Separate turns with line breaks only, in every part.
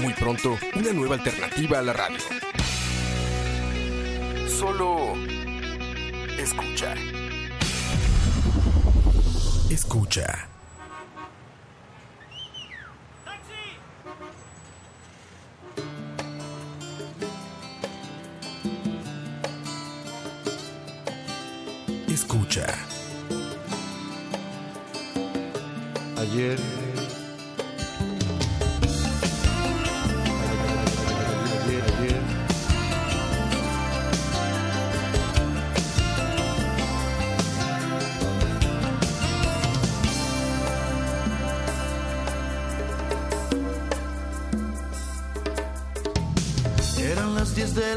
Muy pronto, una nueva alternativa a la radio. Solo escucha. Escucha. Escucha.
Ayer. Ayer, ayer.
Eran las 10 de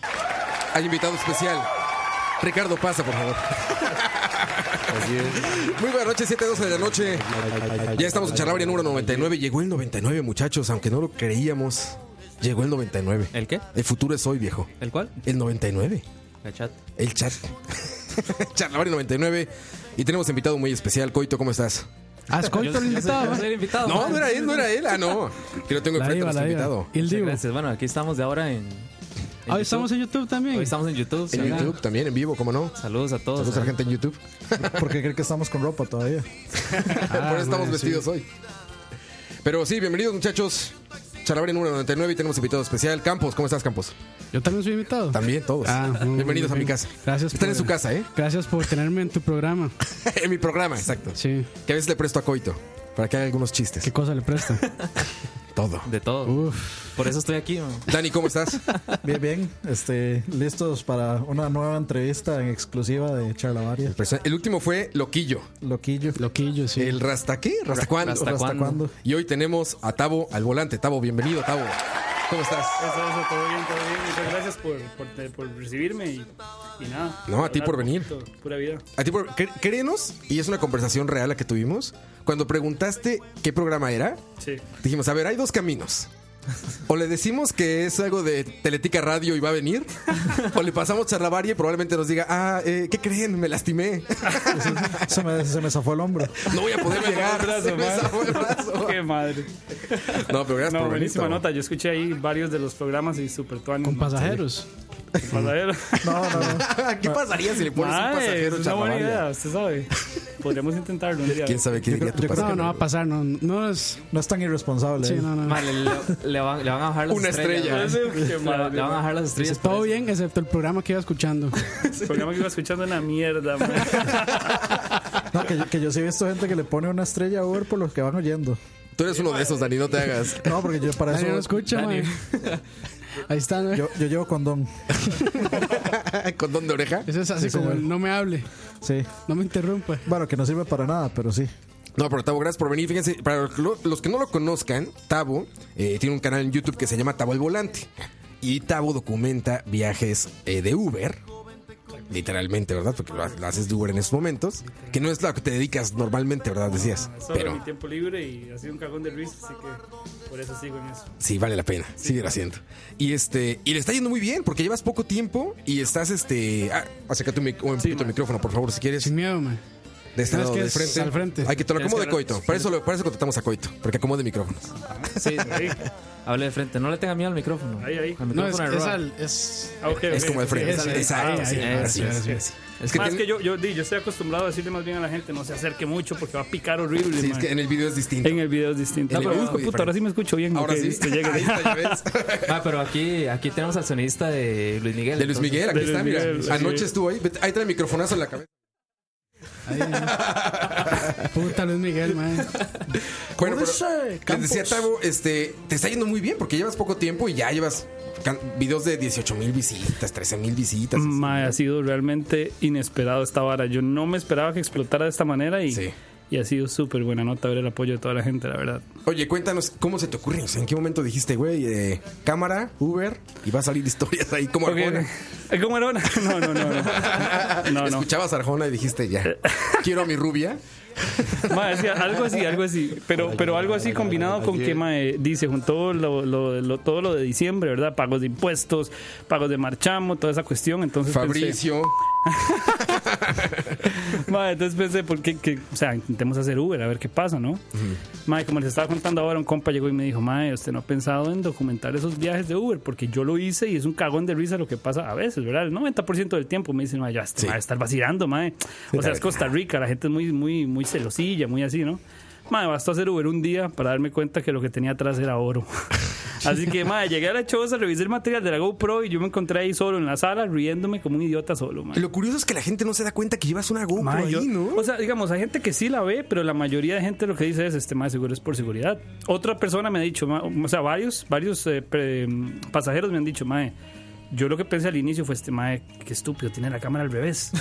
hay invitado especial. Ricardo, pasa, por favor. Muy buenas noches, 7.12 de la noche. Ya estamos en Charlavaria número 99. Llegó el 99, muchachos, aunque no lo creíamos. Llegó el 99.
¿El qué?
El futuro es hoy, viejo.
¿El cuál?
El 99.
El chat.
El chat. Charlavaria 99. Y tenemos invitado muy especial. Coito, ¿cómo estás?
Ascolto el invitado.
Soy el invitado.
No, no era él, no era él. Ah, no. Que lo tengo enfrente
La
a
diva,
nuestro
la diva.
invitado.
Y el
Muchas
Divo.
gracias. Bueno, aquí estamos de ahora en. en
Hoy estamos en YouTube
YouTube.
también.
Hoy estamos en YouTube.
En
Saludos.
YouTube también, en vivo, ¿cómo no?
Saludos a todos.
Saludos a la gente en YouTube.
Porque cree que estamos con ropa todavía.
Por eso estamos
bueno,
vestidos hoy. Pero sí, bienvenidos muchachos. Charabria número 99 y tenemos invitado especial. Campos, ¿cómo estás, Campos?
Yo también soy invitado.
También, todos.
Ah, muy bien,
bienvenidos
muy
a mi
bien.
casa.
Gracias
Están en
por-
su casa, ¿eh?
Gracias por tenerme en tu programa.
en mi programa, exacto.
Sí.
Que a veces le presto a Coito para que haga algunos chistes.
¿Qué cosa le presta?
Todo.
De todo.
Uf.
Por eso estoy aquí. man.
Dani, ¿cómo estás?
Bien, bien. Este, listos para una nueva entrevista en exclusiva de Charlavaria.
El último fue Loquillo.
Loquillo.
Loquillo, sí.
¿El Rasta qué? ¿Rastacuán?
Rasta-
¿Hasta
cuándo?
cuándo?
Y hoy tenemos a Tavo al volante. Tavo, bienvenido, Tavo. ¿Cómo estás?
Eso, eso, todo bien, todo bien. Muchas gracias por, por, por recibirme y, y nada.
No, a ti por
Hablar
venir.
poquito, Pura vida.
A ti, por- cre- créenos, y es una conversación real la que tuvimos, cuando preguntaste qué programa era,
Sí.
dijimos, a ver, hay dos caminos. O le decimos que es algo de Teletica Radio y va a venir, o le pasamos charlavaria y probablemente nos diga, ah, eh, ¿qué creen? Me lastimé.
Se me, se me zafó el hombro.
No voy a poder llegar.
brazo,
Se me
man.
zafó el brazo.
Qué madre.
No,
No,
pero gracias por venir,
buenísima
Tavo.
nota. Yo escuché ahí varios de los programas y super tuanes.
Con
¿no?
pasajeros.
Sí, con pasajeros.
No, no, no.
¿Qué pasaría si le pones un
Madre,
pasajero
es una buena
charlavaria?
idea, usted sabe. Podríamos intentarlo un día.
¿Quién sabe qué diría tu
No,
pasajero?
no va a pasar. No, no es.
No es tan irresponsable.
Sí,
eh.
no, no.
Man, le, le- le van, le van a bajar las
Una estrella.
estrellas.
Parece- Qué
man. Le,
madre.
le van a bajar las estrellas. por
Todo
eso.
bien, excepto el programa que iba escuchando.
El programa que iba escuchando una mierda. man.
No, que, yo- que yo sí he visto gente que le pone una estrella a Uber por los que van oyendo.
Tú eres uno de esos, Dani, no te hagas.
No, porque yo para
Nadie lo
eso.
escucha,
Dani.
mae. Ahí está, ¿no?
Yo, yo llevo condón.
¿Condón de oreja?
Eso es así
Sí,
como
señor.
el no me hable,
Sí.
no me interrumpa.
Bueno, que no sirve para nada, pero sí.
No, pero Tavo, gracias por venir. Fíjense, para lo- los que no lo conozcan, Tavo eh, tiene un canal en YouTube que se llama Tavo el Volante. Y Tavo documenta viajes eh, de Uber. Literalmente, ¿verdad? Porque lo, ha- lo haces de Uber en estos momentos. Que no es lo que te dedicas normalmente, ¿verdad? Decías.
Solo en mi
Pero
tiempo libre y ha sido un cagón de risa, así que por eso sigo en eso.
sí, vale la pena. Sigue haciendo. Y este y le está yendo muy bien porque llevas poco tiempo y estás este... Ah, acerca tu, mic- un poquito el micrófono, por favor, si quieres.
Sin miedo, mae.
De este
No, es
lado,
que
del
es
frente.
al frente.
Hay que te lo
Tienes que
acomode,
hablar-
Coito. Para eso, lo- para eso contratamos a Coito. Porque acomode micrófonos.
Sí,
Ahí,
hable de frente. No le tenga miedo al micrófono.
ahí, ahí.
Al
No, es,
micrófono de
es
Roa.
al. Es,
Ah, ok,
Es
ok,
como el
ok.
frente.
es-
Exacto.
Ah,
ahí,
sí,
ahí, ahí,
así
ahí,
es.
ahí,
Es que
Más
tiene-
que yo, yo, di, yo estoy acostumbrado a decirle más bien a la gente, no se acerque mucho porque va a picar horrible.
Sí, es
man.
que en el video es distinto.
en el video es distinto.
En
No,
el
pero,
video es
hijo de puta,
diferente.
ahora sí me escucho bien.
Ahora
ok,
sí.
listo, llegue.
Ahí está, ya ves.
Ah, pero aquí, aquí tenemos al sonidista de Luis Miguel.
De Luis
entonces-
Miguel, aquí
De Luis
está, mira.
Miguel, sí.
Anoche estuvo ahí. Vete, Ahí trae el microfonazo en la cabeza.
puta Luis Miguel, mae.
Bueno, pero
dice,
les decía Tavo, este, te está yendo muy bien porque llevas poco tiempo y ya llevas can- videos de 18 mil visitas, 13 mil visitas.
Mae, ha sido realmente inesperado esta vara. Yo no me esperaba que explotara de esta manera y,
Sí.
y ha sido súper buena nota ver el apoyo de toda la gente, la verdad.
Oye, cuéntanos cómo se te ocurre. O sea, ¿En qué momento dijiste, güey, eh, cámara, Uber y va a salir historias ahí como Arjona?
Ok. ¿Cómo era? una? No, no, no. No, no. no.
Escuchabas a Arjona y dijiste, ya, quiero a mi rubia.
Mae, sí, algo así, algo así. Pero, pero algo así combinado con que mae, dice, juntó lo, lo- lo- todo lo de diciembre, ¿verdad? Pagos de impuestos, pagos de marchamo, toda esa cuestión. Entonces pensé,
Fabricio.
mae, entonces pensé, ¿por qué? qué? o sea, intentemos hacer Uber, a ver qué pasa, ¿no? Mae, como les estaba contando ahora, un compa llegó y me dijo, mae, usted no ha pensado en documentar esos viajes de Uber, porque yo lo hice y es un cagón de risa lo que pasa a veces, ¿verdad? El 90% del tiempo me dicen, mae, ya, este mae va a estar vacilando, mae. O sea, es Costa Rica, la gente es muy, muy, muy celosilla, muy así, ¿no? Mae, bastó hacer Uber un día para darme cuenta que lo que tenía atrás era oro. Así que, mae, llegué a la choza, revisé el material de la GoPro y yo me encontré ahí solo en la sala, riéndome como un idiota solo, mae.
Lo curioso es que la gente no se da cuenta que llevas una GoPro
Mae,
ahí,
yo-
¿no?
O sea, digamos, hay gente que sí la ve, pero la mayoría de gente lo que dice es, este más seguro es por seguridad. Otra persona me ha dicho, ma- o sea, varios, varios eh, pre- pasajeros me han dicho, mae, yo lo que pensé al inicio fue este mae, qué estúpido, tiene la cámara al revés.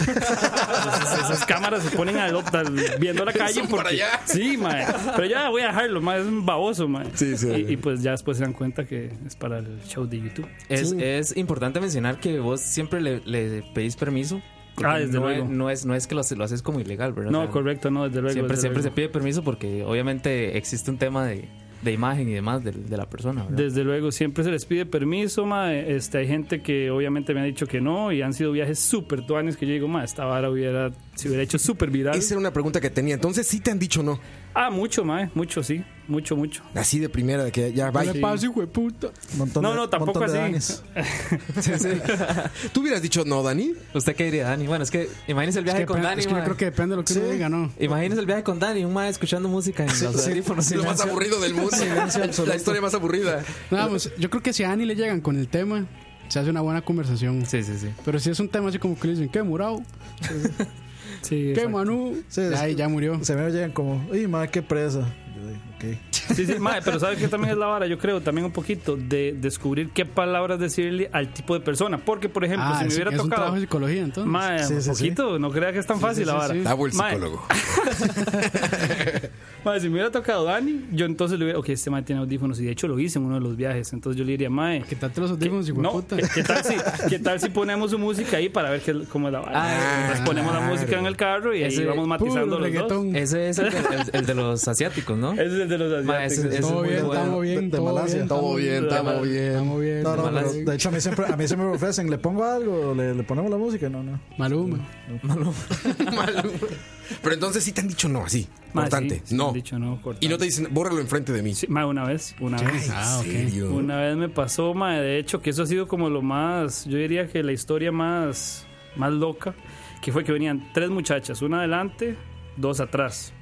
Entonces, esas cámaras se ponen al, al- viendo la calle
Son
porque
para allá.
sí, mae. Pero ya voy a dejarlo, mae, es un baboso, mae.
Sí, sí.
Y, y pues ya después se dan cuenta que es para el show de YouTube.
Es, es importante mencionar que vos siempre le, le pedís permiso. porque
Ah, desde
no
luego.
Es, no, es, no es que lo, hace- lo haces como ilegal, ¿verdad? O
No,
sea,
correcto, no, desde luego.
Siempre,
desde
siempre se
luego.
pide permiso porque obviamente existe un tema de, de imagen y demás de, de la persona. ¿verdad?
Desde luego, siempre se les pide permiso, ma. Este, hay gente que obviamente me ha dicho que no y han sido viajes súper tuanes que yo digo, ma, esta vara hubiera, se hubiera hecho súper viral.
Esa era una pregunta que tenía. Entonces, ¿sí te han dicho no?
Ah, mucho, ma, mucho, sí, mucho, mucho.
Así de primera, de que ya vaya.
Dale paso, hijo de puta.
Montón
No,
de-
no, tampoco
montón de
así.
danis.
¿Tú hubieras dicho no, Dani?
¿Usted qué diría, Dani? Bueno, es que imagínese el
Es
viaje
que,
con
pe-
Dani.
es que yo
mae.
creo que depende de lo que uno diga, ¿no.
Imagínese el viaje con Dani, un mae escuchando música en los audífonos.
Es lo más aburrido del mundo. la historia más aburrida.
Nada, pues, yo creo que si a Ani le llegan con el tema, se hace una buena conversación.
Sí, sí, sí.
Pero si es un tema así como que le dicen, ¿qué murao?
Sí,
¿Qué
exacto.
Manu?
Sí,
Ya,
es-
ya murió.
Se me llegan como, ¡ay, madre, qué presa! Yo digo, ok.
sí, sí, ma, pero ¿sabes que también es la vara? Yo creo también un poquito de descubrir qué palabras decirle al tipo de persona. Porque, por ejemplo,
Ah,
si me
sí,
hubiera
es un trabajo
tocado.
de psicología, entonces.
Ma,
Sí,
un
sí, sí.
poquito, no crea que es tan fácil
sí,
la
sí,
vara.
sí.
Davo el
Ma,
psicólogo.
Mae, si me hubiera tocado Dani, yo entonces le hubiera, ok, este mae tiene audífonos y de hecho lo hice en uno de los viajes. Entonces yo le diría, mae,
Quítate los audífonos, hijo de
no,
puta.
¿qué, qué tal si, ¿qué tal si ponemos su música ahí para ver qué, cómo es la vara?
Ah,
Entonces ponemos la música en el carro y ahí
Ese
vamos matizando
Puro
los dos.
reggaetón.
Ese es el, de- el- el de los asiáticos, ¿no?
Ese es el de los
Ma, ese-
asiáticos.
ese es
Todo
muy
bien,
bueno.
estamos bien,
De- de
todo
Malasia.
bien.
Todo bien, estamos bien.
Estamos bien.
No, no,
Malas-
pero de hecho a mí siempre, a mí siempre me ofrecen, ¿le pongo algo? ¿Le, le ponemos la música? No, no.
Maluma.
Malo. Pero entonces sí te han dicho no, así.
Ma, sí,
Importante.
sí me
no.
han dicho no, cortante.
Y no te dicen, bórralo enfrente de mí.
Sí, mae, una vez, una vez.
¿En
Ah, ok.
serio?
Una vez me pasó, mae, de hecho, que eso ha sido como lo más, yo diría que la historia más, más loca, que fue que venían tres muchachas, una adelante, dos atrás.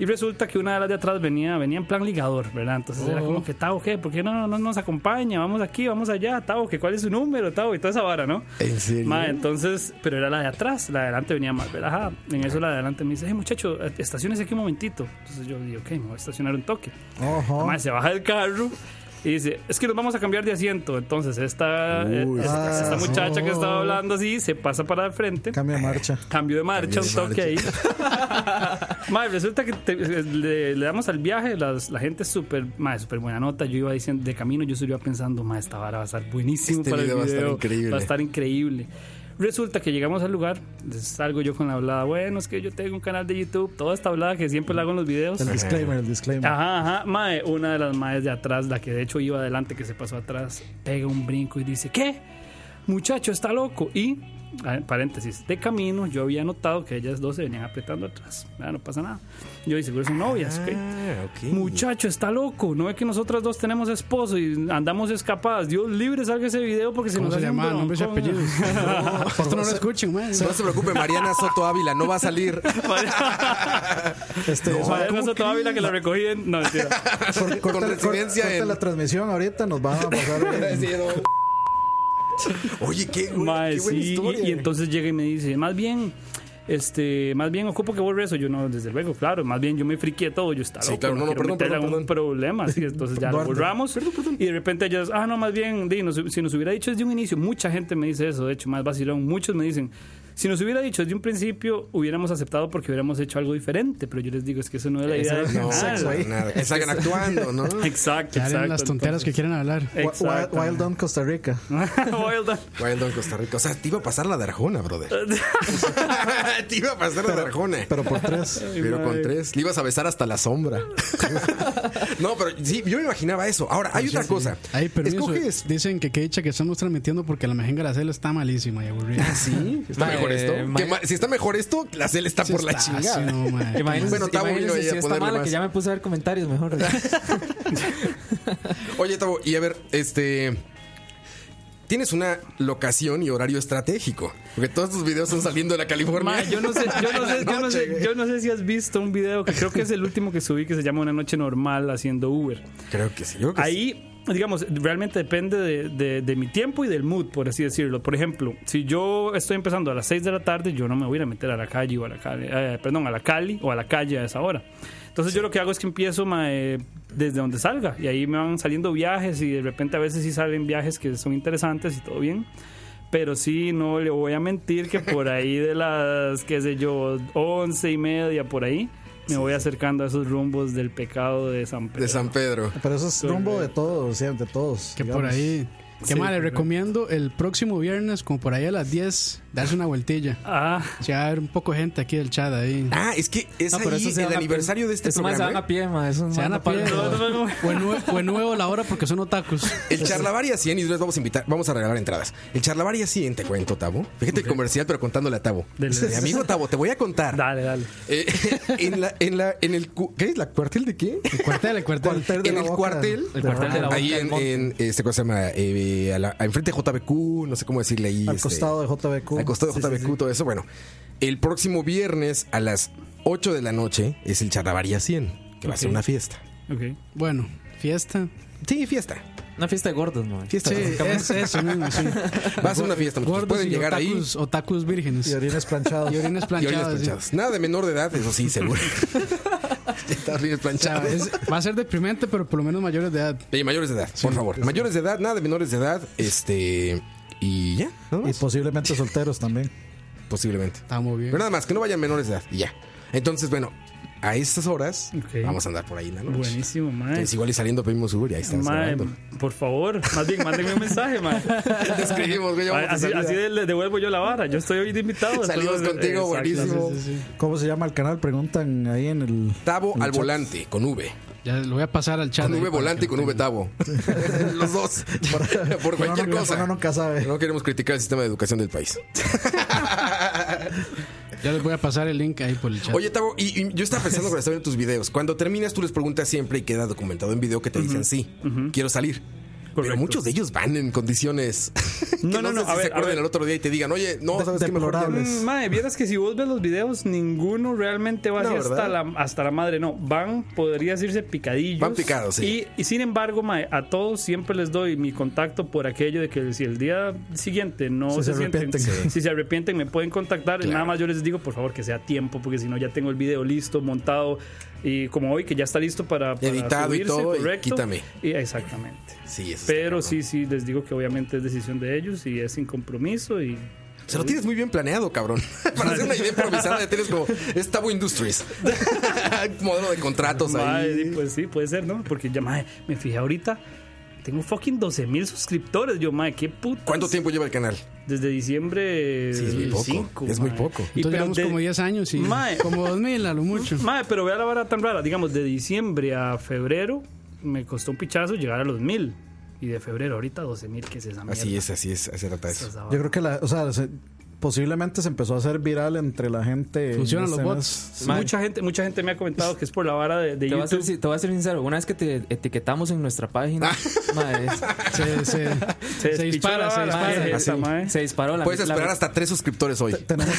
Y resulta que una de las de atrás venía, venía en plan ligador, ¿verdad? Entonces era
Oh.
como que, Tavo, ¿qué? ¿Por qué no, no nos acompaña? Vamos aquí, vamos allá, Tavo, ¿qué, ¿cuál es su número, Tavo? Y toda esa vara, ¿no?
¿En serio?
Ma, entonces, pero era la de atrás, la de adelante venía más relajada. En eso la de adelante me dice, hey muchacho, eh, estaciones aquí un momentito. Entonces yo digo, ok, me voy a estacionar un toque. La madre se baja del carro y dice, es que nos vamos a cambiar de asiento. Entonces esta, eh,
Uy, Oh.
esta, esta
ah,
muchacha que
no.
estaba hablando así se pasa para el frente.
Cambio de marcha.
Cambio de marcha,
Cambio de
un toque ahí. Madre, resulta que te- eh, le, le damos al viaje, las- la gente es súper, madre, súper buena nota. Yo iba diciendo, de camino yo iba pensando, madre, esta vara va a estar buenísimo
Este
para
video va
el
a estar
video.
increíble.
Va a estar increíble. Resulta que llegamos al lugar, salgo yo con la hablada, bueno, es que yo tengo un canal de YouTube, toda esta hablada que siempre la hago en los videos.
El disclaimer, el disclaimer.
Ajá, ajá, mae, una de las maes de atrás, la que de hecho iba adelante, que se pasó atrás, pega un brinco y dice, ¿qué? Muchacho, está loco. Y, a ver, paréntesis, de camino yo había notado que ellas dos se venían apretando atrás. Ah, no pasa nada. Yo dije, seguro son novias, ¿ok?
Ah,
Muchacho, está loco. No es que nosotras dos tenemos esposo y andamos escapadas. Dios libre, salga ese video porque se
¿Cómo
nos
se
hace un
llama?
broncón".
Nombres y apellidos. Esto no lo escuchen, man.
No se preocupe, Mariana Soto Ávila no va a salir.
Este,
Mae, no sé todavía la que la recogí en- No, mentira.
cor-
Con
corta- cor-
residencia
corta
en-
la transmisión ahorita, nos van a pasar. en-
"Oh, Oye, qué, güey,
Mae,
qué buena
sí,
historia.
Y, y entonces llega y me dice, más bien, este, más bien ocupo que borre eso. Yo no, desde luego, claro, más bien yo me friqué todo, yo estaba
Sí,
loco,
claro, no, no,
quiero
perdón,
meterla
perdón,
en un problema, sí, entonces ya lo
Duarte.
borramos. Y de repente ellas, ah, no, más bien, di, nos- si nos hubiera dicho desde un inicio, mucha gente me dice eso, de hecho, más vacilón, muchos me dicen, si nos hubiera dicho desde un principio, hubiéramos aceptado porque hubiéramos hecho algo diferente, pero yo les digo, es que eso no es la idea. del
No,
final.
para nada. Que salgan actuando, ¿no?
Exacto,
Que
exacto.
hagan las tonteras que quieran hablar.
Wi- Wild,
Exacto.
Wild on Costa Rica.
Wild on.
Wild on Costa Rica. O sea, te iba a pasar la de Arjona, brother. te iba a pasar la de Arjona.
Pero por tres.
Pero con tres, le ibas a besar hasta la sombra. no, pero sí, yo me imaginaba eso. Ahora, hay otra cosa.
Ay, pero
Escoges.
dicen que qué dicha que estamos transmitiendo porque la mejenga la cela está malísima y aburrida.
Ah, Sí, está
Ma-
mejor
eh,
esto.
ma-
Que ma- si está mejor esto, la cel está por la
Está
chingada.
así, no, man.
Imagínense,
Bueno, Tavo
imagínense
vino ahí a
si está
ponerle
mala
más.
que ya me puse a ver comentarios mejor.
Oye, Tavo, y a ver, este. Tienes una locación y horario estratégico. Porque todos tus videos son saliendo de la California.
Ma, yo no sé, yo no sé, yo no sé, yo no sé si has visto un video que creo que es el último que subí que se llama Una noche normal haciendo Uber.
Creo que sí. yo creo que Pues sí.
Ahí, digamos, realmente depende de, de- de mi tiempo y del mood, por así decirlo. Por ejemplo, si yo estoy empezando a las 6 de la tarde, yo no me voy a ir a meter a la calle o a la calle, eh, perdón, a la Cali o a la calle a esa hora. Entonces yo lo que hago es que empiezo ma, eh, desde donde salga y ahí me van saliendo viajes y de repente a veces sí salen viajes que son interesantes y todo bien. Pero sí, no le voy a mentir que por ahí de las, qué sé yo, once y media, por ahí, me voy acercando a esos rumbos del pecado de San Pedro.
De San Pedro.
Pero eso es rumbo de todos, sí, de todos.
Que
digamos.
por ahí. Que más, le recomiendo el próximo viernes, como por ahí a las 10, darse una vueltilla.
Ah,
Si va a haber un poco de gente aquí del chat ahí.
Ah, es que es ahí el aniversario de este
eso se van
programa.
a pie, ma, eso
Se van a
manda palo.
pie. O en nue- o en nuevo la hora porque son otakus.
El Charlavaria 100 y les vamos a invitar, vamos a regalar entradas. El Charlavaria 100, te cuento, Tavo. Fíjate el comercial, pero contándole a Tavo.
Dele.
Mi amigo Tavo, te voy a contar.
dale, dale.
Eh, en la, en la, en el cu- ¿qué es? ¿La cuartel de qué?
El cuartel, el cuartel.
Cuartel de
en
la
el
boca.
cuartel,
El cuartel
Ah,
de la boca
ahí
del
en,
monte.
en, este ¿cómo se llama? Eh, a la- a enfrente de JBQ, no sé cómo decirle ahí.
Al
este,
costado de JBQ.
al costado de JBQ, todo eso. Bueno, el próximo viernes a las 8 de la noche es el Charlavaria 100, que va a ser
Ok.
una fiesta.
Ok.
Bueno, fiesta.
Sí, fiesta.
Una fiesta de gordos, ma.
Fiesta.
Sí, es eso mismo, sí.
Va a ser una fiesta, muchachos.
Gordos
Pueden
y
llegar ahí.
otakus, otakus vírgenes.
Y orines planchados.
Y orines
Y orines
planchadas. sí.
planchadas. Nada de menor de edad, eso sí, seguro. Está orines
O sea,
planchados.
es- va a ser deprimente, pero por lo menos mayores de edad.
Eh, mayores de edad, por favor. Mayores de edad, nada de menores de edad. Este. Y ya, nada
y
más.
posiblemente solteros también.
Posiblemente.
Estamos bien.
Pero nada más, que no vayan menores de edad. Y ya. Entonces, bueno, a estas horas
Ok.
vamos a andar por ahí en la noche.
Buenísimo, mae.
Entonces, igual y saliendo pedimos Uber y ahí estamos
Mae,
grabando.
por favor, más bien, mándenme un mensaje, mae.
Te escribimos, güey. ya vamos a
Así,
salir.
así de- le devuelvo yo la vara. Yo estoy hoy de invitado.
Salimos
entonces-
contigo,
Exacto.
buenísimo.
¿Cómo se llama el canal? Preguntan ahí en el.
Tavo
en el
al
chat.
volante, con V.
Ya lo voy a pasar al chat.
Con
ahí
V
para
volante
que
y con
lo
V Tavo. Los dos. Por
Uno
cualquier
nunca-
cosa.
uno nunca sabe.
No queremos criticar el sistema de educación del país.
tengan. Ya les voy a pasar el link ahí por el chat.
Oye, Tavo, y, y yo estaba pensando cuando estaba viendo tus videos. Cuando terminas, tú les preguntas siempre y queda documentado en video que te dicen sí, quiero salir.
Correcto.
Pero muchos de ellos van en condiciones que
No, no,
sé
no,
si
a
se
ver, a
acuerdan
ver.
el otro día y te digan, oye, no,
De-
¿sabes qué? Mejor ya no".
deplorables.
Mm, Madre, vieras que si vos ves los videos, ninguno realmente va así
No,
hasta la, hasta la madre. No, van, podrías irse picadillos.
Van picados, sí.
Y, y sin embargo, mae, a todos siempre les doy mi contacto por aquello de que si el día siguiente no
Si
se,
se
sienten-
arrepienten.
si se arrepienten, me pueden contactar.
Claro.
Nada más yo les digo, por favor, que sea a tiempo, porque si no, ya tengo el video listo, montado. Y como hoy, que ya está listo para. para
Editado y todo, y quítame.
Y- exactamente.
Sí, eso está
Pero
cabrón.
sí, sí, les digo que obviamente es decisión de ellos y es sin compromiso y
Se lo tienes muy bien planeado, cabrón. Para hacer una idea improvisada, ya tienes como es Tabo Industries. Modelo de contratos
Mae, sí,
ahí.
pues sí, puede ser, ¿no? Porque ya, mae, me fijé ahorita. Tengo fucking 12 mil suscriptores. Yo, mae, qué puta.
¿Cuánto tiempo lleva el canal?
Desde diciembre
Sí, es muy poco,
5.
es muy poco.
Entonces llevamos como 10 años y
Mae.
como 2000 a lo mucho.
Mae, pero vea la vara tan rara. Digamos, de diciembre a febrero me costó un pichazo llegar a los mil. Y de febrero ahorita 12 mil, que es esa mierda.
Así es, así es, así trata
Esa
eso.
es la
Yo
vara.
creo que la, o sea, se- posiblemente se empezó a hacer viral entre la gente.
Funcionan
este mes.
los bots.
Mae,
Mucha gente, mucha gente me ha comentado que es por la vara de, de
te, voy a ser,
YouTube.
si- te voy a ser sincero, una vez que te etiquetamos en nuestra página, mae, es-
Se, se- se
despichó la
dispara, se
vara,
dispara.
mae,
Ah,
Así.
esa, mae.
se disparó la
Puedes
la-
esperar hasta tres suscriptores hoy.
Tenemos,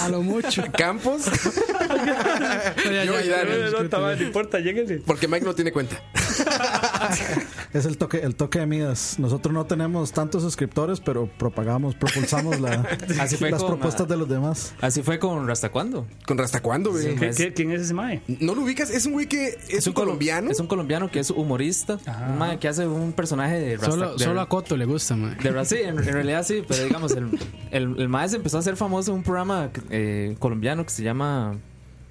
A lo mucho.
Campos,
No, ya,
Yo
ya,
y
ya,
Dani.
ya,
No, no,
discúlpeme.
no, mae, no importa, lléguenle.
porque Mike no tiene cuenta.
es el toque, el toque de Midas. Nosotros no tenemos tantos suscriptores, pero propagamos, propulsamos la-
Así fue
las
con,
propuestas
ah.
de los demás.
Así fue con ¿Hasta cuándo?
¿Con hasta cuándo, güey?
¿Qué- qué- ¿Quién es ese mae?
¿No lo ubicas? Es un güey que es, un
colo-
colombiano.
Es un colombiano que es humorista, un mae que hace un personaje de Rasta-
Ah. Solo,
de-
solo a Coto le gusta, mae.
De verdad, sí, en, en realidad sí, pero digamos, el, el, el maestro empezó a ser famoso en un programa eh, colombiano que se llama.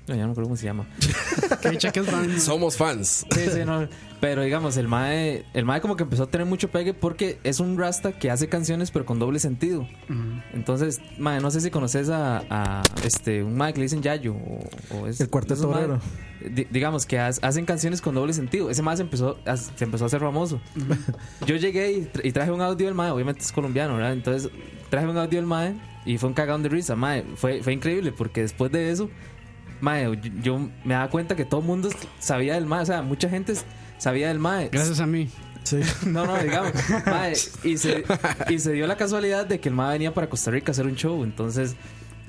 No, ya no me acuerdo cómo se llama.
Qué dicha que es fan, mae.
Somos fans.
Sí, sí, no. Pero digamos, el mae, el mae como que empezó a tener mucho pegue porque es un rasta que hace canciones pero con doble sentido. Entonces, mae, no sé si conoces a, a, este un mae que le dicen Yayo o, o es
El Cuarteto
esos mae,
Obrero.
di- digamos que haz- hacen canciones con doble sentido. Ese mae se empezó a, se empezó a hacer famoso. Yo llegué y, tra- y traje un audio del mae, obviamente es colombiano, ¿verdad? Entonces, traje un audio del mae y fue un cagón de risa, mae. Fue fue increíble porque después de eso Mae, yo, yo me daba cuenta que todo el mundo sabía del mae, o sea, mucha gente sabía del mae.
Gracias a mí.
Sí.
No, no, digamos. mae, y, se, y se dio la casualidad de que el mae venía para Costa Rica a hacer un show, entonces...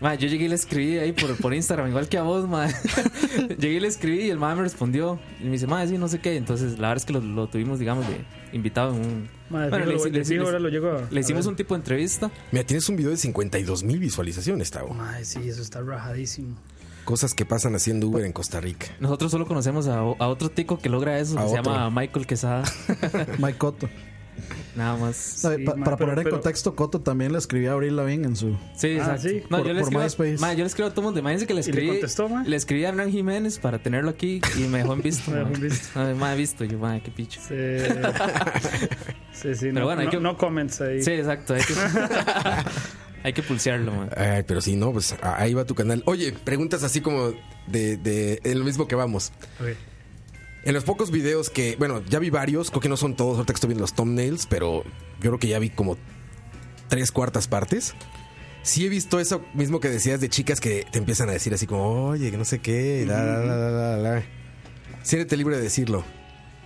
mae, yo llegué y le escribí ahí por, por Instagram, igual que a vos, mae. Llegué y le escribí y el mae me respondió. Y me dice, mae, sí, no sé qué. Entonces, la verdad es que lo, lo tuvimos, digamos, de invitado en un...
Mae,
Bueno,
fijo,
le hice-
lo-
le hice-
fijo,
le-
ahora lo llego a-
Le
a
hicimos
ver.
un tipo de entrevista.
Mira, tienes un video de 52 mil visualizaciones, Tavo.
Mae, sí, eso está rajadísimo.
Cosas que pasan haciendo Uber en Costa Rica.
Nosotros solo conocemos a, a otro tico que logra eso,
A
que se
otro.
llama Michael Quesada.
Mike Cotto.
Nada más.
No,
Sí,
pa-
ma,
para
pero-
poner en
pero-
contexto, Cotto también le escribió a Abril Lavigne en su.
Sí,
Ah,
exacto.
sí.
No,
Por-
yo le
por
escribo,
MySpace.
ma, yo le escribo a todo el mundo. Imagínense que le
le
escribí.
contestó, ma?
le escribí a Hernán Jiménez para tenerlo aquí y me dejó en visto.
Me dejó
ma.
en visto.
Ay, ma, visto. Yo, ma, qué picho. Sí,
Sí, sí, sí,
Pero
no,
bueno, hay
no-
que-
no comments ahí.
exacto. Hay que, hay que pulsearlo, ma.
Ay, pero sí, no, pues a- ahí va tu canal. Oye, preguntas así como de, de, de lo mismo que vamos.
Ok.
En los pocos videos que, bueno, ya vi varios, creo que no son todos, ahorita que estoy viendo los thumbnails, pero yo creo que ya vi como tres cuartas partes. Sí he visto eso mismo que decías de chicas que te empiezan a decir así como, oye, que no sé qué, la, la, la, la, la, la". Siéntete libre de decirlo.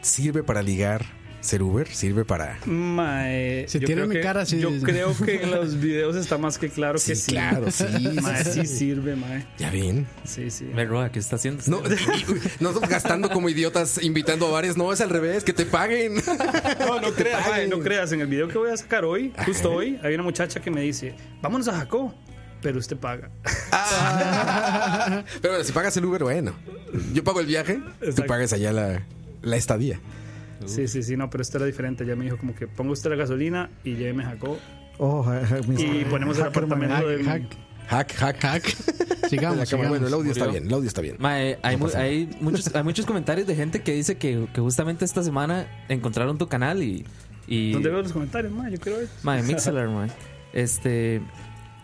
¿Sirve para ligar ser Uber? ¿Sirve para...?
Mae,
Si
yo
tiene
creo
mi
que-
cara, sí.
Yo creo que en los videos está más que claro que sí.
claro, sí. sí,
Mae,
sí.
sí sirve, mae.
¿Ya ven?
Sí, sí.
Me roba, ¿qué está haciendo?
No, nosotros gastando como idiotas invitando a bares. No, es al revés, que te paguen.
No, no creas, mae,
paguen.
no creas. En el video que voy a sacar hoy, justo hoy, hay una muchacha que me dice, vámonos a Jacó, pero usted paga.
Pero bueno, si pagas el Uber, bueno. Yo pago el viaje, tú
Exacto.
pagas allá la, la estadía.
Sí, sí, sí, no, pero esto era diferente. Ya me dijo como que ponga usted la gasolina y lléveme a Jacó
Oh, ja- ja- mis-
y ponemos el
Hackerman.
apartamento de...
Hack,
mi-
hack.
Hack, hack, hack.
Sigamos, sigamos.
bueno, el audio está bien, el audio está bien.
Ma, eh, hay, mu- hay muchos, hay muchos comentarios de gente que dice que, que justamente esta semana encontraron tu canal y. y
¿Dónde veo los comentarios, mae? Yo quiero ver.
Mae, Mixler, mae. Este.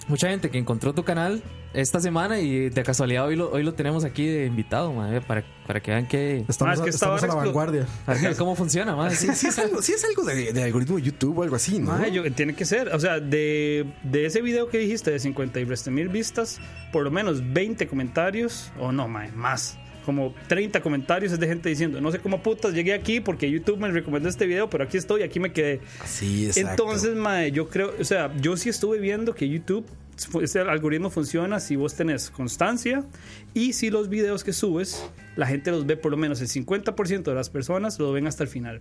Mucha gente que encontró tu canal esta semana y de casualidad hoy lo, hoy lo tenemos aquí de invitado, mae, para, para que vean que.
Estamos,
Ah, es que esta
a- estamos
hora
a la
explo-
vanguardia.
para que vean cómo funciona, mae.
Sí, sí es algo, sí es algo de, de algoritmo de YouTube o algo así, ¿no?
Mae, yo- tiene que ser. O sea, de, de este ese video que dijiste de 50 y resto mil vistas, por lo menos 20 comentarios, o no, mae, más. como 30 comentarios es de gente diciendo, no sé cómo putas llegué aquí porque YouTube me recomendó este video, pero aquí estoy, aquí me quedé.
Sí, exacto.
Entonces, mae, yo creo, o sea, yo sí estuve viendo que YouTube, fu- ese algoritmo funciona si vos tenés constancia y si los videos que subes, la gente los ve por lo menos el 50% de las personas lo ven hasta el final.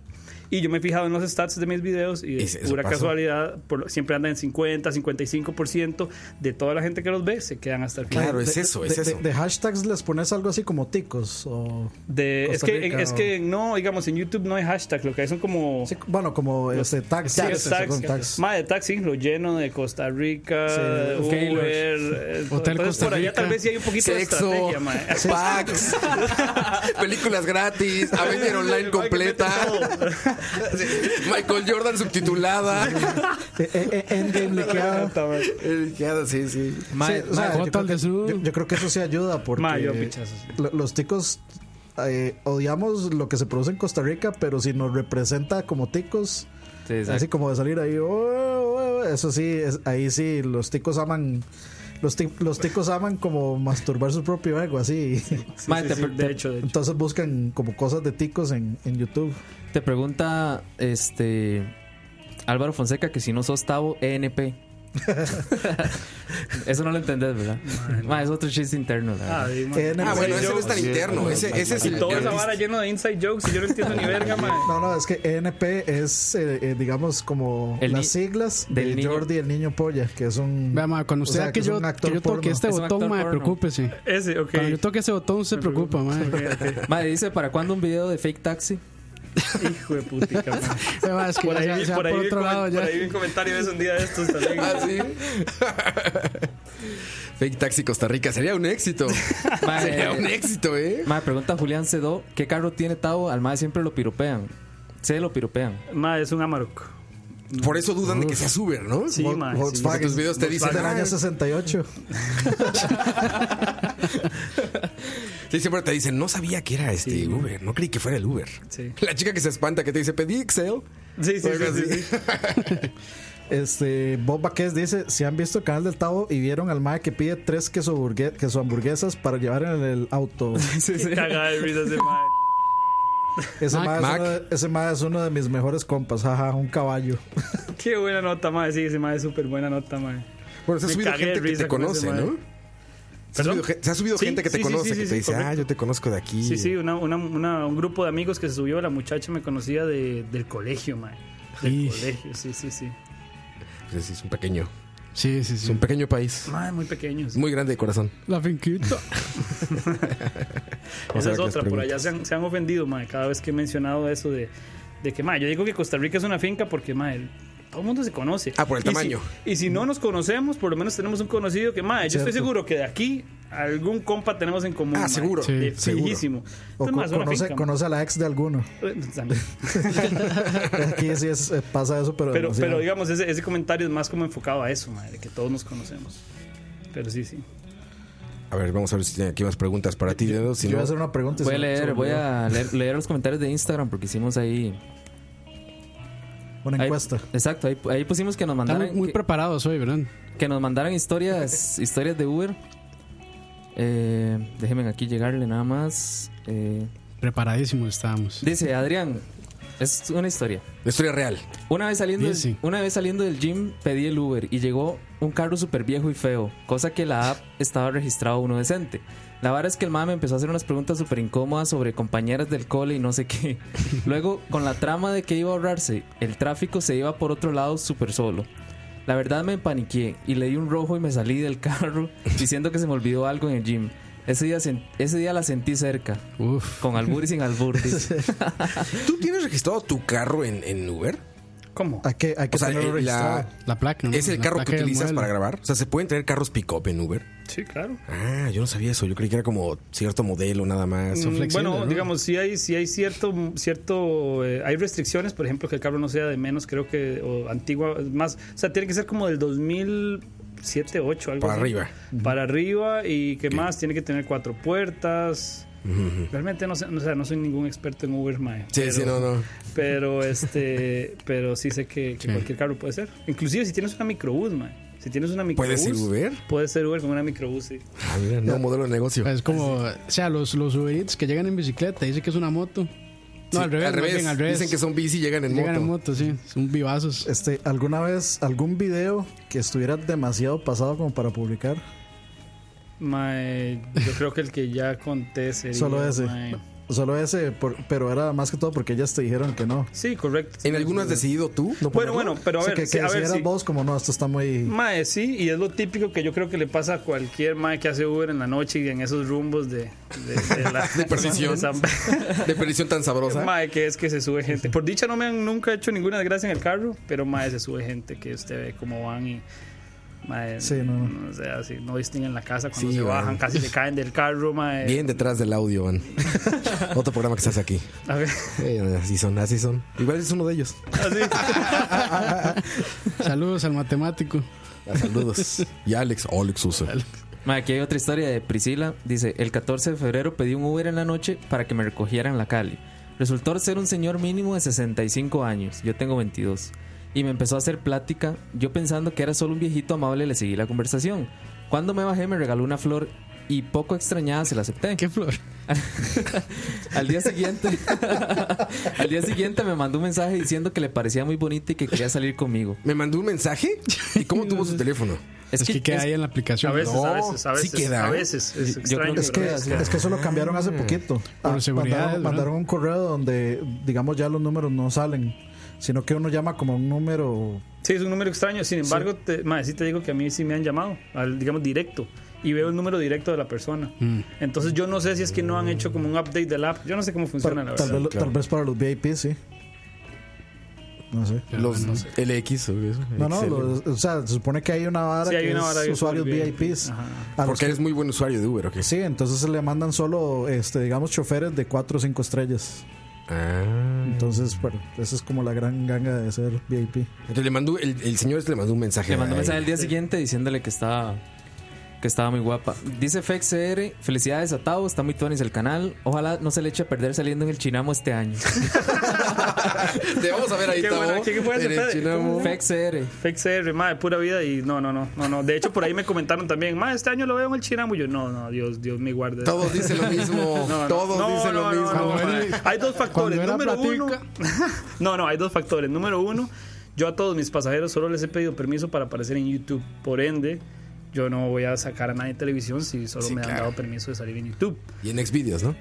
Y yo me he fijado en los stats de mis videos y de
¿Y si eso
pura
pasó?
casualidad, por lo- siempre andan en 50, 55% de toda la gente que los ve se quedan hasta el final.
Claro, es
De-
eso,
de-
es
de-
eso.
De hashtags les pones algo así como ticos o.
De- es,
Costa
que,
Rica
es
o-
que no, digamos, en YouTube no hay hashtag, lo que hay son como...
sí, bueno, como este, tags.
Sí, los
sí,
tags.
con tags.
Más de taxi, lo lleno de Costa Rica,
Sí,
Uber, eh, todo.
Hotel
Entonces,
Costa
por allá
Rica.
tal vez sí hay un poquito de
Sexo,
estrategia, mae.
packs, películas gratis, Avenger Online completa, Michael Jordan subtitulada.
Eh, eh, eh, endgame liqueado.
sí, sí.
Mae,
Sí, o sea,
Jota
mae,
yo, creo
al
que,
de sur.
yo- yo creo que eso sí ayuda porque
Mae, yo pichazo, sí.
lo- los ticos eh, odiamos lo que se produce en Costa Rica, pero si nos representa como ticos,
sí, exacto.
así como de salir ahí, "Oh, oh, oh", eso sí, es- ahí sí, los ticos aman. Los, ti- los ticos aman como masturbar su propio ego, así.
Mae, te,
De hecho, de hecho.
Entonces buscan como cosas de ticos en, en YouTube.
te pregunta este Álvaro Fonseca que si no sos Tavo ENP. Eso no lo entendés, ¿verdad? Mae, es otro chiste interno, la verdad.
Ay, mae.
Eh, en el-
Ah, bueno, ese no es tan
Ayer,
interno. Ese, ese es
Y toda esa
interno.
vara lleno de inside jokes y yo no entiendo ni verga, mae.
No, no, es que ENP es, eh, eh, digamos, como
El ni-
las siglas
del
del
niño.
Jordi el Niño Polla, que es un.
Vea, ma, cuando
o
usted
sea,
vea que,
es
yo,
un
que yo toque
porno.
este
Es un
botón,
actor
ma,
porno.
preocúpese.
Ese, ok.
Cuando yo toque ese botón, se preocupa, ma.
Mae, dice, ¿para cuándo un video de fake taxi?
Hijo de putica, mae.
Se va, es que
Por
ya-
ahí,
ya
por, ahí
por
vi
otro
un comen-
lado ya.
por ahí vi un comentario de eso un día de estos también.
Ah, sí. Fake Taxi Costa Rica sería un éxito.
Mae,
Sería un éxito, ¿eh?
Mae, pregunta Julián Cedó, ¿qué carro tiene Tavo? Al mae siempre lo piropean. Se lo piropean.
Mae, es un Amarok.
Por eso dudan de que seas Uber, ¿no?
Sí,
Vol-
mae. sí.
Porque
Volkswagen.
tus videos te dicen.
del
"Ah,
año 68.
Sí, siempre te dicen, no sabía que era este Uber, no creí que fuera el Uber.
Sí.
La chica que se espanta, que te dice, pedí Excel.
Sí, sí,
Algo
sí, sí,
así.
sí.
Este, Bob Baquez dice: Si han visto el canal del Tavo y vieron al mae que pide tres queso, burgue- queso hamburguesas para llevar en el auto.
Cagada de risa ese mae.
Ese
Mac.
mae es,
Mac.
uno de- ese mae es uno de mis mejores compas, jaja, un caballo.
Qué buena nota, mae. Sí, ese mae es súper buena nota, mae.
Bueno, se ha
Me
subido
cagué de
gente que
risa
te
con ese,
conoce, ¿no?
madre.
Se ha
¿Perdón?
subido, gen- se ha subido
Sí,
gente que te
sí, sí,
conoce,
sí,
que
sí,
te dice, ah,
correcto.
yo te conozco de aquí.
Sí, sí, una, una- una- un grupo de amigos que se subió, la muchacha me conocía de, del colegio, mae. Del
Y-
colegio, sí, sí, sí.
Pues sí, es un pequeño,
Sí, sí,
es
sí.
un pequeño país.
Mae, muy pequeños.
Muy grande de corazón.
La finquita.
Vamos
Esa
a ver
es
qué nos
otra, por allá
preguntas.
se han, se han ofendido, mae, cada vez que he mencionado eso de, de que, mae, yo digo que Costa Rica es una finca porque, mae, todo el mundo se conoce.
Ah, por el
Y si-
tamaño.
Y si, no nos conocemos, por lo menos tenemos un conocido que, mae, yo estoy seguro que de aquí algún compa tenemos en común.
Ah,
mae.
seguro.
Sí,
De
seguro.
fijísimo.
O
Entonces, mae, es
co-
una
conoce,
finca,
conoce a la ex de alguno.
mae. También.
Aquí sí es- eh, pasa eso, pero.
Pero,
demasiado.
pero digamos, ese, ese comentario es más como enfocado a eso, madre, que todos nos conocemos. Pero sí, sí.
A ver, vamos a ver si tiene aquí más preguntas para ti, Dedo. Si
Yo voy
no,
a hacer una pregunta. y
Voy
se
a
me- se me
leer, voy
olvidó.
a leer, leer los comentarios de Instagram porque hicimos ahí.
Una
ahí-
encuesta.
exacto, ahí, ahí pusimos que nos mandaran.
Estamos muy
que-
preparados hoy, ¿verdad?
que nos mandaran historias historias de Uber. Eh, déjenme aquí llegarle nada más. Eh,
Preparadísimos estábamos.
dice Adrián, es una historia.
historia real.
Una vez, saliendo del-
Dice.
una vez saliendo del gym pedí el Uber y llegó un carro súper viejo y feo, cosa que la app estaba registrado uno decente. La verdad es que el mame empezó a hacer unas preguntas súper incómodas sobre compañeras del cole y no sé qué. Luego, con la trama de que iba a ahorrarse, el tráfico se iba por otro lado súper solo. La verdad me empaniqué y le di un rojo y me salí del carro diciendo que se me olvidó algo en el gym. Ese día, sen- ese día la sentí cerca,
Uf.
con albur y sin albur. dice.
¿Tú tienes registrado tu carro en, en Uber?
¿Cómo?
Ah,
Hay que, hay que
O sea,
tenerlo
eh, la-
registrado.
La placa, ¿no?
¿Es el
La
carro
placa
que
del
utilizas
modelo.
para grabar? O sea, ¿se pueden traer carros pick-up en Uber?
Sí, claro.
Ah, yo no sabía eso. Yo creí que era como cierto modelo nada más.
Mm,
flexibles,
bueno,
¿no?
digamos, sí hay, sí hay cierto, cierto eh, hay restricciones, por ejemplo, que el carro no sea de menos, creo que, o antigua, más, o sea, tiene que ser como del 2007, 8, algo
Para
así.
arriba.
Para arriba y que más, tiene que tener cuatro puertas. Realmente no sé, o sea, no soy ningún experto en Uber, mae.
Sí,
pero-
sí, no, no.
Pero este, pero sí sé que, que
Sí.
cualquier carro puede ser. Inclusive si tienes una microbús, mae. Si tienes una microbús.
¿Puede ser Uber?
Puedes ser Uber con una microbús, sí.
Ah, mira, no, modelo de negocio.
Es como, o sea, los, los Uber Eats que llegan en bicicleta, dicen que es una moto. No,
Sí,
al revés, más bien, al revés.
Dicen que son bici y llegan en
Llegan en
moto.
moto, sí, son vivazos.
Este, ¿Alguna vez algún video que estuviera demasiado pasado como para publicar?
Mae, yo creo que el que ya conté sería.
Solo ese.
mae.
Solo ese, por- pero era más que todo porque ellas te dijeron que no.
Sí, correcto.
¿En alguno has decidido tú?
No
Bueno,
ponerlo.
bueno, pero a
O sea,
ver,
que,
sí,
que
a ver,
decidieras
sí.
vos como no, esto está muy...
Mae, sí, y es lo típico que yo creo que le pasa a cualquier mae que hace Uber en la noche y en esos rumbos de, de, de la
De perdición.
San-
De perdición tan sabrosa.
Mae, que es que se sube gente. Por dicha no me han nunca hecho ninguna desgracia en el carro, pero mae, se sube gente que usted ve cómo van y mae,
Sí, no, no.
o sea, si no distinguen la casa cuando
Sí,
se
mae.
bajan, casi se caen del carro, mae.
Bien detrás del audio, van. Otro programa que se hace aquí.
A ver,
Eh, así son, así son. Igual es uno de ellos.
Saludos al matemático.
Ah, Saludos. Y Alex, Alex usa.
Ma, aquí hay otra historia de Priscila. Dice, el 14 de febrero pedí un Uber en la noche para que me recogieran en la Cali. Resultó ser un señor mínimo de 65 años. Yo tengo 22. Y me empezó a hacer plática. Yo pensando que era solo un viejito amable le seguí la conversación. Cuando me bajé me regaló una flor y poco extrañada se la acepté.
¿Qué flor?
Al día siguiente, al día siguiente me mandó un mensaje diciendo que le parecía muy bonita y que quería salir conmigo.
¿Me mandó un mensaje? ¿Y cómo tuvo su teléfono?
Es, que, queda
es-
ahí en la
a
aplicación.
veces,
No,
a veces, a
sí
veces,
queda,
a
¿eh?
veces, es
Yo- yo
extraño,
creo
Es que,
pero
sí.
es que eso lo cambiaron hace poquito. Ah,
Por seguridad,
mandaron,
¿verdad?
mandaron un correo donde, digamos, ya los números no salen, sino que uno llama como un número...
Sí, es un número extraño. Sin embargo, te, mae, sí te digo que a mí sí me han llamado, al, digamos, directo. Y veo el número directo de la persona.
Mm.
Entonces yo no sé si es que no han hecho como un update del app. Yo no sé cómo funciona, la
tal,
verdad.
vez, tal vez para los VIP, sí. No sé.
Los LX o eso.
No, no,
XL.
los- o sea, se supone que hay una vara
Sí, hay
que
una vara
es
de
usuarios
usuarios
VIPs.
Ajá.
A los
Porque eres muy buen usuario de Uber, ¿ok?
que- sí, entonces le mandan solo, este, digamos, choferes de 4 o 5 estrellas.
Ah.
Entonces, bueno, esa es como la gran ganga de ser VIP.
Entonces le mandó, el, el señor este le mandó un mensaje.
Le mandó
a
un mensaje al
ella.
día siguiente diciéndole que estaba que estaba muy guapa. Dice FexCR, felicidades a Tavo, está muy tonis el canal. Ojalá no se le eche a perder saliendo en el Chinamo este año.
Te vamos a ver ahí,
Qué buena,
Tavo,
qué- qué buena
en el
se puede.
Chinamo.
FexCR.
Fake CR, madre, pura vida y no, no, no, no, no. De hecho, por ahí me comentaron también, madre, este año lo veo en el Chinamo. Y Yo, no, no, Dios, Dios me guarde.
Todos dicen lo mismo.
No, no,
Todos
no,
dicen
no,
lo
no,
mismo.
no, madre. hay dos factores.
cuando era
Número
platica.
uno. no, no, hay dos factores. Número uno, yo a todos mis pasajeros solo les he pedido permiso para aparecer en YouTube. Por ende, yo no voy a sacar a nadie en televisión si solo
Sí,
me han
claro.
dado permiso de salir en YouTube.
Y en Xvideos, ¿no?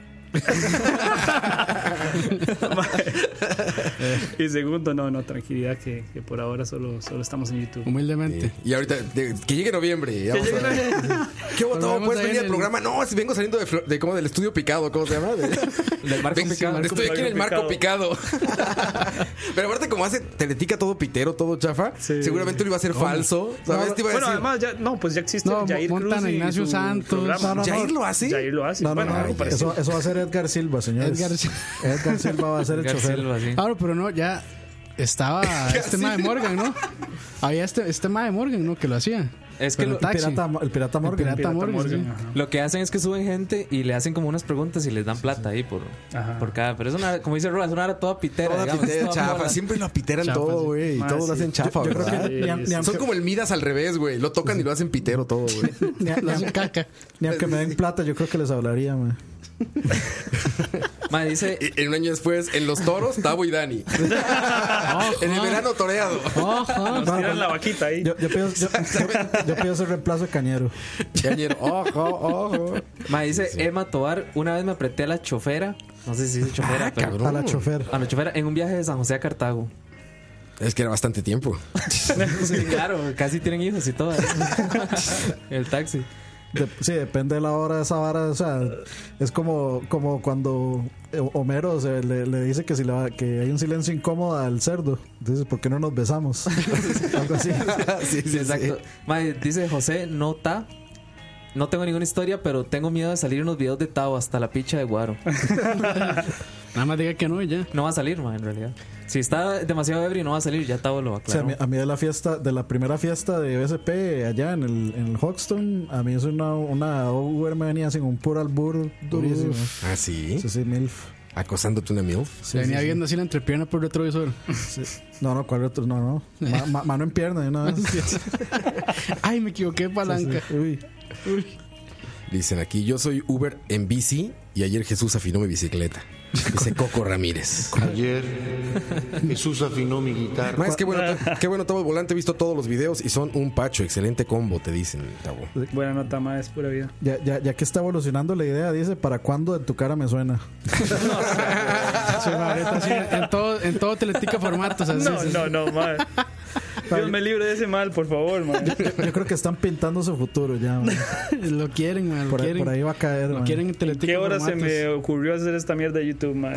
y segundo, no, no, tranquilidad que, que por ahora solo, solo estamos en YouTube.
Humildemente.
Y ahorita, de- que llegue noviembre. ya vamos a ver. ¿Qué hubo,
Nos
Tavo?
vemos
¿Puedes
ahí
venir
en
al
el-
programa? No, si vengo saliendo de, Flor- de como del estudio picado, ¿cómo se llama? De-
Del marco
Ven-
picado.
Estoy aquí en el marco picado. Pero aparte, como hace teletica todo pitero, todo chafa,
Sí.
seguramente lo iba a hacer falso. ¿Sabes? Te iba a
Bueno,
decir,
además, ya, no, pues ya existe
No,
Jair
montan
Cruz
a
y
Ignacio
su
Santos.
programa.
No, no,
¿Jair lo hace?
Jair lo hace.
No, no,
bueno,
no,
algo parecido.
eso, eso va a ser Edgar Silva, señores.
Edgar Sil-
Edgar Silva va a ser el
Edgar
chofer.
Silva, sí.
Claro, pero no, ya estaba este mae Morgan, ¿no? Había este, este mae Morgan, ¿no? Que lo hacía.
Es que
Pero
lo,
el taxi.
Pirata, el pirata Morgan.
pirata
Pirata
Morgan,
Morgan,
sí.
ajá.
lo que hacen es que suben gente y le hacen como unas preguntas y les dan plata ahí por,
Ajá.
por cada. Pero es una, como dice Roa, es una hora toda pitera.
toda
digamos,
pitera,
toda
chafa.
mola.
Siempre lo apiteran
Chafa,
todo,
sí.
güey. Y
Ah,
todos lo
sí.
hacen chafa,
Yo creo
¿verdad?
que ni, a- ni
Son
aunque,
como el Midas al revés, güey. Lo tocan y lo hacen pitero todo, güey.
ni a- ni a-
Caca.
ni aunque me den plata, yo creo que les hablaría, man.
Ma, dice,
Y- y un año después, en Los Toros, Tavo y Dani. en el verano toreado.
Ojo.
Nos tiran la vaquita ahí.
Yo, yo, pido, yo, yo- yo pido ese reemplazo de cañero.
Cañero, ojo, ojo.
ma, dice Emma Tobar, una vez me apreté a la chofera. No sé
Ah,
si dice chofera, pero.
A
Oh.
la chofer.
A la chofera en un viaje de San José a Cartago.
Es que era bastante tiempo.
Sí, claro, casi tienen hijos y todo. ¿eh? El taxi.
De- sí, depende de la hora de esa vara. O sea, es como, como cuando eh, Homero se- le, le dice que si le va- que hay un silencio incómodo al cerdo. Entonces, ¿por qué no nos besamos? Algo así.
sí,
Sí, exacto. Mae, dice José, nota. No tengo ninguna historia, pero tengo miedo de salir unos videos de Tao hasta la picha de Guaro.
Nada más diga que no y ya.
No va a salir, mae, en realidad. Si está demasiado ebrio, no va a salir. Ya Tao lo
O sea, a
aclaró.
mí, a mí de la fiesta, de la primera fiesta de BSP allá en el, en el Hoxton, a mí es una, una Uber me venía sin un puro albur durísimo.
¿Ah, sí?
Sí, sí, milf.
Acosándote una MILF.
Se venía viendo así la entrepierna por retrovisor.
Sí. No, no, cuál otro, no, no. Ma- ma- mano en pierna de una vez.
Ay, me equivoqué, palanca.
Uy.
Dicen aquí, yo soy Uber en bici y ayer Jesús afinó mi bicicleta. Dice Coco Ramírez.
Ayer Jesús afinó mi guitarra.
Más, qué bueno, ta- qué bueno Tavo el Volante, he visto todos los videos y son un pacho, excelente combo, te dicen, Tavo.
Buena nota, más es pura vida.
Ya, ya, ya que está evolucionando la idea, dice, ¿para cuándo en tu cara me suena?
Sí, ahorita así, en, todo, en todo Teletica formato. o sea, sí,
No,
sí, sí.
no, no, mae. Dios me libre de ese mal, por favor, mae.
Yo creo que están pintando su futuro ya, man.
Lo quieren, man. Lo
Por, ahí-
quieren.
por ahí va a caer,
lo
man.
quieren en Teletica
¿Qué hora se
formatos.
me ocurrió hacer esta mierda de YouTube, mae?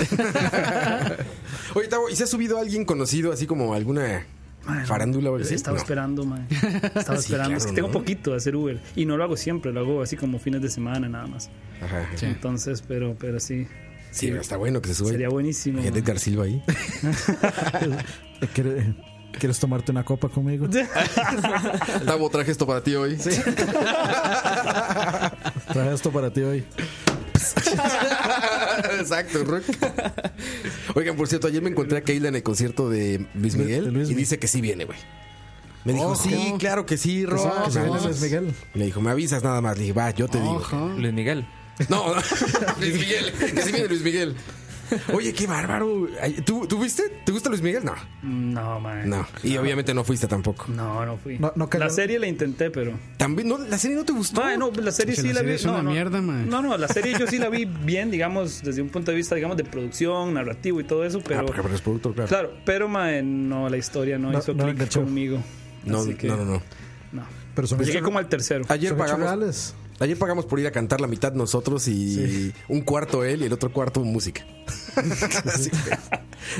Oye, Tavo, ¿y se ha subido alguien conocido así como alguna farándula o algo así?
Estaba
No.
esperando, mae. Estaba
Sí,
esperando. es
claro,
que tengo
¿no?
poquito de hacer Uber. Y no lo hago siempre, lo hago así como fines de semana nada más.
Ajá. Sí,
Entonces, pero, pero sí.
está bueno que se sube.
Sería buenísimo.
Fíjate
mae.
Edgar Silva ahí.
Eh, ¿quiere- ¿Quieres tomarte una copa conmigo?
Tavo, traje esto para ti hoy.
Traje esto para ti hoy.
Exacto, Rock. Oigan, por cierto, ayer me encontré a Keila en el concierto de Luis Miguel
de Luis
y
Miguel.
dice que sí viene, güey. Me dijo, sí, claro que sí, Rock.
Que se viene Luis Miguel.
Le dijo, me avisas nada más. Le dije, va, yo te digo.
Ojo.
Luis Miguel.
No, Luis Miguel. Que sí viene Luis Miguel. Oye, qué bárbaro. Ay, ¿Tú, ¿Tú viste? ¿Te gusta Luis Miguel? No,
No, mae.
no. Y obviamente no fuiste tampoco.
No, no fui.
No- no cayó-
la serie la intenté, pero.
También, no, la serie no te gustó.
Mae, no, la serie
Pucha,
sí
la
la,
serie
vi.
es
no,
una
no,
mierda, mae.
no, no, la serie yo sí la vi bien, digamos, desde un punto de vista, digamos, de producción, narrativo y todo eso, pero.
Ah, porque eres productor, claro.
Claro, pero mae, no, la historia no,
No,
hizo
no
clic
enganchó.
conmigo.
No,
Así que,
no, no, no.
no.
Pero son
Llegué
hechos-
como al tercero.
Ayer
son hechos
pagamos,
reales.
ayer pagamos por ir a cantar la mitad nosotros y un cuarto él y el otro cuarto música. Así que,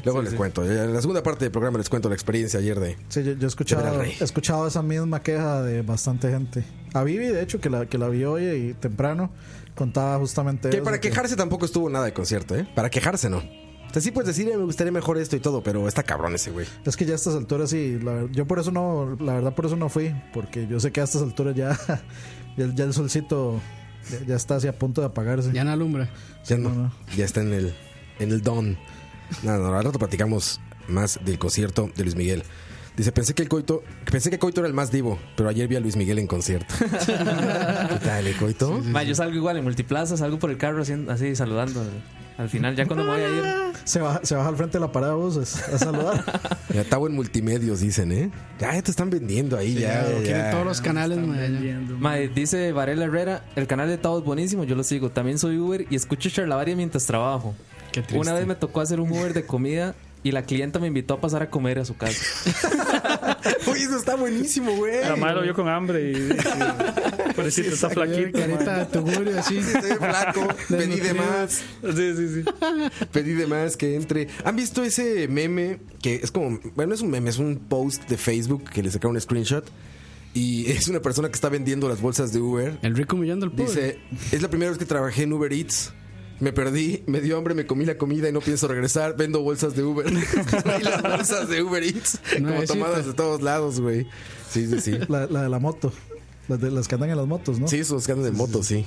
luego les cuento. Eh, En la segunda parte del programa les cuento la experiencia ayer de.
Sí, yo, yo he, escuchado,
rey.
he escuchado esa misma queja de bastante gente. A Vivi, de hecho, que la, que la vi hoy eh, y temprano, contaba justamente
Que
eso,
para quejarse tampoco estuvo nada de concierto, ¿eh? Para quejarse no. O sea, sí puedes decir, "Eh, me gustaría mejor esto y todo, pero está cabrón ese güey.
Es que ya a estas alturas sí, la ver- yo por eso no, la verdad por eso no fui, porque yo sé que a estas alturas ya, ya, el- ya el solcito ya, ya está así a punto de apagarse.
Ya no alumbra.
Ya no,
no, no.
ya está en el, en el don. Nada, no, al rato platicamos más del concierto de Luis Miguel. Dice, pensé que el coito, pensé que Coito era el más divo, pero ayer vi a Luis Miguel en concierto. ¿Qué tal, el coito?
Ma, yo salgo igual en multiplaza, salgo por el carro así, así saludando. Al final, ya cuando me voy a ir.
Se, baja, se baja al frente de la parada de buses a saludar.
Ya estaba en multimedios, dicen, ¿eh? Ya, ya te están vendiendo ahí, ya. ya,
Quieren todos los canales, man. ya.
Leyendo,
Ma, dice Varela Herrera, el canal de Tavo es buenísimo, yo lo sigo. También soy Uber y escucho charlavaria mientras trabajo.
Qué triste.
Una vez me tocó hacer un Uber de comida y la clienta me invitó a pasar a comer a su casa.
Oye, eso está buenísimo, güey.
La madre lo vio con hambre y. y- Pobrecito, está flaquito.
Carita de tugurio, así.
Estoy flaco, pedí de
Desnutrido.
más.
mae. Sí, sí, sí.
Pedí de más que entre. ¿Han visto ese meme? Que es como. Bueno, es un meme, es un post de Facebook que le sacaron un screenshot. Y es una persona que está vendiendo las bolsas de Uber.
El rico humillando al pobre.
Dice: Es la primera vez que trabajé en Uber Eats. Me perdí, me dio hambre, me comí la comida y no pienso regresar. Vendo bolsas de Uber. y las bolsas de Uber Eats. como
Nuevecitas.
tomadas de todos lados, güey. Sí, sí, sí.
La, la de la moto, las, de, las que andan en las motos, ¿no?
Sí, esos que andan en moto, sí.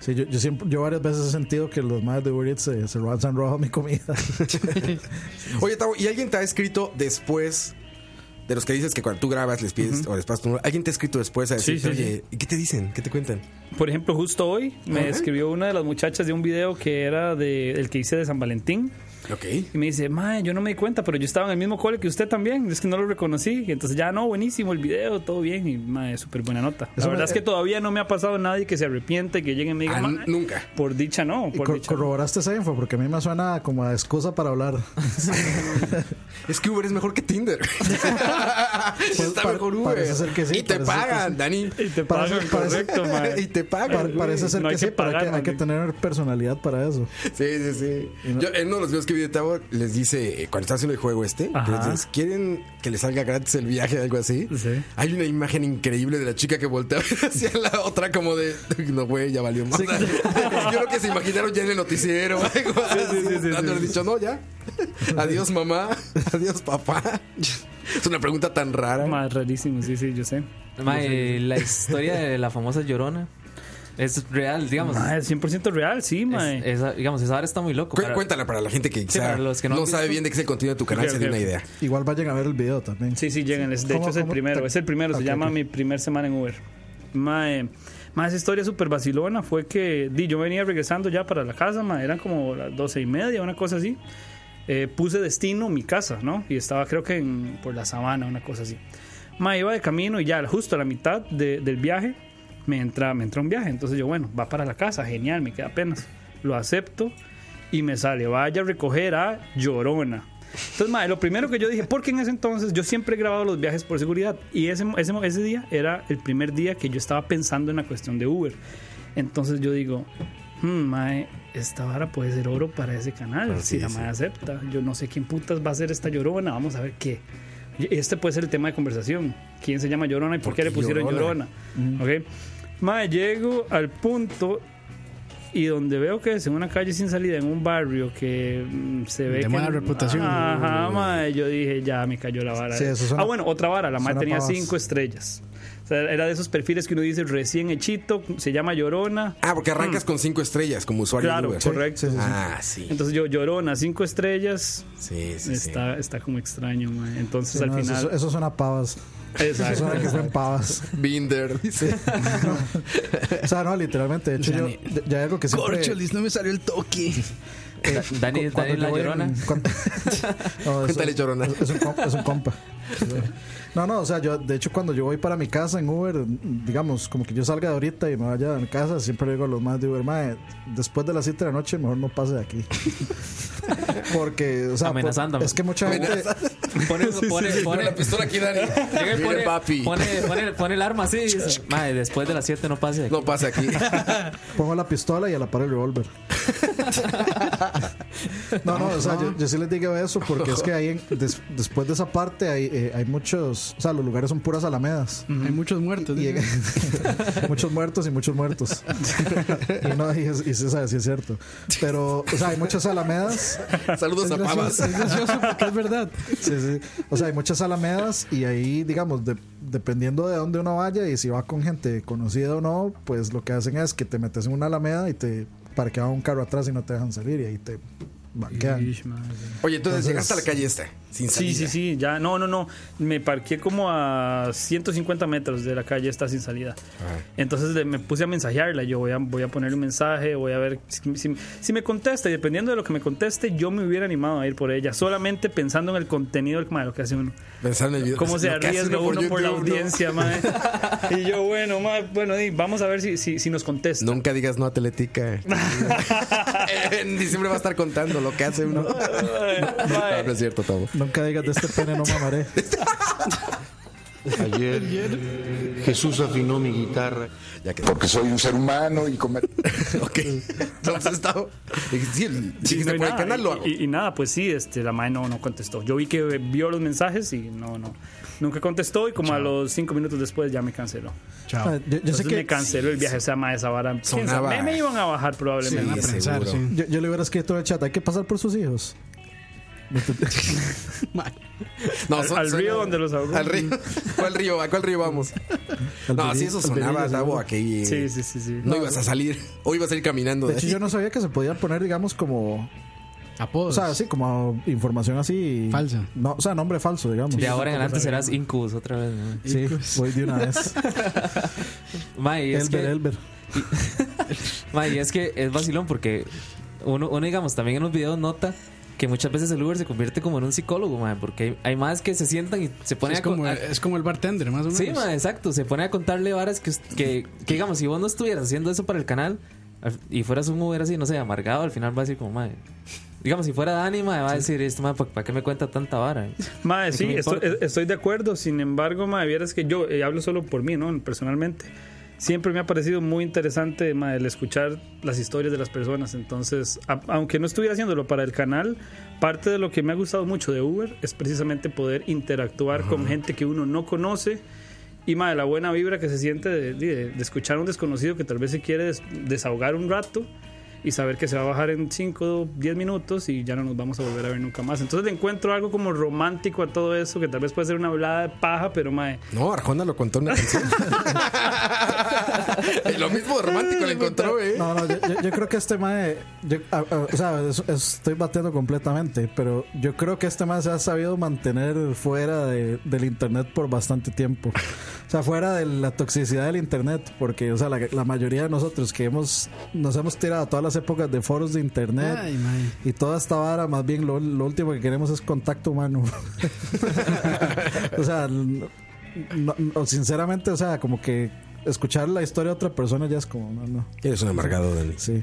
Sí, yo, yo siempre, yo varias veces he sentido que los madres de Uber Eats se, se roban- se han robado mi comida.
Oye, Tavo, ¿y alguien te ha escrito después de los que dices que cuando tú grabas les pides o les pasas tu número? ¿Alguien te ha escrito después a decir,
Sí, sí, sí.
oye, ¿y qué te dicen? ¿Qué te cuentan?
Por ejemplo, justo hoy me escribió una de las muchachas de un video que era de, el que hice de San Valentín.
Ok.
Y me dice, mae, yo no me di cuenta, pero yo estaba en el mismo cole que usted también. Es que no lo reconocí. Y entonces, ya no, buenísimo el video, todo bien. Y, mae, súper buena nota. La
Eso me-
verdad es que todavía no me ha pasado nadie que se arrepiente, que llegue y me diga,
Ah,
"Mae,
n- nunca.
Por dicha, no.
Y
Por
cor-
dicha.
corroboraste esa info porque a mí me suena como a excusa para hablar.
Es que Uber es mejor que Tinder. Está
pa-
mejor Uber.
parece ser que sí,
Y te
parece ser que
pagan,
sí.
Dani.
Y te
Para-
pagan,
para-
correcto, mae.
y te
Pa-
pagan.
parece ser
no hay
que,
que
sí, pero hay
pagar,
que- hay que
man.
tener personalidad para eso.
Sí, sí, sí. Yo, en uno de los videos que vi de Tavo les dice, eh, cuando está haciendo el juego este, que les
Ajá.
dices, ¿quieren que les salga gratis el viaje o algo así?
Sí.
Hay una imagen increíble de la chica que voltea hacia la otra como de, no, güey, ya valió más. Yo creo que se imaginaron ya en el noticiero, algo así,
sí, sí,
dándole
sí.
dicho, no, ya. Adiós mamá, adiós papá. Es una pregunta tan rara.
Mae, rarísimo, sí, sí, yo sé.
Ma, eh, la historia de la famosa llorona. Es real, digamos.
Mae, 100% real, sí, mae.
Es- esa- digamos, esa vara está muy loco.
Cu-
para-
Cuéntala para la gente que quizá
para los que no
no,
han
sabe
visto.
bien de qué es el contenido de tu canal,
Ok,
se dé
ok.
una idea.
Igual vayan a ver el video también.
Sí, sí, llegan. De
¿Cómo-
hecho, es el
cómo
primero.
te-
Es el primero. Se
Ok,
llama
ok.
Mi primer semana en Uber. Mae. Mae, esa historia súper vacilona fue que di, yo venía regresando ya para la casa, mae, eran como las doce y media, una cosa así. Eh, puse destino mi casa, ¿no? Y estaba creo que en- por la sabana, una cosa así. Mae, iba de camino y ya justo a la mitad de- del viaje me entra, me entra un viaje. Entonces yo, bueno, va para la casa, genial, me queda apenas. Lo acepto y me sale, vaya a recoger a Llorona. Entonces, mae, lo primero que yo dije, porque en ese entonces yo siempre he grabado los viajes por seguridad y ese, ese, ese día era el primer día que yo estaba pensando en la cuestión de Uber. Entonces yo digo, "Hmm, mae, esta vara puede ser oro para ese canal, si la mae acepta. Yo no sé quién putas va a ser esta Llorona, vamos a ver qué. Este puede ser el tema de conversación. ¿Quién se llama Llorona y por, qué le pusieron Llorona? ¿Ok? Mae, llego al punto y donde veo que es en una calle sin salida, en un barrio que mm, se ve
De
que-
mala reputación.
Ajá, mae, yo dije, ya me cayó la vara.
Sí, eso suena-
ah, bueno, otra vara, la mae
suena
tenía
pavas.
cinco estrellas. O sea, era de esos perfiles que uno dice recién hechito, se llama Llorona.
Ah, porque arrancas con cinco estrellas como usuario de
Mm. Claro,
Uber.
correcto.
Sí, sí, sí.
Ah, sí.
Entonces yo, Llorona, cinco estrellas.
Sí, sí, sí.
Está, está como extraño, mae. Entonces
Sí,
al
no, eso-
final.
eso, suena pavas. Eso
Exacto.
suena que fue en pavas.
Binder, dice.
O sea, no, literalmente. De hecho, yo, ya- ya algo que siempre.
Corcholis, no me salió el toque.
eh,
Dani,
cu- cuando
Dani la
yo voy en-
llorona.
cuando- No, es-
Cuéntale, llorona.
Es un, com- es un compa. No, no, o sea, yo, de hecho, cuando yo voy para mi casa en Uber, digamos, como que yo salga de ahorita y me vaya a mi casa, siempre digo a los más de Uber, mae, después de las 7 de la noche, mejor no pase de aquí. Porque, o sea, por-
Amenazándome.
es que mucha gente.
Pone, pone, pone,
Con la pistola aquí, Dani.
llega y
Mire,
pone-
papi.
pone- pone- pone el arma así. y dice, Madre, después de las 7 no pase.
No pasa aquí.
Pongo la pistola y a la par el revólver. No, no, o sea, yo, yo sí les digo eso porque es que ahí, en- des- después de esa parte, hay, eh, hay muchos, o sea, los lugares son puras alamedas.
Hay muchos muertos.
Y-
dice.
muchos muertos y muchos muertos. y no, y, es- y se sabe si es cierto. Pero, o sea, hay muchas alamedas.
Saludos a
Es gracioso,
Pavas.
es gracioso porque es verdad.
Sí, sí. O sea, hay muchas alamedas y ahí, digamos, de- dependiendo de dónde uno vaya y si va con gente conocida o no, pues lo que hacen es que te metes en una alameda y te parquean un carro atrás y no te dejan salir y ahí te banquean.
Ish, mae, sí.
Oye, entonces, llegaste a la calle esta, sin salida.
Sí, sí, sí, ya. No, no, no. Me parqué como a 150 metros de la calle esta sin salida. Entonces le- me puse a mensajearla. Yo voy a, voy a ponerle un mensaje, voy a ver si, si- si me contesta. Y dependiendo de lo que me conteste, yo me hubiera animado a ir por ella. Solamente pensando en el contenido del mae, lo que hace uno.
Pensando en el video.
Cómo se
Lo que hace
arriesga uno por la
YouTube, ¿no?
audiencia, mae. Y yo, bueno, mae, bueno, di, vamos a ver si, si, si nos contesta.
Nunca digas no a Teletica. en diciembre va a estar contando lo que hace uno. no,
Mae.
no es cierto, Tavo.
Nunca digas de este pene no mamaré.
Ayer Jesús afinó mi guitarra.
Ya que
Porque soy un ser humano y comer.
Ok. Entonces, Tavo. Sí, el-
Sí,
dijiste
no hay
por el
nada.
canal lo hago.
Y, y- y nada, pues sí, este, la madre no, no contestó. Yo vi que vio los mensajes y no, no. Nunca contestó y como a los cinco minutos después ya me canceló.
Ah, yo, yo sé
Entonces me
que
canceló el viaje, o sea, madre, esa vara. ¿quién sabe?
Sonaba-
Me, me iban a bajar
Van a
probablemente.
prensar,
seguro.
sí.
yo, yo le hubiera escrito en el chat, hay que pasar por sus hijos.
No,
Al-
son-
al
son-
río donde los ahogó.
Al río. ¿Cuál río? ¿A cuál río vamos?
Al
No, así
Belillo-
eso
al
sonaba,
Belillo,
Tavo,
seguro.
aquí.
Sí, sí, sí, sí.
No ibas a salir. O ibas a ir caminando.
De
¿eh? de
hecho,
¿eh?
ahí.
yo no sabía que se podía poner, digamos, como. O
Apodos.
sea, así como información así.
Pues Falsa.
No, o sea, nombre falso, digamos.
De ahora en adelante serás Incubus otra vez. ¿no?
Sí, voy de una vez.
Mae, y es
Elber,
que-
Elber.
Mae, y es que es vacilón porque uno, uno, digamos, también en los videos nota que muchas veces el Uber se convierte como en un psicólogo, mae, porque hay, hay más que se sientan y se ponen
es,
a, con-
como,
a-
es como el bartender, más o menos.
Sí, mae, exacto, se pone a contarle varas que, us- que, que, digamos, si vos no estuvieras haciendo eso para el canal al- y fueras un Uber así, no sé, amargado, al final va a decir como, mae, digamos, si fuera Dani, mae, va a decir, este mae, ¿para, qué me cuenta tanta vara?
Mae,
que
sí,
me
estoy,
importa.
estoy de acuerdo. Sin embargo, mae, vieras que yo eh, hablo solo por mí, ¿no? Personalmente. Siempre me ha parecido muy interesante, mae, el escuchar las historias de las personas. Entonces, a- aunque no estuviera haciéndolo para el canal, parte de lo que me ha gustado mucho de Uber es precisamente poder interactuar con gente que uno no conoce. Y mae, la buena vibra que se siente de, de- de escuchar a un desconocido que tal vez se quiere des- desahogar un rato y saber que se va a bajar en 5, 10 minutos y ya no nos vamos a volver a ver nunca más. Entonces le encuentro algo como romántico a todo eso, que tal vez puede ser una hablada de paja, pero mae.
No, Arjona lo contó en una canción. Lo mismo de romántico le encontró, ¿eh?
No, no, yo, yo- yo creo que este mae. yo- a- a- o sea, es- es- estoy bateando completamente, pero yo creo que este mae se ha sabido mantener fuera de- del internet por bastante tiempo. O sea, fuera de la toxicidad del internet, porque, o sea, la, la mayoría de nosotros que hemos nos hemos tirado a todas las épocas de foros de internet
Ay, mae.
y toda esta vara, más bien lo, lo último que queremos es contacto humano. o sea, no- no- no, sinceramente, o sea, como que escuchar la historia de otra persona ya es como, no, no.
Eres un amargado, Dani.
Sí.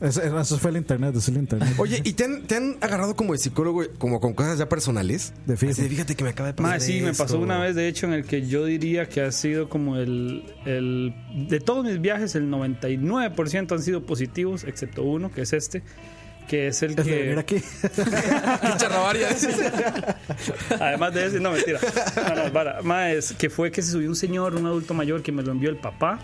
Eso, eso fue el internet, es el internet.
Oye, ¿y te han, te han agarrado como de psicólogo, como con cosas ya personales?
De fijo.
Así fíjate que me acaba de pasar.
Ma, sí, me
esto.
pasó una vez, de hecho, en el que yo diría que ha sido como el, el- De todos mis viajes, el 99% han sido positivos, excepto uno, que es este, que es el
Es de venir
que...
aquí.
Qué charrabaria es.
Además de ese, no, mentira. No, no, vara. Ma, es que fue que se subió un señor, un adulto mayor, que me lo envió el papá.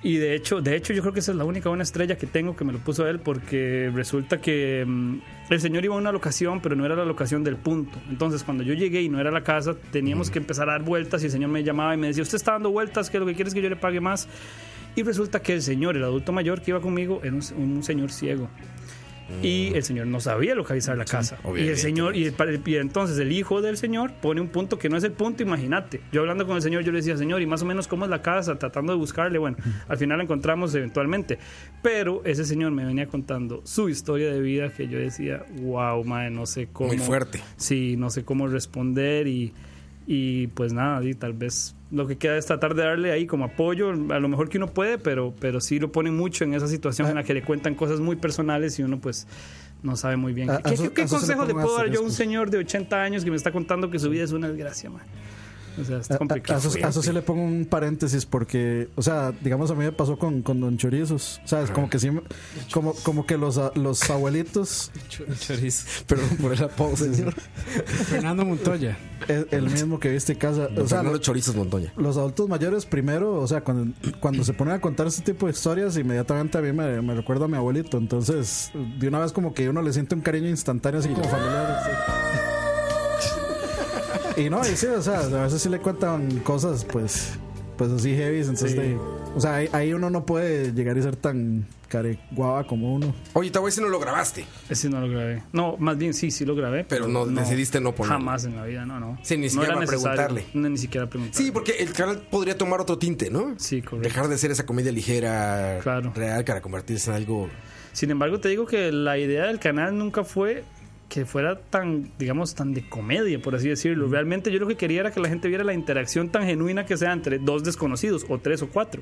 Y de hecho, de hecho, yo creo que esa es la única buena estrella que tengo que me lo puso él, porque resulta que mm, el señor iba a una locación, pero no era la locación del punto. Entonces, cuando yo llegué y no era la casa, teníamos que empezar a dar vueltas y el señor me llamaba y me decía, usted está dando vueltas, que lo que quiere es que yo le pague más. Y resulta que el señor, el adulto mayor que iba conmigo, era un, un señor ciego. Y el señor no sabía localizar la casa. y el
Mm. obviamente.
señor, y, el pa- y entonces el hijo del señor pone un punto que no es el punto, imagínate. Yo hablando con el señor, yo le decía, señor, y más o menos cómo es la casa, tratando de buscarle. Bueno,
Mm.
al final la encontramos eventualmente. Pero ese señor me venía contando su historia de vida que yo decía, wow, madre, no sé cómo.
Muy fuerte.
Sí, no sé cómo responder y, y pues nada, y tal vez lo que queda es tratar de darle ahí como apoyo, a lo mejor que uno puede, pero, pero sí lo ponen mucho en esa situación en la que le cuentan cosas muy personales y uno pues no sabe muy bien.
A-
¿Qué,
a eso-
qué- qué
a eso se le
consejo le
pongo
puedo dar yo a un
asteriscos.
señor de 80 años que me está contando que su vida es una desgracia, man? O sea,
A-
está
a- A
complicado.
eso- a eso sí le pongo un paréntesis porque, o sea, digamos a mí me pasó con, con Don Chorizos. O sea, es como que sí, como, como que los, a- los abuelitos,
Chorizo.
Perdón por el apodo, señor.
Fernando Montoya.
es el mismo que viste en casa. O sea,
no los chorizos, Montoya.
los adultos mayores primero, o sea, cuando, cuando se ponen a contar este tipo de historias, inmediatamente a mí me, me recuerda a mi abuelito. Entonces, de una vez como que uno le siente un cariño instantáneo, así como familiar. así. Y no, y sí, o sea, a veces sí le cuentan cosas, pues, pues así heavy. Entonces, de- o sea, ahí, ahí uno no puede llegar y ser tan careguaba como uno.
Oye, tal vez si no lo grabaste,
Ese no lo grabé. No, más bien sí, sí lo grabé.
pero no, decidiste no ponerlo.
Jamás en la vida, no, no.
Sí, ni
No
siquiera
era
para
necesario.
preguntarle.
No, ni siquiera preguntarle.
Sí, porque el canal podría tomar otro tinte, ¿no?
Sí, correcto.
Dejar de ser esa comedia ligera,
Claro.
real, para convertirse en algo.
Sin embargo, te digo que la idea del canal nunca fue que fuera tan, digamos, tan de comedia, por así decirlo. Realmente yo lo que quería era que la gente viera la interacción tan genuina que sea entre dos desconocidos o tres o cuatro.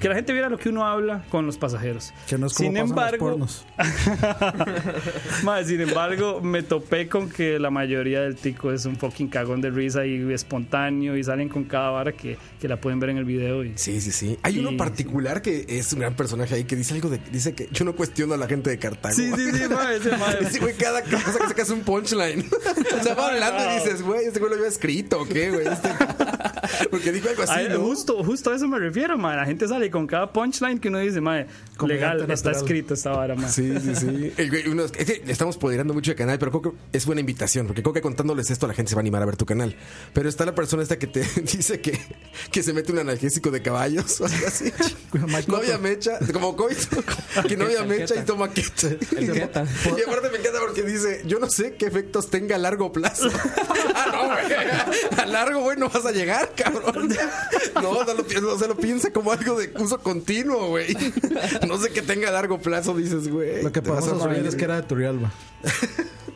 Que la gente viera lo que uno habla con los pasajeros.
Que no es como
Sin
pasan los
embargo,
pornos.
Mae, sin embargo, me topé con que la mayoría del tico es un fucking cagón de risa y espontáneo y salen con cada vara que, que la pueden ver en el video. Y...
Sí, sí, sí. Hay
Sí,
uno particular que es un gran personaje ahí que dice algo de. Dice que yo no cuestiono a la gente de Cartago.
Sí, sí, sí, mae, ese mae.
Ese güey, cada cosa que saca es un punchline. O sea, va hablando y dices, güey, este güey lo había escrito, ¿o ¿qué, güey? Este- Porque dijo algo
A-
así, ¿no?
justo, justo a eso me refiero, mae. La gente sale con cada punchline que uno dice, mae, legal,
natural.
está escrito esta vara, mae.
Sí, sí, sí. El güey, uno- es que le estamos poderando mucho el canal, pero creo que es buena invitación, porque creo que contándoles esto la gente se va a animar a ver tu canal. Pero está la persona esta que te dice que, que se mete un analgésico de caballos o algo así. no había mecha, como coito, que no había mecha y toma queta.
El Queta.
Y aparte me encanta porque dice, yo no sé qué efectos tenga a largo plazo. ah, no, güey. A largo, güey, no vas a llegar, cabrón. No, no lo, pi- o sea, lo piensa como algo de uso continuo, güey. No sé qué tenga a largo plazo, dices, güey.
Lo que
Eh, te vas
podemos
a
asumir
freír,
es que era de Turrialba.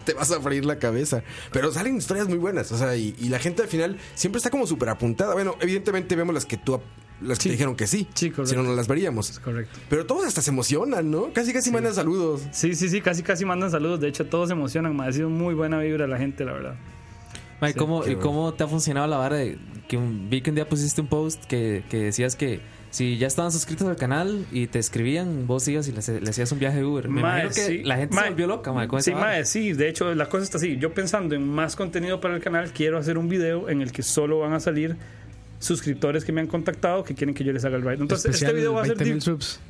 Te vas a freír la cabeza. Pero salen historias muy buenas, o sea, y, y la gente al final siempre está como súper apuntada. Bueno, evidentemente vemos las que tú... ap- Las que
Sí.
te dijeron que sí,
Sí, correcto.
si no, no las veríamos.
Es correcto.
Pero todos hasta se emocionan, ¿no? Casi, casi mandan saludos.
Sí, sí, sí, casi casi mandan saludos. De hecho, todos se emocionan, mae. Ha sido muy buena vibra la gente, la verdad.
Mae, ¿cómo,
qué
y
bueno.
¿Cómo te ha funcionado la vara? de- que un- vi que un día pusiste un post que, que decías que si ya estaban suscritos al canal y te escribían, vos ibas y les- le, hacías un viaje de Uber. Pues Me
Mae,
imagino que
sí.
la gente
Mae,
se volvió loca, mae, con esa
Sí,
vara.
mae, sí. De hecho, la cosa está así. Yo pensando en más contenido para el canal, quiero hacer un video en el que solo van a salir suscriptores que me han contactado que quieren que yo les haga el ride. Entonces,
Especial
este video va a ser
20.000
di-
subs.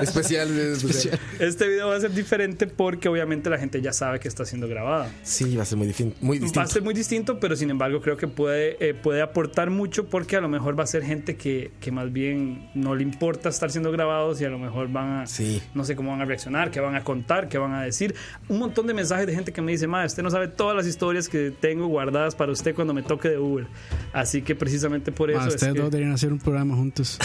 Especial, eh, especial.
este video va a ser diferente porque obviamente la gente ya sabe que está siendo grabada.
Sí, va a ser muy, difin- muy
Va a
distinto.
ser muy distinto, pero sin embargo creo que puede, eh, puede aportar mucho porque a lo mejor va a ser gente que, que más bien no le importa estar siendo grabados y a lo mejor van a...
Sí.
No sé cómo van a reaccionar, qué van a contar, qué van a decir. Un montón de mensajes de gente que me dice, ma, usted no sabe todas las historias que tengo guardadas para usted cuando me toque de Uber. Así que precisamente por eso...
Ah,
es
ustedes
que-
dos deberían hacer un programa juntos.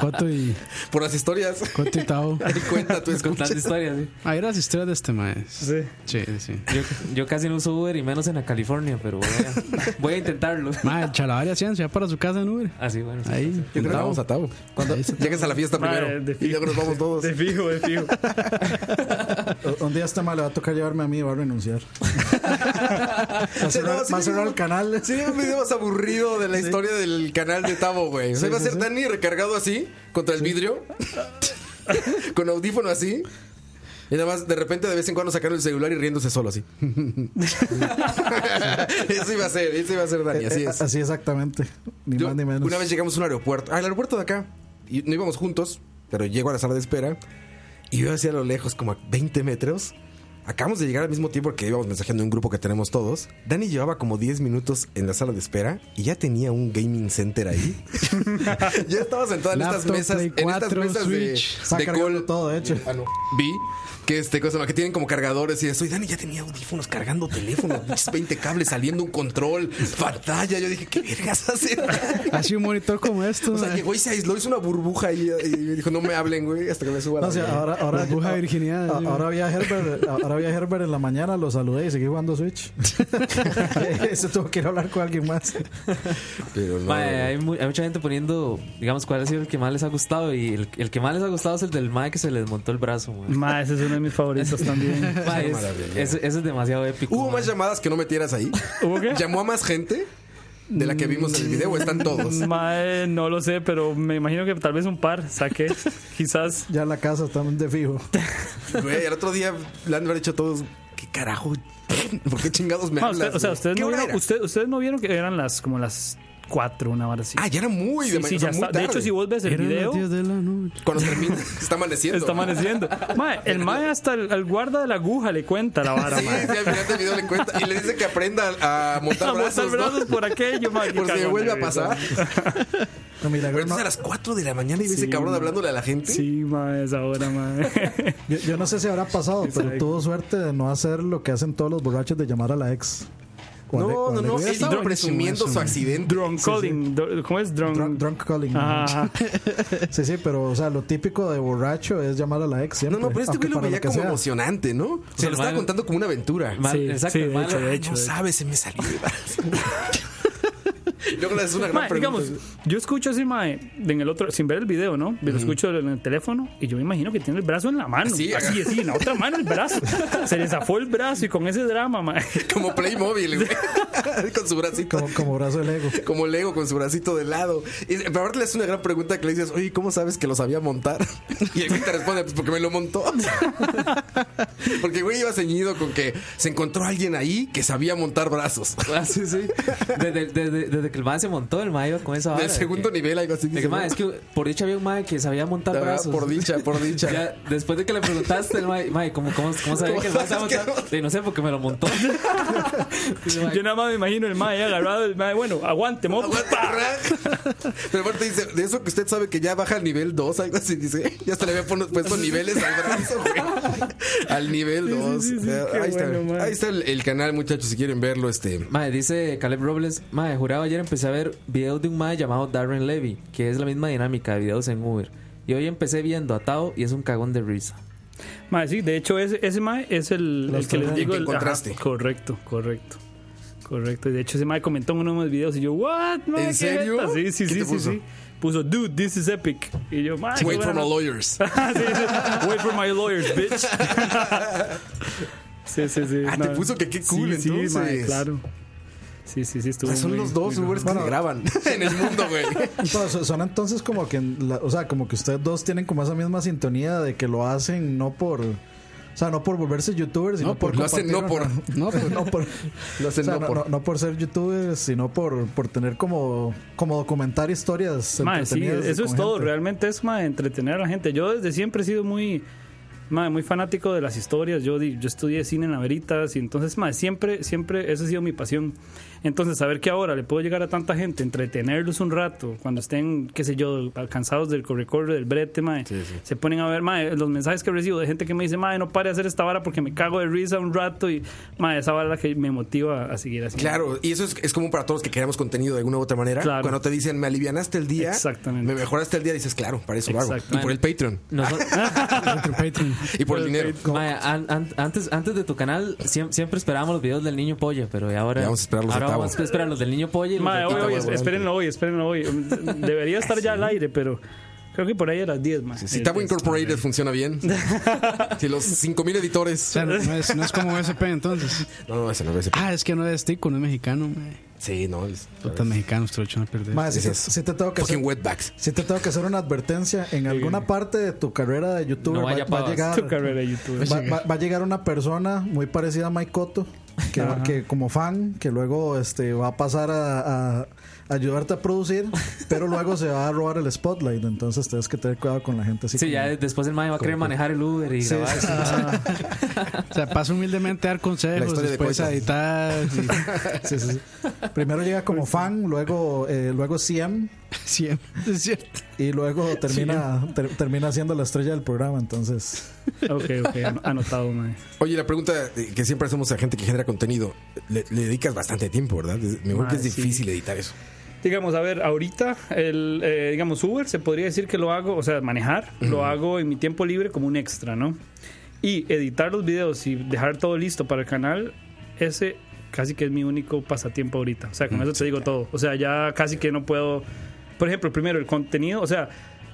Coto y,
Por las historias.
Coto y Tao.
Ay, cuenta tu escucha.
Contando historias, sí.
Ah, era las historias de este maestro.
Sí.
Sí, sí.
Yo, yo casi no uso Uber y menos en la California, pero voy a, voy a intentarlo.
Madre, Chalabaria ciencia ya para su casa en Uber.
Así, bueno. sí.
Ahí.
Yo creo que vamos a Tabo. Cuando llegues a la fiesta
Ma,
primero.
de
y
fijo.
luego nos vamos todos.
De fijo, de fijo.
O- Un día este mal le va a tocar llevarme a mí y va a renunciar. Va a cerrar, va a cerrar el canal.
Sería un video más aburrido de la historia del canal de Tavo, güey. Se va a ser Dani recargado así, contra el vidrio, con audífono así. Y nada más, de repente, de vez en cuando sacaron el celular y riéndose solo así. eso iba a ser, eso iba a ser Dani, así
Eh, eh,
es.
Así exactamente. Ni
Yo-
más ni menos.
Una vez llegamos a un aeropuerto, al aeropuerto de acá, y no íbamos juntos, pero llego a la sala de espera y veo hacia lo lejos, como a 20 metros. Acabamos de llegar al mismo tiempo que íbamos mensajeando en un grupo que tenemos todos. Dani llevaba como 10 minutos en la sala de espera y ya tenía un gaming center ahí. ya estaba sentado en
Laptop,
estas mesas,
Play
en estas
4,
mesas de,
Switch.
Está
de
cargando
call.
todo, de hecho.
Ah, no. Vi que este cosa que tienen como cargadores y eso. Y Dani ya tenía audífonos cargando teléfono, pinches 20 cables saliendo un control, pantalla. Yo dije, ¿qué vergas hace? Dani?"
Así un monitor como esto.
O sea,
madre.
llegó y se aisló, hizo una burbuja y, y dijo, no me hablen, güey, hasta que me suba. a la
No, o sea,
mañana".
ahora, ahora,
Burbuja
a-
virginidad,
a-
sí.
ahora había Herbert, a- ahora había Herbert en la mañana, lo saludé y seguí jugando Switch. Se tuvo que ir a hablar con alguien más.
Pero no,
Mae, hay, mu- hay mucha gente poniendo, digamos, cuál ha sido el que más les ha gustado. Y el, el que más les ha gustado es el del Mae que se le desmontó el brazo, mae.
Ma, ese es uno de mis favoritos también.
Mae, es-
maravilla.
eso, eso es demasiado épico.
Hubo
mae.
más llamadas que no metieras ahí.
¿Hubo qué?
¿Llamó a más gente? De la que vimos en el video, ¿o están todos.
Mae, eh, no lo sé, pero me imagino que tal vez un par saqué. Quizás
Ya en la casa estamos de fijo.
Güey, el otro día le han de haber dicho a todos, ¿qué carajo? ¿Por qué chingados me
Ah,
hablas?
usted- o sea,
güey?
ustedes
¿Qué
no,
hora
vieron,
era?
usted- ustedes no vieron que eran las como las 4, una hora así.
Ah, ya era muy
Sí,
de mañana,
sí,
o
ya
sea, muy
está. De hecho,
tarde.
si vos ves el
Eran
video,
las 10 de la noche.
Cuando termina, está amaneciendo.
está amaneciendo. Mae, el mae hasta el, al guarda de la aguja le cuenta la vara,
Sí, sí,
mae.
al final del video le cuenta y le dice que aprenda a montar
A
brazos.
botar
¿no?
brazos por aquello, mae. qué
Por si
cagón,
vuelve a
mae, eso.
pasar.
No, mira,
Pero
no-
entonces a las 4 de la mañana y ve ese
Sí,
cabrón
no.
hablándole a la gente.
Sí, mae, esa hora, mae.
yo, yo no sé si habrá pasado, pero
sabe.
tuvo suerte de no hacer lo que hacen todos los borrachos de llamar a la ex. O al- o
No, no,
al
no.
ex.
Él estaba
buenísimo
presumiendo
eso,
su
man.
accidente.
Drunk calling. dr- ¿Cómo es? Drunk.
Drunk, drunk calling.
Ajá, ajá.
Sí, sí, pero o sea, lo típico de borracho es llamar a la ex.
No,
Siempre,
no, pero este
aunque
güey lo
para
veía
que
como
sea.
emocionante, ¿no? O sea,
Sí,
lo estaba
mal.
contando como una aventura.
Mal-
Sí,
exacto,
sí, de
mal-
hecho, de
Ay, no sabes, se me salió. Luego le haces una gran
Mae,
pregunta.
digamos, yo escucho así, mae, en el otro, sin ver el video, ¿no? Lo escucho en el teléfono y yo me imagino que tiene el brazo en la mano.
Así,
así, así, en la otra mano el brazo. Se le zafó el brazo y con ese drama, mae.
Como Playmobil, güey. con su bracito.
Como, como brazo de Lego.
Como Lego con su bracito de lado. Y pero ahora le haces una gran pregunta que le dices, oye, ¿cómo sabes que lo sabía montar? Y el güey te responde, pues porque me lo montó. porque el güey iba ceñido con que se encontró alguien ahí que sabía montar brazos.
Ah, sí, sí. Desde, desde- desde que el mae se montó, el mae iba con esa vara.
Del
de
segundo
que-
nivel, algo así.
de
dice,
que, mae,
¿no?
es que por dicha había un mae que sabía montar
Ah,
brazos.
Por dicha, por dicha.
Ya, después de que le preguntaste, el mae, mae, ¿cómo, cómo, cómo sabía
¿Cómo
que el mae
sabes que
estaba montando? Y no sé, porque me lo montó. Dice, mae,
Yo nada más me imagino el mae agarrado, el mae, bueno, aguante, mo.
Aguanta, rack. Pero aparte dice, de eso que usted sabe que ya baja al nivel 2, algo así, dice, ya hasta le había pon- puesto niveles al brazo, güey. Al nivel 2.
sí, sí,
Eh,
qué
ahí,
bueno, man.
está, ahí está el, el canal, muchachos, si quieren verlo, este.
Mae, dice Caleb Robles, Mae, jurado ayer empecé a ver videos de un Mae llamado Darren Levy, que es la misma dinámica de videos en Uber. Y hoy empecé viendo a Tao y es un cagón de risa.
Mae, sí, de hecho, ese, ese mae es el, el que les
el
digo.
que
el- ajá,
encontraste.
correcto, correcto. Correcto. Y de hecho, ese mae comentó en uno de mis videos y yo, ¿what? mae,
¿En
qué
serio?
jeta?" Sí, sí,
¿Qué
sí,
te
sí,
puso?
sí. Puso, dude, this is epic. Y yo, mae. qué
Wait for
buena
my
nota".
lawyers.
Ah, sí, sí. Wait for my lawyers, bitch. sí, sí, sí.
Ah, te puso que qué cool,
sí,
entonces.
Sí, mae, claro. Sí, sí, sí,
O
estuvo.
sea, Ah, son
muy-
los dos
muy
Ubers que se graban en el mundo, güey.
No, so- son entonces como que, en la- o sea, como que ustedes dos tienen como esa misma sintonía de que lo hacen no por, o sea, no por volverse youtubers, sino
No,
por
por-
lo hacen no
compartir
por.
No, pero-
no por,
Lo hacen
o sea,
no
no,
por.
no- no por ser youtubers, sino por, por tener como, como documentar historias.
Mae, sí,
entretenidas de-
eso es
con
todo.
gente.
Realmente es mae, entretener a la gente. Yo desde siempre he sido muy, mae, muy fanático de las historias. Yo, di- yo estudié cine en la Veritas y entonces mae, siempre, siempre esa ha sido mi pasión. Entonces, saber que ahora le puedo llegar a tanta gente, entretenerlos un rato, cuando estén, qué sé yo, cansados del corre-corre, del brete, mae, se ponen a ver mae, los mensajes que recibo de gente que me dice, mae, no pare de hacer esta vara porque me cago de risa un rato y mae, esa vara es la que me motiva a seguir así.
Claro, y eso es, es común para todos los que creamos contenido de alguna u otra manera.
Claro.
Cuando te dicen, me alivianaste el día,
Exactamente.
me mejoraste el día, dices, claro, para eso lo hago. Y
Exactamente.
por el Patreon.
Nosotros-
Nuestro Patreon.
Y por el dinero.
Mae, an- an- antes, antes de tu canal siem- siempre, esperábamos los videos del niño polla, pero ya ahora,
Ya vamos a esperar los de
ahora
Tavo.
vamos a esperar los del niño polla. y los
Mae,
de
hoy,
Tavo.
hoy, espérenlo hoy, espérenlo hoy. Debería estar ya al aire, pero creo que por ahí a las 10, más.
Si Tabo Incorporated funciona bien. si los 5000
O
editores.
sea, no es, no es como USP entonces.
No, no, ese no, ese.
Ah, es que no es tico, no es mexicano, mae.
Sí, no. es-
Puta mexicanos, te lo echan a perder.
Mae, si,
Es
te,
eso.
si te tengo que hacer,
Fucking wetbacks.
si te tengo que hacer una advertencia, en alguna parte de tu carrera de youtuber
No
va, va
vaya
a
pavas.
llegar.
Tu carrera de YouTube.
Va, va- va a llegar una persona muy parecida a Mike Cotto, que, que como fan, que luego este, va a pasar a, a ayudarte a producir, pero luego se va a robar el spotlight. Entonces tienes que tener cuidado con la gente así.
Sí,
como-
ya después el mae va a querer manejar el Uber y
Sí,
grabar.
sí, sí.
O sea, pasa humildemente a dar
La
consejos,
historia de
después a
Coito.
editar. y-
Sí, sí, sí. Primero llega como
Pues
fan, luego, eh, luego CM
Siempre, es cierto.
y luego termina, ter- termina siendo la estrella del programa. Entonces,
Ok, ok, an- anotado, mae.
Oye, la pregunta eh, que siempre hacemos a gente que genera contenido, le, le dedicas bastante tiempo, ¿verdad? Es- Me imagino que es
Ah, sí.
difícil editar eso.
Digamos, a ver, ahorita, el, eh, digamos, Uber, se podría decir que lo hago, o sea, manejar, lo hago en mi tiempo libre como un extra, ¿no? Y editar los videos y dejar todo listo para el canal, ese casi que es mi único pasatiempo ahorita. O sea,
Mm,
con eso te digo todo. O sea, ya casi que no puedo. Por ejemplo, primero, el contenido, o sea.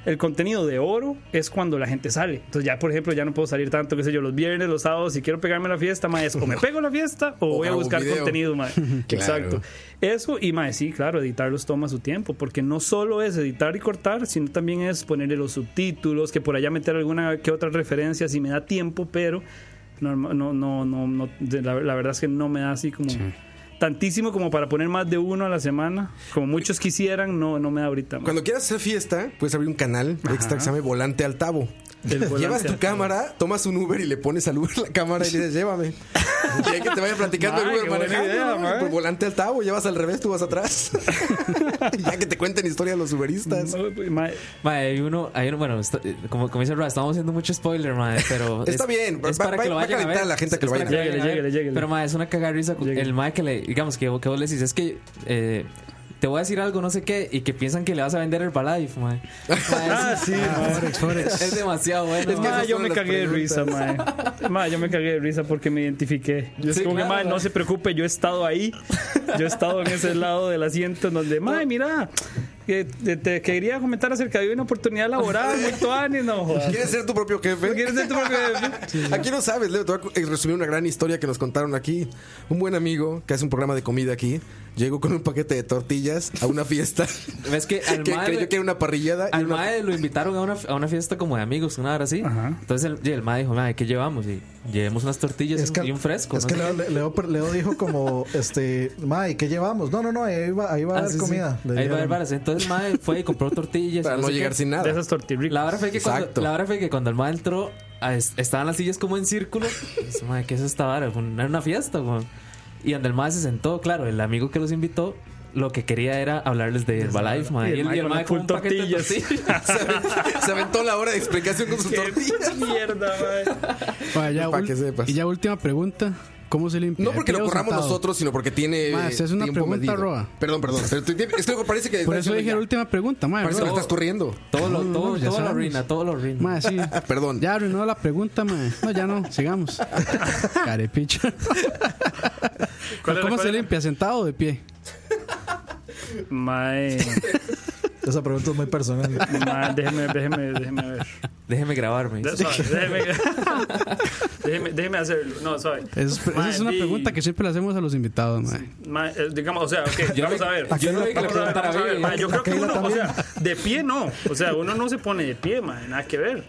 El contenido de oro es cuando la gente sale. Entonces ya, por ejemplo, ya no puedo salir tanto, qué sé yo, los viernes, los sábados, si quiero pegarme la fiesta, ma, es o me pego la fiesta o,
O
voy a
grabo un
buscar
video.
contenido, ma. Exacto.
Claro.
Eso, y mae, sí, claro, editarlos toma su tiempo, porque no solo es editar y cortar, sino también es ponerle los subtítulos, que por allá meter alguna que otra referencia si me da tiempo, pero no, no, no, no, no, de- la, la verdad es que no me da así como tantísimo como para poner más de uno a la semana, como muchos quisieran, no, no me da ahorita. mae.
Cuando quieras hacer fiesta, puedes abrir un canal extra que se llame Volante al Tabo.
El volante
Llevas tu
al Tabo.
cámara, tomas un Uber y le pones al Uber la cámara y le dices, llévame. Y hay que te vaya platicando el
Mae,
Uber
qué buena
manejando.
idea, ¿eh?
¿no?
mae.
Por volante al Tabo, llevas al revés, tú vas atrás. Y ya que te cuenten historias los Uberistas.
No, pues, mae,
Mae, hay uno, hay uno, bueno, está- como, como dice Ra, estamos haciendo mucho spoiler, mae, pero.
Está bien, va- va- va a calentar a la gente que lo
es para
vayan a
ver.
vayan
Lléguele, lléguele,
Pero mae, es una cagar risa.
Lléguele.
El mae que le, digamos, que, que vos le decís, es que. eh, te voy a decir algo, no sé qué, y que piensan que le vas a vender el Herbalife, mae. Ah, sí,
Forex, Forex.
Es demasiado bueno.
Es que
mae.
Ma,
esas
yo
son
me
las
cagué de risa, mae. Ma, yo me cagué de risa porque me identifiqué. Yo es
Sí,
como que,
claro,
mae, no
mae.
se preocupe, yo he estado ahí. Yo he estado en ese lado del asiento en donde, mae, mira, que- te, te quería comentar acerca de una oportunidad laboral, Mutuani, no jodas.
¿Quieres ser tu propio jefe?
¿Quieres ser tu propio jefe?
Aquí no sabes, Leo. Te voy a eh, resumir una gran historia que nos contaron aquí. Un buen amigo que hace un programa de comida aquí llegó con un paquete de tortillas a una fiesta.
Ves que al
que
mae
creyó
le-
que era una parrillada. y
Al
una-
mae lo invitaron a una, a una fiesta como de amigos, una hora así.
Ajá.
Entonces el, y el mae dijo, mae, ¿qué llevamos? Y llevemos unas tortillas y un- y un fresco.
Es
¿no?
que Leo, Leo, Leo dijo como, este, Mae, ¿qué llevamos? No, no, no, ahí va, ahí va a
Ah,
haber
sí, sí.
comida. Le
Ahí va a haber
dijeron.
varas. Entonces el mae fue y compró tortillas.
para
y
no
sé
llegar
qué.
sin
De
nada.
esas tortillas.
La hora fue que
Exacto.
cuando, la hora fue que cuando el mae entró, a- es- estaban las sillas como en círculo. Y dice, mae, ¿qué es esta vara? Fue una- Era una fiesta, weón. Y donde el mae se sentó, claro, el amigo que los invitó, lo que quería era hablarles de Herbalife, mae.
Y el
Y el-
mae
y el
con
mae
la
con
full
un paquete de
tortillas.
tortillas.
se, aventó, se aventó la hora de explicación con sus tortillas.
Mierda, mae.
Bueno, ya
Pa'
ul-
que sepas.
Y ya última pregunta. ¿Cómo se limpia?
No porque lo
Creo
corramos
sentado.
nosotros, sino porque tiene.
Ma, esa es una
tiempo
pregunta,
medido.
Roa.
Perdón, perdón. pero tú tienes- es que parece que.
Por eso dije la última pregunta, mae.
Parece que lo
Bueno,
estás corriendo.
Todo
No,
lo,
no,
todo,
no, ya
todo lo
sabemos.
arruina, todo lo arruina.
mae, sí.
Perdón.
Ya arruinó la pregunta, mae. No, ya no, sigamos. Carepicha.
¿Cuál era,
¿Cómo
cuál
se
era?
limpia? ¿Sentado o de pie?
Mae,
Esa pregunta es muy personal.
mae, déjeme, déjeme, déjeme ver.
Déjeme grabarme.
De- suave, Déjeme, déjeme, déjeme hacerlo. No, suave.
Es, esa
Mae,
es una
di-
pregunta que siempre le hacemos a los invitados, mae.
Ma- eh, digamos, o sea, ok, vamos a ver.
yo no
Vamos
vi que le
a ver,
preguntara
vamos a ver,
bien.
ma, Yo creo que
Aquella
uno, o
también.
sea, de pie no. O sea, uno no se pone de pie, ma, nada que ver.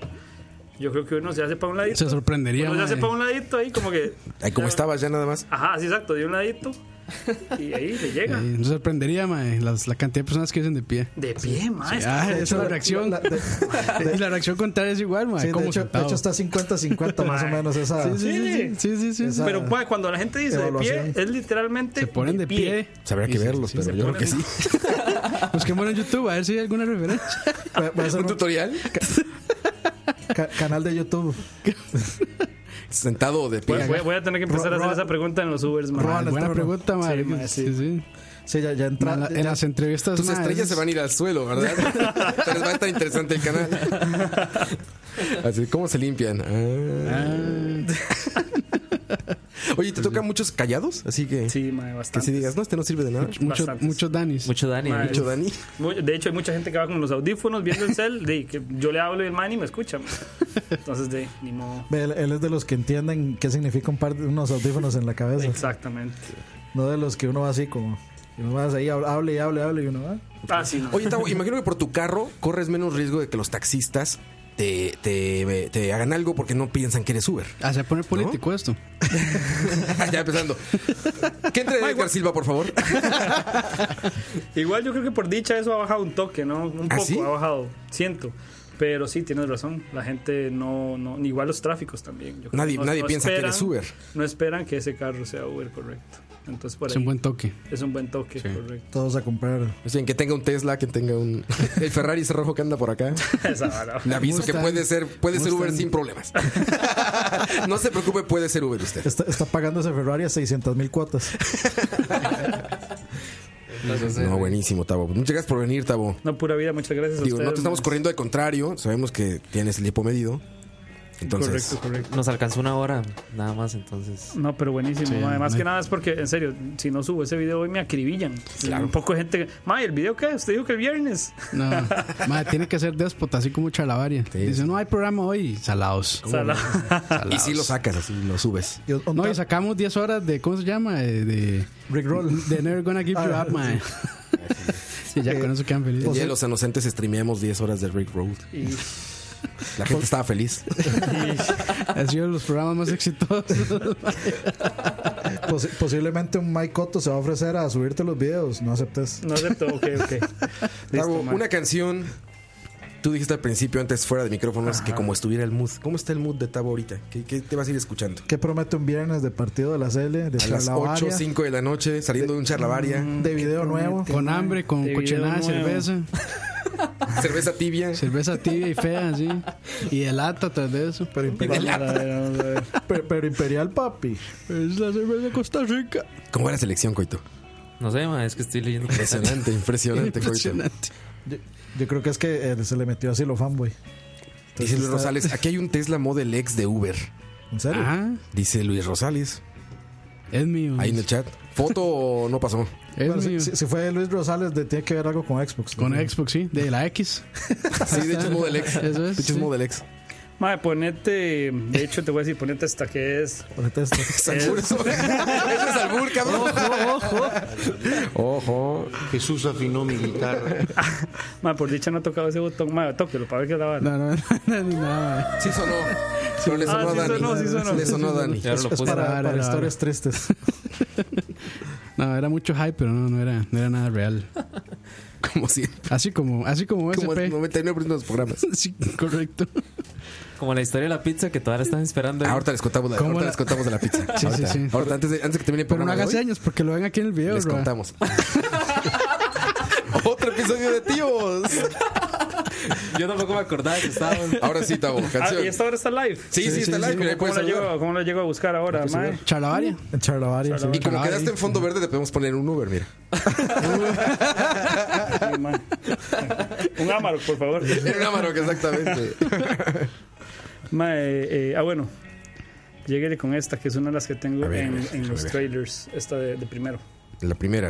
Yo creo que uno se hace para un ladito.
Se sorprendería.
uno se hace
mae.
para un ladito ahí, como que.
Ahí como estabas ya nada más.
Ajá, sí, exacto, de un ladito. Y ahí le llega.
Eh, no se sorprendería, mae, las- la cantidad de personas que dicen de pie.
De pie, maestro.
Ah, esa es la reacción.
La- de-
y la reacción contraria es igual, mae.
sí, de,
como
hecho, de
sentado.
hecho está 50-50 más o menos esa.
Sí, sí, sí, sí, sí, sí.
Esa-
Pero mae, cuando la gente dice de pie,
evaluación.
es literalmente.
Se ponen de pie.
Habrá que
Sí, sí,
verlos,
sí,
pero
se
yo creo que sí.
ponen-
Busquemos en YouTube a ver si hay alguna referencia.
Va- va a ser
¿Un
un
tutorial?
ca- canal de YouTube.
Sentado o de pie.
Voy, voy- voy a tener que empezar a hacer
Ro-
esa pregunta en los Ubers, mae.
Roban- Ah,
Buena
está,
pregunta, mae.
Sí, mae, sí.
Sí, sí.
Sí, ya, ya entra.
Ma, la-
ya-
en las entrevistas.
Tus
mae,
estrellas se van a ir al suelo, ¿verdad? Pero va a estar interesante el canal. Así, ¿cómo se limpian? Ah. Oye, ¿te tocan muchos callados? Así que,
Ah. Sí, mae,
que
bastante.
si digas, no, este no sirve de nada.
Muchos,
bastantes.
muchos danis.
Mucho Dani.
Mae,
Mucho Dani.
Muy- De hecho, hay mucha gente que va con los audífonos viendo el cel. De, que yo le hablo y el man y me escucha. mae. Entonces, de, ni modo.
Él, él es de los que entienden qué significa un par de unos audífonos en la cabeza.
Exactamente.
No de los que uno va así como. Y uno va ahí, hable, hable y hable, hable y uno va.
Ah, sí, no.
Oye, Tavo, imagino que por tu carro corres menos riesgo de que los taxistas te, te, te hagan algo porque no piensan que eres Uber.
Ah, se pone político esto.
ya empezando. ¿Qué entre Edgar Silva, por favor?
Igual yo creo que por dicha eso ha bajado un toque, ¿no? Un
¿Ah,
poco
sí?
ha bajado, siento. Pero sí, tienes razón. La gente no, no igual los tráficos también. yo creo.
Nadie-
No-
nadie
no
piensa que eres Uber.
No esperan que ese carro sea Uber, correcto. Entonces por
Es
ahí
un buen toque.
toque, correcto.
Todos a comprar.
O sea, que tenga un Tesla, que tenga un. El Ferrari ese rojo que anda por acá.
Esa vara.
Le aviso que
Mustang.
puede ser, puede ser Uber
Mustang.
sin problemas. no se preocupe, puede ser Uber usted.
Está, está pagando ese Ferrari a 600 mil cuotas.
No, buenísimo, Tavo. Muchas gracias por venir, Tavo.
No, pura vida, muchas gracias
Digo,
a ustedes.
no te estamos
man.
corriendo de contrario. Sabemos que tienes el hipo medido. Entonces,
Correcto, correcto.
Nos alcanzó una hora, nada más, entonces.
No, pero buenísimo. Además que nada es porque, en serio, si no subo ese video hoy me acribillan. Un poco de gente. que, May, ¿el video qué? Usted dijo que el viernes.
No, ma, tiene que ser déspota, así como Chalabaria. Dice, no hay programa hoy, salados.
O sea, la-
y si lo sacas, así lo subes.
Y un
No,
ta-
y sacamos 10 horas de, ¿cómo se llama? Eh, De,
Rickroll.
de Never Gonna Give You
Ah,
Up, man. y ya con eso quedan
El día
pues,
felices.
de los inocentes streameamos 10 horas de Rick Road.
y-
La gente estaba feliz.
Ha sido los programas más exitosos.
Posi- posiblemente un Mike Cotto se va a ofrecer a subirte los videos. No aceptes.
no acepto, ok, ok.
Tavo,
Listo, man.
una canción. Tú dijiste al principio, antes fuera de micrófonos, que como estuviera el mood. ¿Cómo está el mood de Tavo ahorita? ¿Qué, qué te vas a ir escuchando?
¿Qué promete un viernes de partido de la L? De
A las 8,
Chalabaria,
5 de la noche, saliendo de un charlavaria,
de video nuevo.
con hambre, con
De
cochinada,
video nuevo.
cerveza.
cerveza tibia.
Cerveza tibia y fea, así. Y de lata tras de eso.
Pero imperial,
A ver, vamos a ver.
pero, pero imperial, papi.
Es la cerveza de Costa Rica.
¿Cómo va la selección, Coito?
No sé, ma, es que estoy leyendo.
Impresionante, impresionante, Coito.
Impresionante.
Yo, yo creo que es que eh, se le metió así lo fanboy.
Dice Luis Rosales, aquí hay un Tesla Model X de Uber.
¿En serio?
Ajá,
Dice Luis Rosales.
Ah, es mío.
Ahí en el chat. Foto o no pasó.
Es
Bueno, si,
mío.
si- si fue Luis Rosales, de, tiene que ver algo con Xbox.
Con
Xbox.
Xbox, sí. De la X.
Sí, de hecho es Model X.
Eso es,
De hecho es
sí.
Model X.
Mae, ponete. De hecho, te voy a decir, ponete esta que es.
Es albur, eso. Eso es albur, cabrón.
Jesús afinó mi guitarra.
Mae, por dicha no ha tocado ese botón. Mae, tóquelo para ver qué la vara.
No, no, no, no, ni nada.
Sí sonó. Pero le
Ah,
sonó a
sí sonó,
Dani.
sí sonó.
Le sonó a Dani.
Ya lo
Es
puse.
para,
Ahora,
para
ahora.
historias tristes.
No, era mucho hype, pero no, no era, no era nada real.
Como siempre.
Así como, así como
Como el
SP.
99% de los programas.
Sí, correcto.
Como la historia de la pizza que todavía están esperando.
Ahorita les contamos de,
¿Cómo
ahorita
la-
les contamos de la pizza.
Sí, sí,
ahorita,
sí.
ahorita, antes, de, antes que termine el
Pero no
programa de
hagas
hoy,
señas porque lo ven aquí en el video,
les
bro.
contamos. Otro episodio de tíos.
Yo tampoco me acordaba que estaban.
Ahora sí, Tavo.
Ah,
Canción.
¿y esta hora está live?
Sí, sí, está live. mira, ahí
¿Cómo
puedes
la,
saludar.
llego, ¿Cómo la llego a buscar ahora, mae?
Chalabaria.
En Charlavaria. sí.
Y como
Caray.
quedaste en fondo verde, te podemos poner un Uber, mira.
Sí, mae. Un Amarok, por favor.
En un Amarok, exactamente.
Mae, eh, ah, bueno. Lléguele con esta, que es una de las que tengo
A ver, a
en,
ver,
en los
déjame ver.
trailers. Esta de, de primero.
La primera.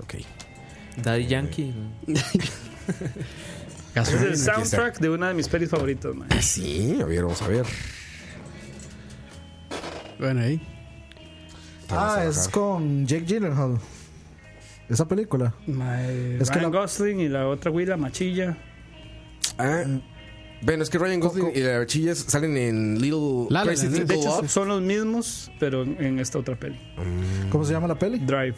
Ok.
Daddy Yankee.
Es el
aquí está.
soundtrack de una de mis pelis favoritas, mae.
Sí, a ver, vamos a ver.
Bueno, ahí.
Vamos
Ah,
a
es
bajar.
con Jake Gyllenhaal. Esa película.
Mae,
Es que
Ryan
la-
Gosling y la otra güila, Machilla.
Ah, Bueno, es que Ryan Gosling y la Chillas salen en Little
La La
Crazy
Land,
Little
de
De hecho,
Love.
son los mismos, pero en en esta otra peli.
¿Cómo se llama la peli?
Drive.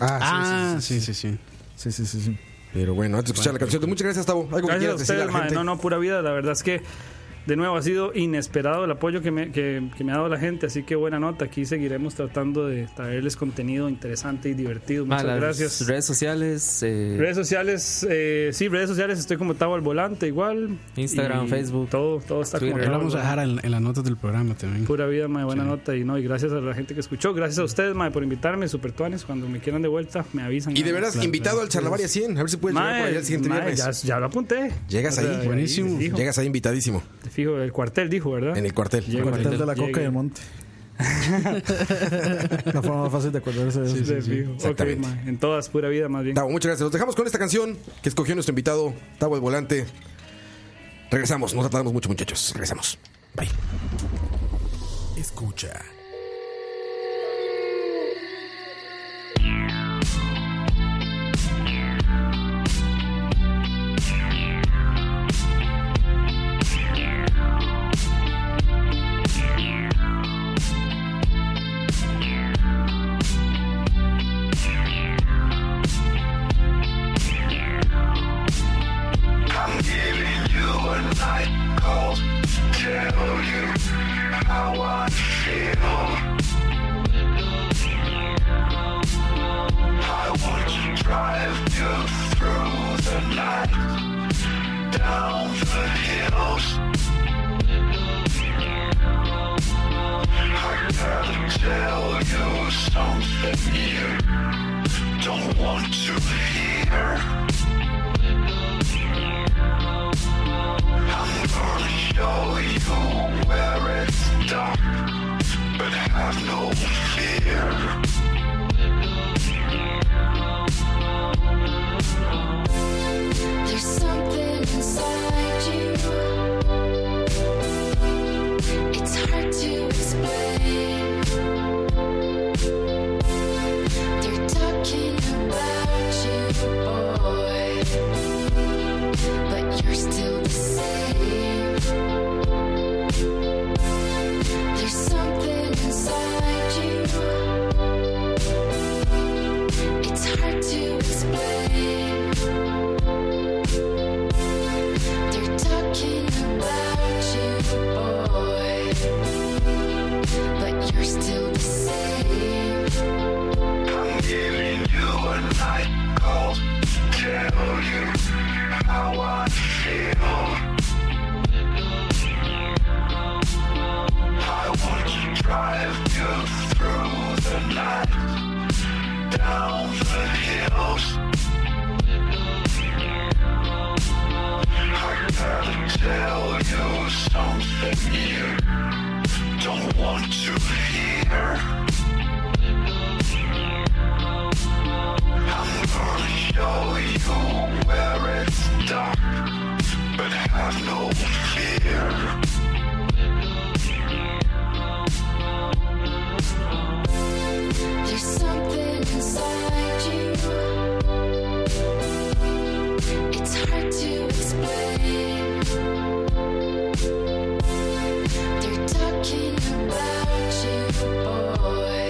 Ah, sí, sí, sí.
Sí, sí, sí. sí.
Pero bueno, antes de escuchar la canción, muchas gracias, Tavo. Algo que
Gracias a
quieras decir a
ustedes,
la
madre.
gente.
No, no, pura vida. La verdad es que, de nuevo, ha sido inesperado el apoyo que me, que, que me ha dado la gente. Así que buena nota. Aquí seguiremos tratando de traerles contenido interesante y divertido.
Ma,
Muchas
las
gracias.
redes sociales, eh,
Redes sociales, eh, sí, redes sociales, estoy como Tavo al Volante igual.
Instagram,
Y
Facebook,
Todo, todo está
Twitter.
como
Ahí
Tavo
lo
al
vamos a
Volante.
dejar en, en las notas del programa también.
Pura vida, mae, buena nota. Y no, y gracias a la gente que escuchó. Gracias a ustedes, mae, por invitarme, Supertuanes. Cuando me quieran de vuelta, me avisan.
Y de
mae.
veras, invitado al Charlavaria 100. A ver si puedes llegar
Mae,
por allá el siguiente
mae,
viernes.
Ya, ya lo apunté.
Llegas ahí.
Buenísimo.
fijo,
Llegas ahí invitadísimo.
te fijo, el cuartel dijo, ¿verdad?
En el cuartel.
Llego,
Cuartel de la
llego.
Coca y el Monte. la forma más fácil de acordarse de eso.
Sí, fijo. Ok,
Exactamente.
mae, en todas, pura vida, más bien.
Tavo, muchas gracias. Los dejamos con esta canción que escogió nuestro invitado, Tavo el Volante. Regresamos, nos atardamos mucho, muchachos. Regresamos. Bye. Escucha.
I'm giving you a night call to tell you how I feel. I want to drive you through the night, down the hills. I gotta tell you something you don't want to hear. I'm gonna show you where it's dark, but have no fear.
There's something inside you. It's hard to explain. They're talking about you, boy, but you're still the same. There's something inside you. It's hard to explain. They're talking about you, boy, but you're still the same.
I'm giving you a night call to tell you how I feel. I want to drive you through the night, down the hills. I gotta tell you something you don't want to hear. I'm gonna show you where it's dark, but have no fear.
There's something inside you. It's hard to explain. They're talking about you, boy,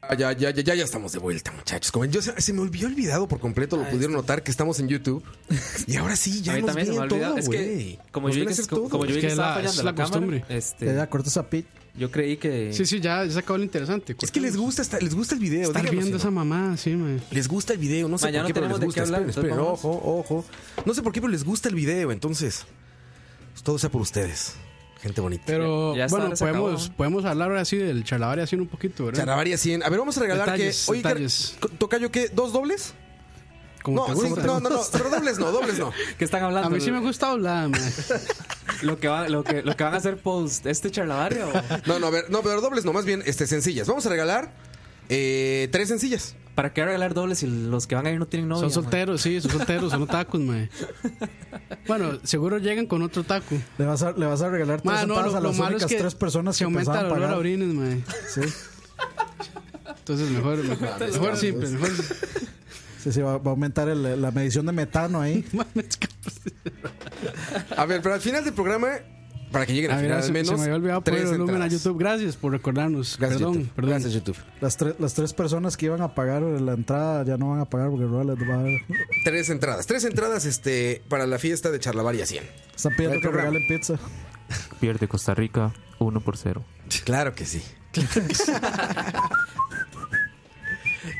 Ah, Ya, ya, ya, ya, ya estamos de vuelta, muchachos. Como yo se, se me olvidó olvidado por completo, lo pudieron notar que estamos en YouTube. Y ahora sí, ya
Ah, a mí
nos
también se me ha
ven
olvidado.
todo,
es
güey.
que, como
Nos
yo vi
ven
que,
hacer
como-
todo.
como yo vi
Es
que
que
estaba
la- es
fallando
la
la, cámara,
costumbre.
Ya,
este,
ya cortó esa pit.
yo creí que.
Sí, sí, ya, ya se acabó lo interesante.
Es que les gusta, hasta- les gusta el video.
Estar
díganos,
viendo
si
esa mamá, sí, mae.
no. Les gusta el video, no sé
Mañana
por qué, pero les
tenemos de
gusta.
qué hablar,
Esperen, esperen,
entonces
ojo, ojo. No sé por qué, pero les gusta el video, entonces. pues, todo sea por ustedes. Gente bonita.
Pero
Ya- ya está,
bueno,
ya se
podemos,
acabó.
podemos hablar ahora sí del charlavaria así un poquito, ¿verdad?
Charavaria 100. A ver, vamos a regalar
Detalles,
que. Oye, Car-
detalles.
co- ¿Tocayo qué? ¿Dos dobles?
Como
No,
te
sí,
gusta.
no, no, no. Pero dobles no, dobles no.
¿Qué están hablando?
A mí sí me gusta hablar, mae.
lo, que va- lo, que, lo que van a hacer post este charlavario. o-
No, no, a ver, no, pero dobles no, más bien este, sencillas. Vamos a regalar eh, tres sencillas.
¿Para qué regalar dobles si los que van a ir no tienen
Son
novia? man?
solteros, sí, son solteros, son tacos, mae. Bueno, seguro llegan con otro taco.
Le vas a, le vas a regalar tres
Mae, no,
entradas
lo,
a
lo
las
malo
únicas
es que
tres personas
se
que
aumenta el
pensaban
olor
pagar.
a orines, mae.
Sí,
Entonces, mejor, mejor, mejor siempre, mejor.
sí, sí, va, va a aumentar el- la medición de metano ahí.
A ver, pero al final del programa, para que lleguen
A
al
ver,
final
se,
al menos.
se me había olvidado poner el
tres
volumen a
entradas.
YouTube. Gracias por recordarnos.
Gracias,
perdón,
YouTube.
perdón.
Gracias, YouTube.
Las, tres las tres personas que iban a pagar la entrada ya no van a pagar porque Roa les va a dar.
Tres entradas. Tres entradas este, para la fiesta de Charlavaria 100.
Están pidiendo
El
que
programa.
regalen pizza.
Pierde Costa Rica 1 por 0.
Claro que sí.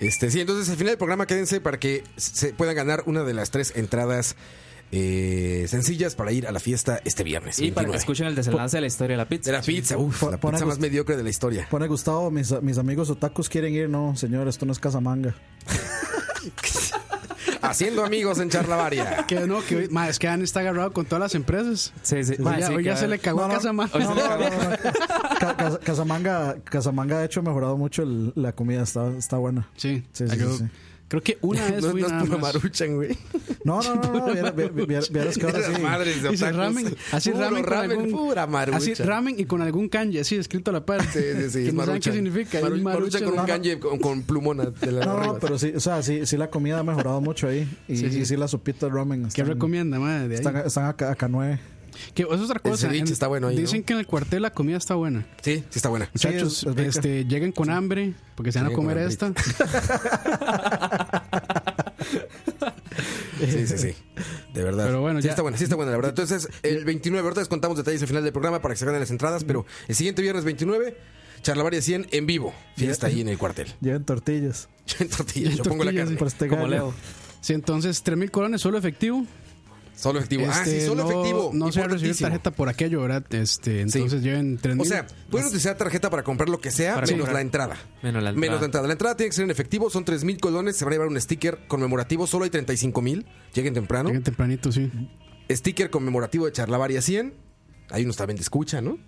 Este, sí, entonces al final del programa quédense para que se puedan ganar una de las tres entradas eh, sencillas para ir a la fiesta este viernes.
Y para que
29.
escuchen el desenlace de la historia de la pizza.
de la pizza, uf,
Pon-
la
pon
pizza
algo-
más mediocre de la historia.
Pone Gustavo, mis, mis amigos otakus quieren ir. No, señor, esto no es Casamanga.
Haciendo amigos en Charlavaria.
Que no, que hoy- mae, es que Dan está agarrado con todas las empresas.
Sí, sí.
Hoy
Ah,
Ma,
ya,
sí,
hoy ya
que-
se le cagó a casa, mae.
Hoy se le
No,
cagó.
no, no. Ca- Casa- Casamanga, Casamanga, de hecho, ha mejorado mucho el- la comida. Está, está buena.
Sí,
Sí, sí,
yo
sí, sí.
Creo que una vez
No,
fui
no es
nada
pura
más.
maruchan, güey.
No, no, no, no. viera- viera- viera- Vieras que ahora
Esas
sí.
madres de
Así
otakus.
ramen, así
Puro
ramen, con
ramen,
algún-
pura marucha.
Así ramen y con algún kanji, así escrito a la parte.
Sí, sí, sí,
que
es
no saben qué
maruchan.
significa.
Maru-
es
maruchan con un
maruchan.
kanji con, con plumona de la
No,
arriba.
no, pero sí, o sea, sí, sí la comida ha mejorado mucho ahí. Y y
Sí,
sí,
sí.
la sopita de ramen.
¿Qué
están-
recomienda, madre?
Están, están acá, acá nueve.
Que eso es otra cosa.
ceviche
en-
está bueno ahí, ¿no?
Dicen que en el cuartel la comida está buena.
Sí, sí está buena.
Muchachos,
es- es rica.
este, lleguen con hambre porque se van a
Lleguen con
comer esta.
hambrita. Sí, sí, sí. De verdad.
Pero bueno,
sí
ya-
está buena, sí está buena, la verdad. Entonces, el 29, ahorita les contamos detalles al final del programa para que se ganen las
Mm.
entradas, pero el siguiente viernes 29, Charlavaria 100 en vivo. Fiesta ahí en el cuartel.
Lleven tortillas.
Yo en tortillas, yo
Lleven
pongo la
tortillas,
carne.
Por este
Como
gallo.
Leo.
Sí, entonces, 3 mil colones solo efectivo.
Solo efectivo. ah,
Este,
sí, solo
no,
efectivo.
No se va a recibir
Importantísimo.
tarjeta por aquello, ¿verdad? Este, entonces lleven 3 mil.
O sea, pueden utilizar tarjeta para comprar lo que sea,
Para
menos
comprar.
la entrada.
Menos la entrada.
Menos la entrada. La entrada tiene que ser en efectivo, son 3 mil colones, se van a llevar un sticker conmemorativo, solo hay 35 mil, lleguen temprano.
Lleguen tempranito, sí.
Sticker conmemorativo de Charlavaria 100, hay unos también de escucha, ¿no?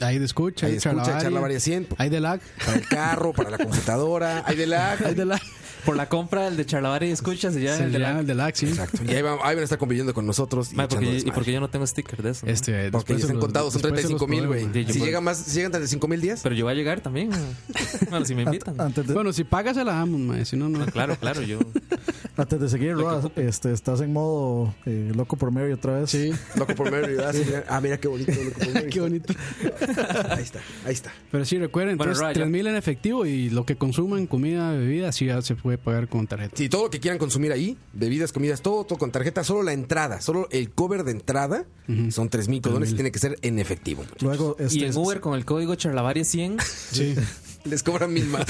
Ahí de escucha,
Ahí
ahí
de
de
escucha,
charlavaria.
charlavaria 100.
Ahí de lag.
Para el carro, para la computadora, hay de la...
Ahí de lag.
Por la compra del de Charlavaria y escuchas y ya
Se
el de la-
llama el de lag, sí.
Exacto. Y ahí van, ahí van a estar conviviendo con nosotros. Y,
Ma, porque
echando
yo- y
desmadre.
porque yo no tengo sticker de eso. ¿no?
Este, después
Porque ya
se
están
los-
contados, son
después se los
35 mil,
podemos.
güey.
Sí, yo
Si
puedo-
llegan más, si llegan 35 mil días.
Pero yo voy a llegar también. ma. Bueno, si me invitan.
Ah.
Antes de,
Bueno, si pagas se la damos, mae. Si no, no.
Claro, claro, yo.
antes de seguir, Roa, este, estás en modo eh, loco por Mary otra vez.
Sí.
Loco por Mary. Ah, sí, mira. Ah, mira qué bonito. Loco por Mary.
Qué bonito.
Ahí está, ahí está.
Pero sí, recuerden,
Bueno,
entonces,
Raya.
3 mil en efectivo y lo que consuman, comida, bebida, sí ya se puede pagar con tarjeta.
Sí, todo lo que quieran consumir ahí, bebidas, comidas, todo, todo con tarjeta, solo la entrada, solo el cover de entrada son 3 mil colones y tiene que ser en efectivo.
Luego, este,
Y en Uber con el código Charlavaria 100
Sí.
Les cobran mil más.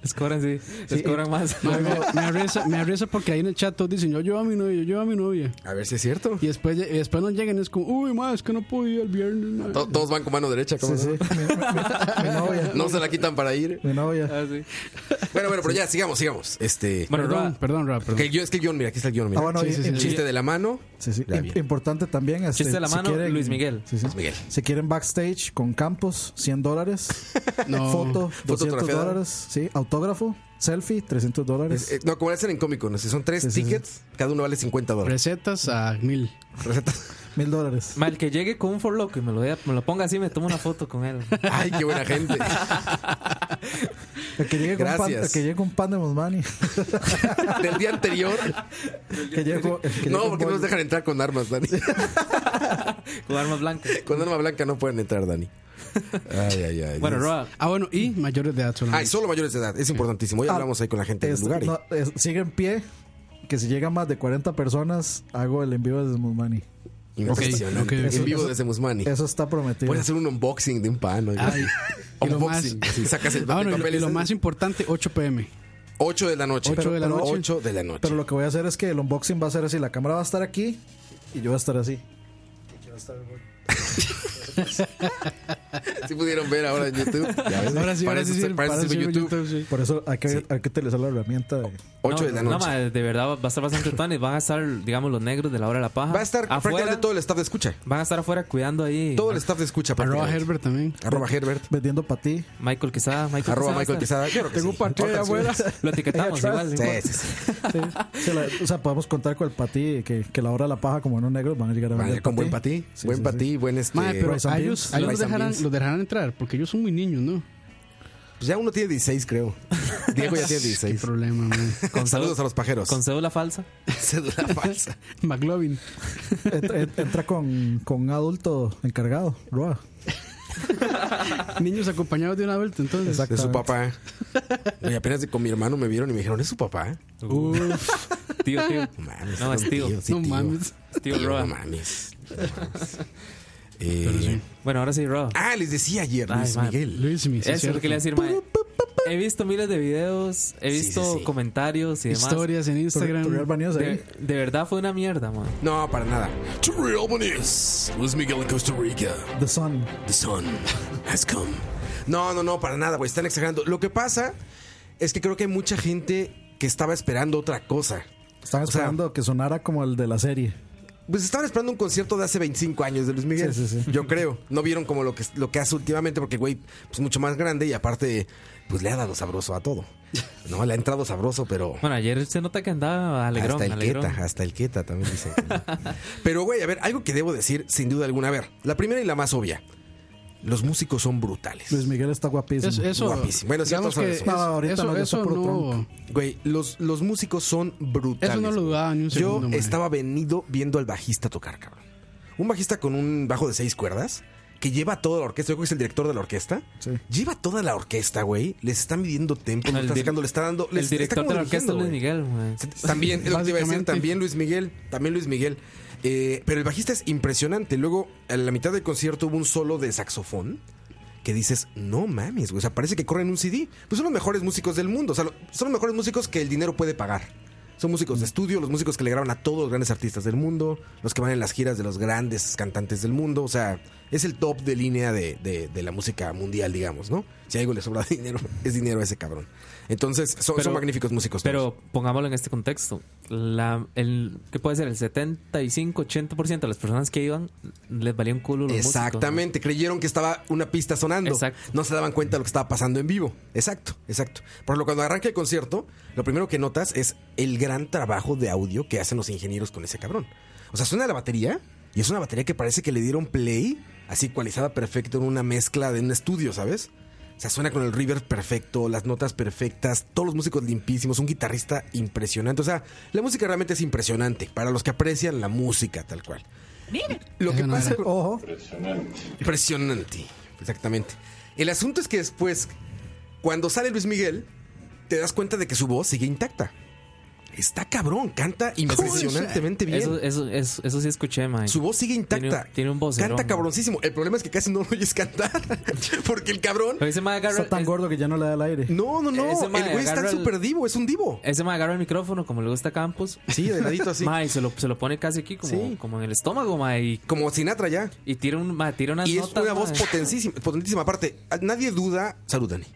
les cobran, sí, les cobran más.
me, me arriesga, me arriesga porque ahí en el chat todos dicen, yo llevo a mi novia, yo llevo a mi novia.
A ver si es cierto.
Y después, y después nos llegan y es como, uy, ma, es que no puedo ir el viernes. ma".
To- Todos van con mano derecha, ¿cómo
sí, sí.
no?
Mi, mi- mi novia.
No se la quitan para ir.
Mi novia.
Ah, sí.
Bueno, bueno, pero ya, sigamos, sigamos. Este.
Bueno,
perdón,
Roa,
perdón, Ra, perdón.
que el guión- es que el guión, mira, aquí está el guión, mira.
Ah, bueno, y-
El
y-
chiste de la mano.
Sí, sí.
La
Im-
bien.
Importante también. Este,
Chiste de la mano, Luis Miguel.
Sí, sí.
Luis Miguel.
Si quieren backstage con Campos, 100 dólares.
No.
Foto, 200
Fotografía.
dólares. Sí. Autógrafo, selfie, 300
Es-
dólares.
eh, no, como le hacen en cómico, ¿no? Si son tres
Sí, sí, sí.
tickets, cada uno vale 50 dólares.
Recetas a mil.
Mil dólares.
ma, el que llegue con un forloco y me lo, dé- me lo ponga así, me tomo una foto con él.
Ay, qué buena gente.
El que llegue con pan,
Gracias.
el que llegue con pan de Mosmani.
Del día anterior.
El que llegue con- el que llegue
No,
con
porque
bollo.
no nos dejan entrar con armas, Dani.
Con armas blancas.
Con arma blanca no pueden entrar, Dani. Ay, ay, ay.
Bueno,
Dios.
Roa,
Ah, bueno, y mayores de edad
Ay,
solamente.
solo mayores de edad. Es importantísimo. Hoy
Ah,
hablamos ahí con la gente del
Este,
lugar. y-
no, es- sigue en pie. Que si llegan más de 40 personas, hago el envío desde Musmani.
y
ok,
impresionante.
ok.
En
Eso-
vivo
eso-
desde Musmani.
Eso está prometido.
Puedes hacer un unboxing de un pan. oiga.
Ay, y
Ah,
lo
unboxing.
más-
Sí, Sacas el
Ah, bueno, y lo,
papel.
y lo más importante, 8 pm.
8 de la noche.
Ocho de la
Pero-
noche.
ocho de la noche.
Pero lo que voy a hacer es que el unboxing va a ser así: la cámara va a estar aquí y yo voy a estar así.
Si pudieron ver ahora en YouTube. Ya ves,
Ahora sí, ahora
parece
sí, sí,
ser- parece
para
ser
sí,
YouTube.
YouTube, sí.
Por eso hay que, hay que utilizar la herramienta. de-
8
no,
de la
no,
noche.
ma, de verdad va a estar bastante tuanes. Van a estar, digamos, los negros de la hora de la paja.
Va a estar
afuera.
prácticamente todo el staff de escucha.
Van a estar afuera cuidando ahí.
Todo el staff de escucha.
Arroba
prácticamente.
Herbert también.
Arroba Herbert.
Vendiendo para ti.
Michael Quesada. Michael
Arroba
Quesada va a
Michael
estar.
Quesada. Yo creo que sí. Ahorita sí.
Lo etiquetamos
Ella
igual.
Sí, sí, sí.
Se la- o sea, podemos contar con el patí, que, que la hora de la paja, como no negros, van a llegar a
Vaya,
vender
con buen
patí.
patí.
Sí,
buen
sí,
patí, buen este.
Madre, pero
Rice and
a
beans.
ellos, a ellos los,
Rice and
dejarán,
beans.
los dejarán entrar porque ellos son muy niños, ¿no?
Pues ya uno tiene 16, creo. Diego ya tiene
Qué
16.
problema, man.
Con
Saludos a
cédula-
los pajeros.
Con cédula falsa.
cédula falsa.
McLovin.
Entra, en- entra con, con un adulto encargado, Roa.
Niños acompañados de un adulto, entonces.
De su
Exactamente.
papá. Y apenas con mi hermano me vieron y me dijeron, ¿es su papá?
Uf,
Tío, tío.
No mames.
No, es tío.
sí,
no mames.
Tío
Tío,
Roa.
No mames. No mames. Eh,
Bueno, ahora sí, Roa.
ah, les decía ayer,
Ay,
Luis
man.
Miguel.
Luis, mi sí,
Eso es lo
cierto.
que le iba a decir, mae. He visto miles de videos, he
Sí,
visto
sí, sí.
comentarios y demás.
Historias en Instagram.
Tutorial baneos ahí.
De, de verdad fue una mierda, man.
No, para nada. To real news. Luis Miguel en Costa Rica.
The Sun.
The sun has come. No, no, no, para nada, güey. Están exagerando. Lo que pasa es que creo que hay mucha gente que estaba esperando otra cosa.
Estaban
O sea,
esperando que sonara como el de la serie.
Pues estaban esperando un concierto de hace 25 años de Luis Miguel.
Sí, sí, sí.
Yo creo. No vieron como lo que, lo que hace últimamente, porque, güey, pues mucho más grande y aparte, pues le ha dado sabroso a todo. No, le ha entrado sabroso, pero.
Bueno, ayer se nota que andaba alegrón,
hasta el
alegrón.
queta, hasta el queta también dicen. Pero, güey, a ver, algo que debo decir, sin duda alguna. A ver, la primera y la más obvia. Los músicos son brutales.
Pues,
Luis Miguel está guapísimo.
Eso, eso,
Guapísimo. Bueno, sí,
digamos
todos
que
saben eso.
eso,
No, ahorita
eso,
no, ya está
eso
puro
no,
tronco.
Güey, los, los músicos son brutales.
eso no lo dudaba ni un
Yo
segundo. mae.
estaba venido viendo al bajista tocar, cabrón. Un bajista con un bajo de seis cuerdas que lleva toda la orquesta. Yo creo que es el director de la orquesta.
Sí.
Lleva toda la orquesta, güey. Les está midiendo tiempo,
El
les está
dir-
sacando, le está dando.
El
les- está
director
como
de la orquesta
dirigiendo,
Luis
güey.
Miguel, man.
También, es lo que te iba a decir,
Básicamente.
también Luis Miguel, también Luis Miguel. Eh, pero el bajista es impresionante. Luego, a la mitad del concierto hubo un solo de saxofón que dices, no mames, güey. O sea, parece que corren un CD. Pues son los mejores músicos del mundo. O sea, lo- son los mejores músicos que el dinero puede pagar. Son músicos
Mm.
de estudio, los músicos que le graban a todos los grandes artistas del mundo, los que van en las giras de los grandes cantantes del mundo. O sea, es el top de línea de, de- de la música mundial, digamos, ¿no? Si a algo le sobra dinero, es dinero a ese cabrón. Entonces, son, son
Pero-
magníficos músicos. todos.
Pero pongámoslo en este contexto. La, el, ¿Qué puede ser? El 75-80% de las personas que iban les valía un culo los músicos, ¿no?
Exactamente, creyeron que estaba una pista sonando.
Exacto.
No se daban cuenta de lo que estaba pasando en vivo. Exacto, exacto. Por lo que cuando arranca el concierto, lo primero que notas es el gran trabajo de audio que hacen los ingenieros con ese cabrón. O sea, suena la batería y es una batería que parece que le dieron play, así ecualizada perfecto en una mezcla de un estudio, ¿sabes? O sea, suena con el reverb perfecto, las notas perfectas, todos los músicos limpísimos, un guitarrista impresionante. O sea, la música realmente es impresionante para los que aprecian la música tal cual. Lo que
Eso no
pasa
era.
con-
Ojo,
Impresionante, exactamente. El asunto es que después, cuando sale Luis Miguel, te das cuenta de que su voz sigue intacta. Está cabrón, canta impresionantemente bien.
Eso, eso, eso, eso sí escuché, man.
Su voz sigue intacta.
Tiene un- tiene un vocerón,
Canta
¿no?
cabroncísimo. El problema es que casi no lo oyes cantar. Porque el cabrón.
Pero ese mae agarra,
está tan
es-
gordo que ya no le da el aire.
No, no, no.
Ese
El
mae
güey está
agarra el-
súper divo, es un divo.
ese mae agarra el micrófono como le gusta a Campos.
Sí, de ladito así.
Mae, se lo, se lo pone casi aquí, como,
Sí.
como en el estómago, mae. Y,
Como Sinatra ya.
y tira, un, mae, tira unas
Y es
notas,
una voz
mae.
potentísima, potentísima. Aparte, a- nadie duda. Salud, Dani.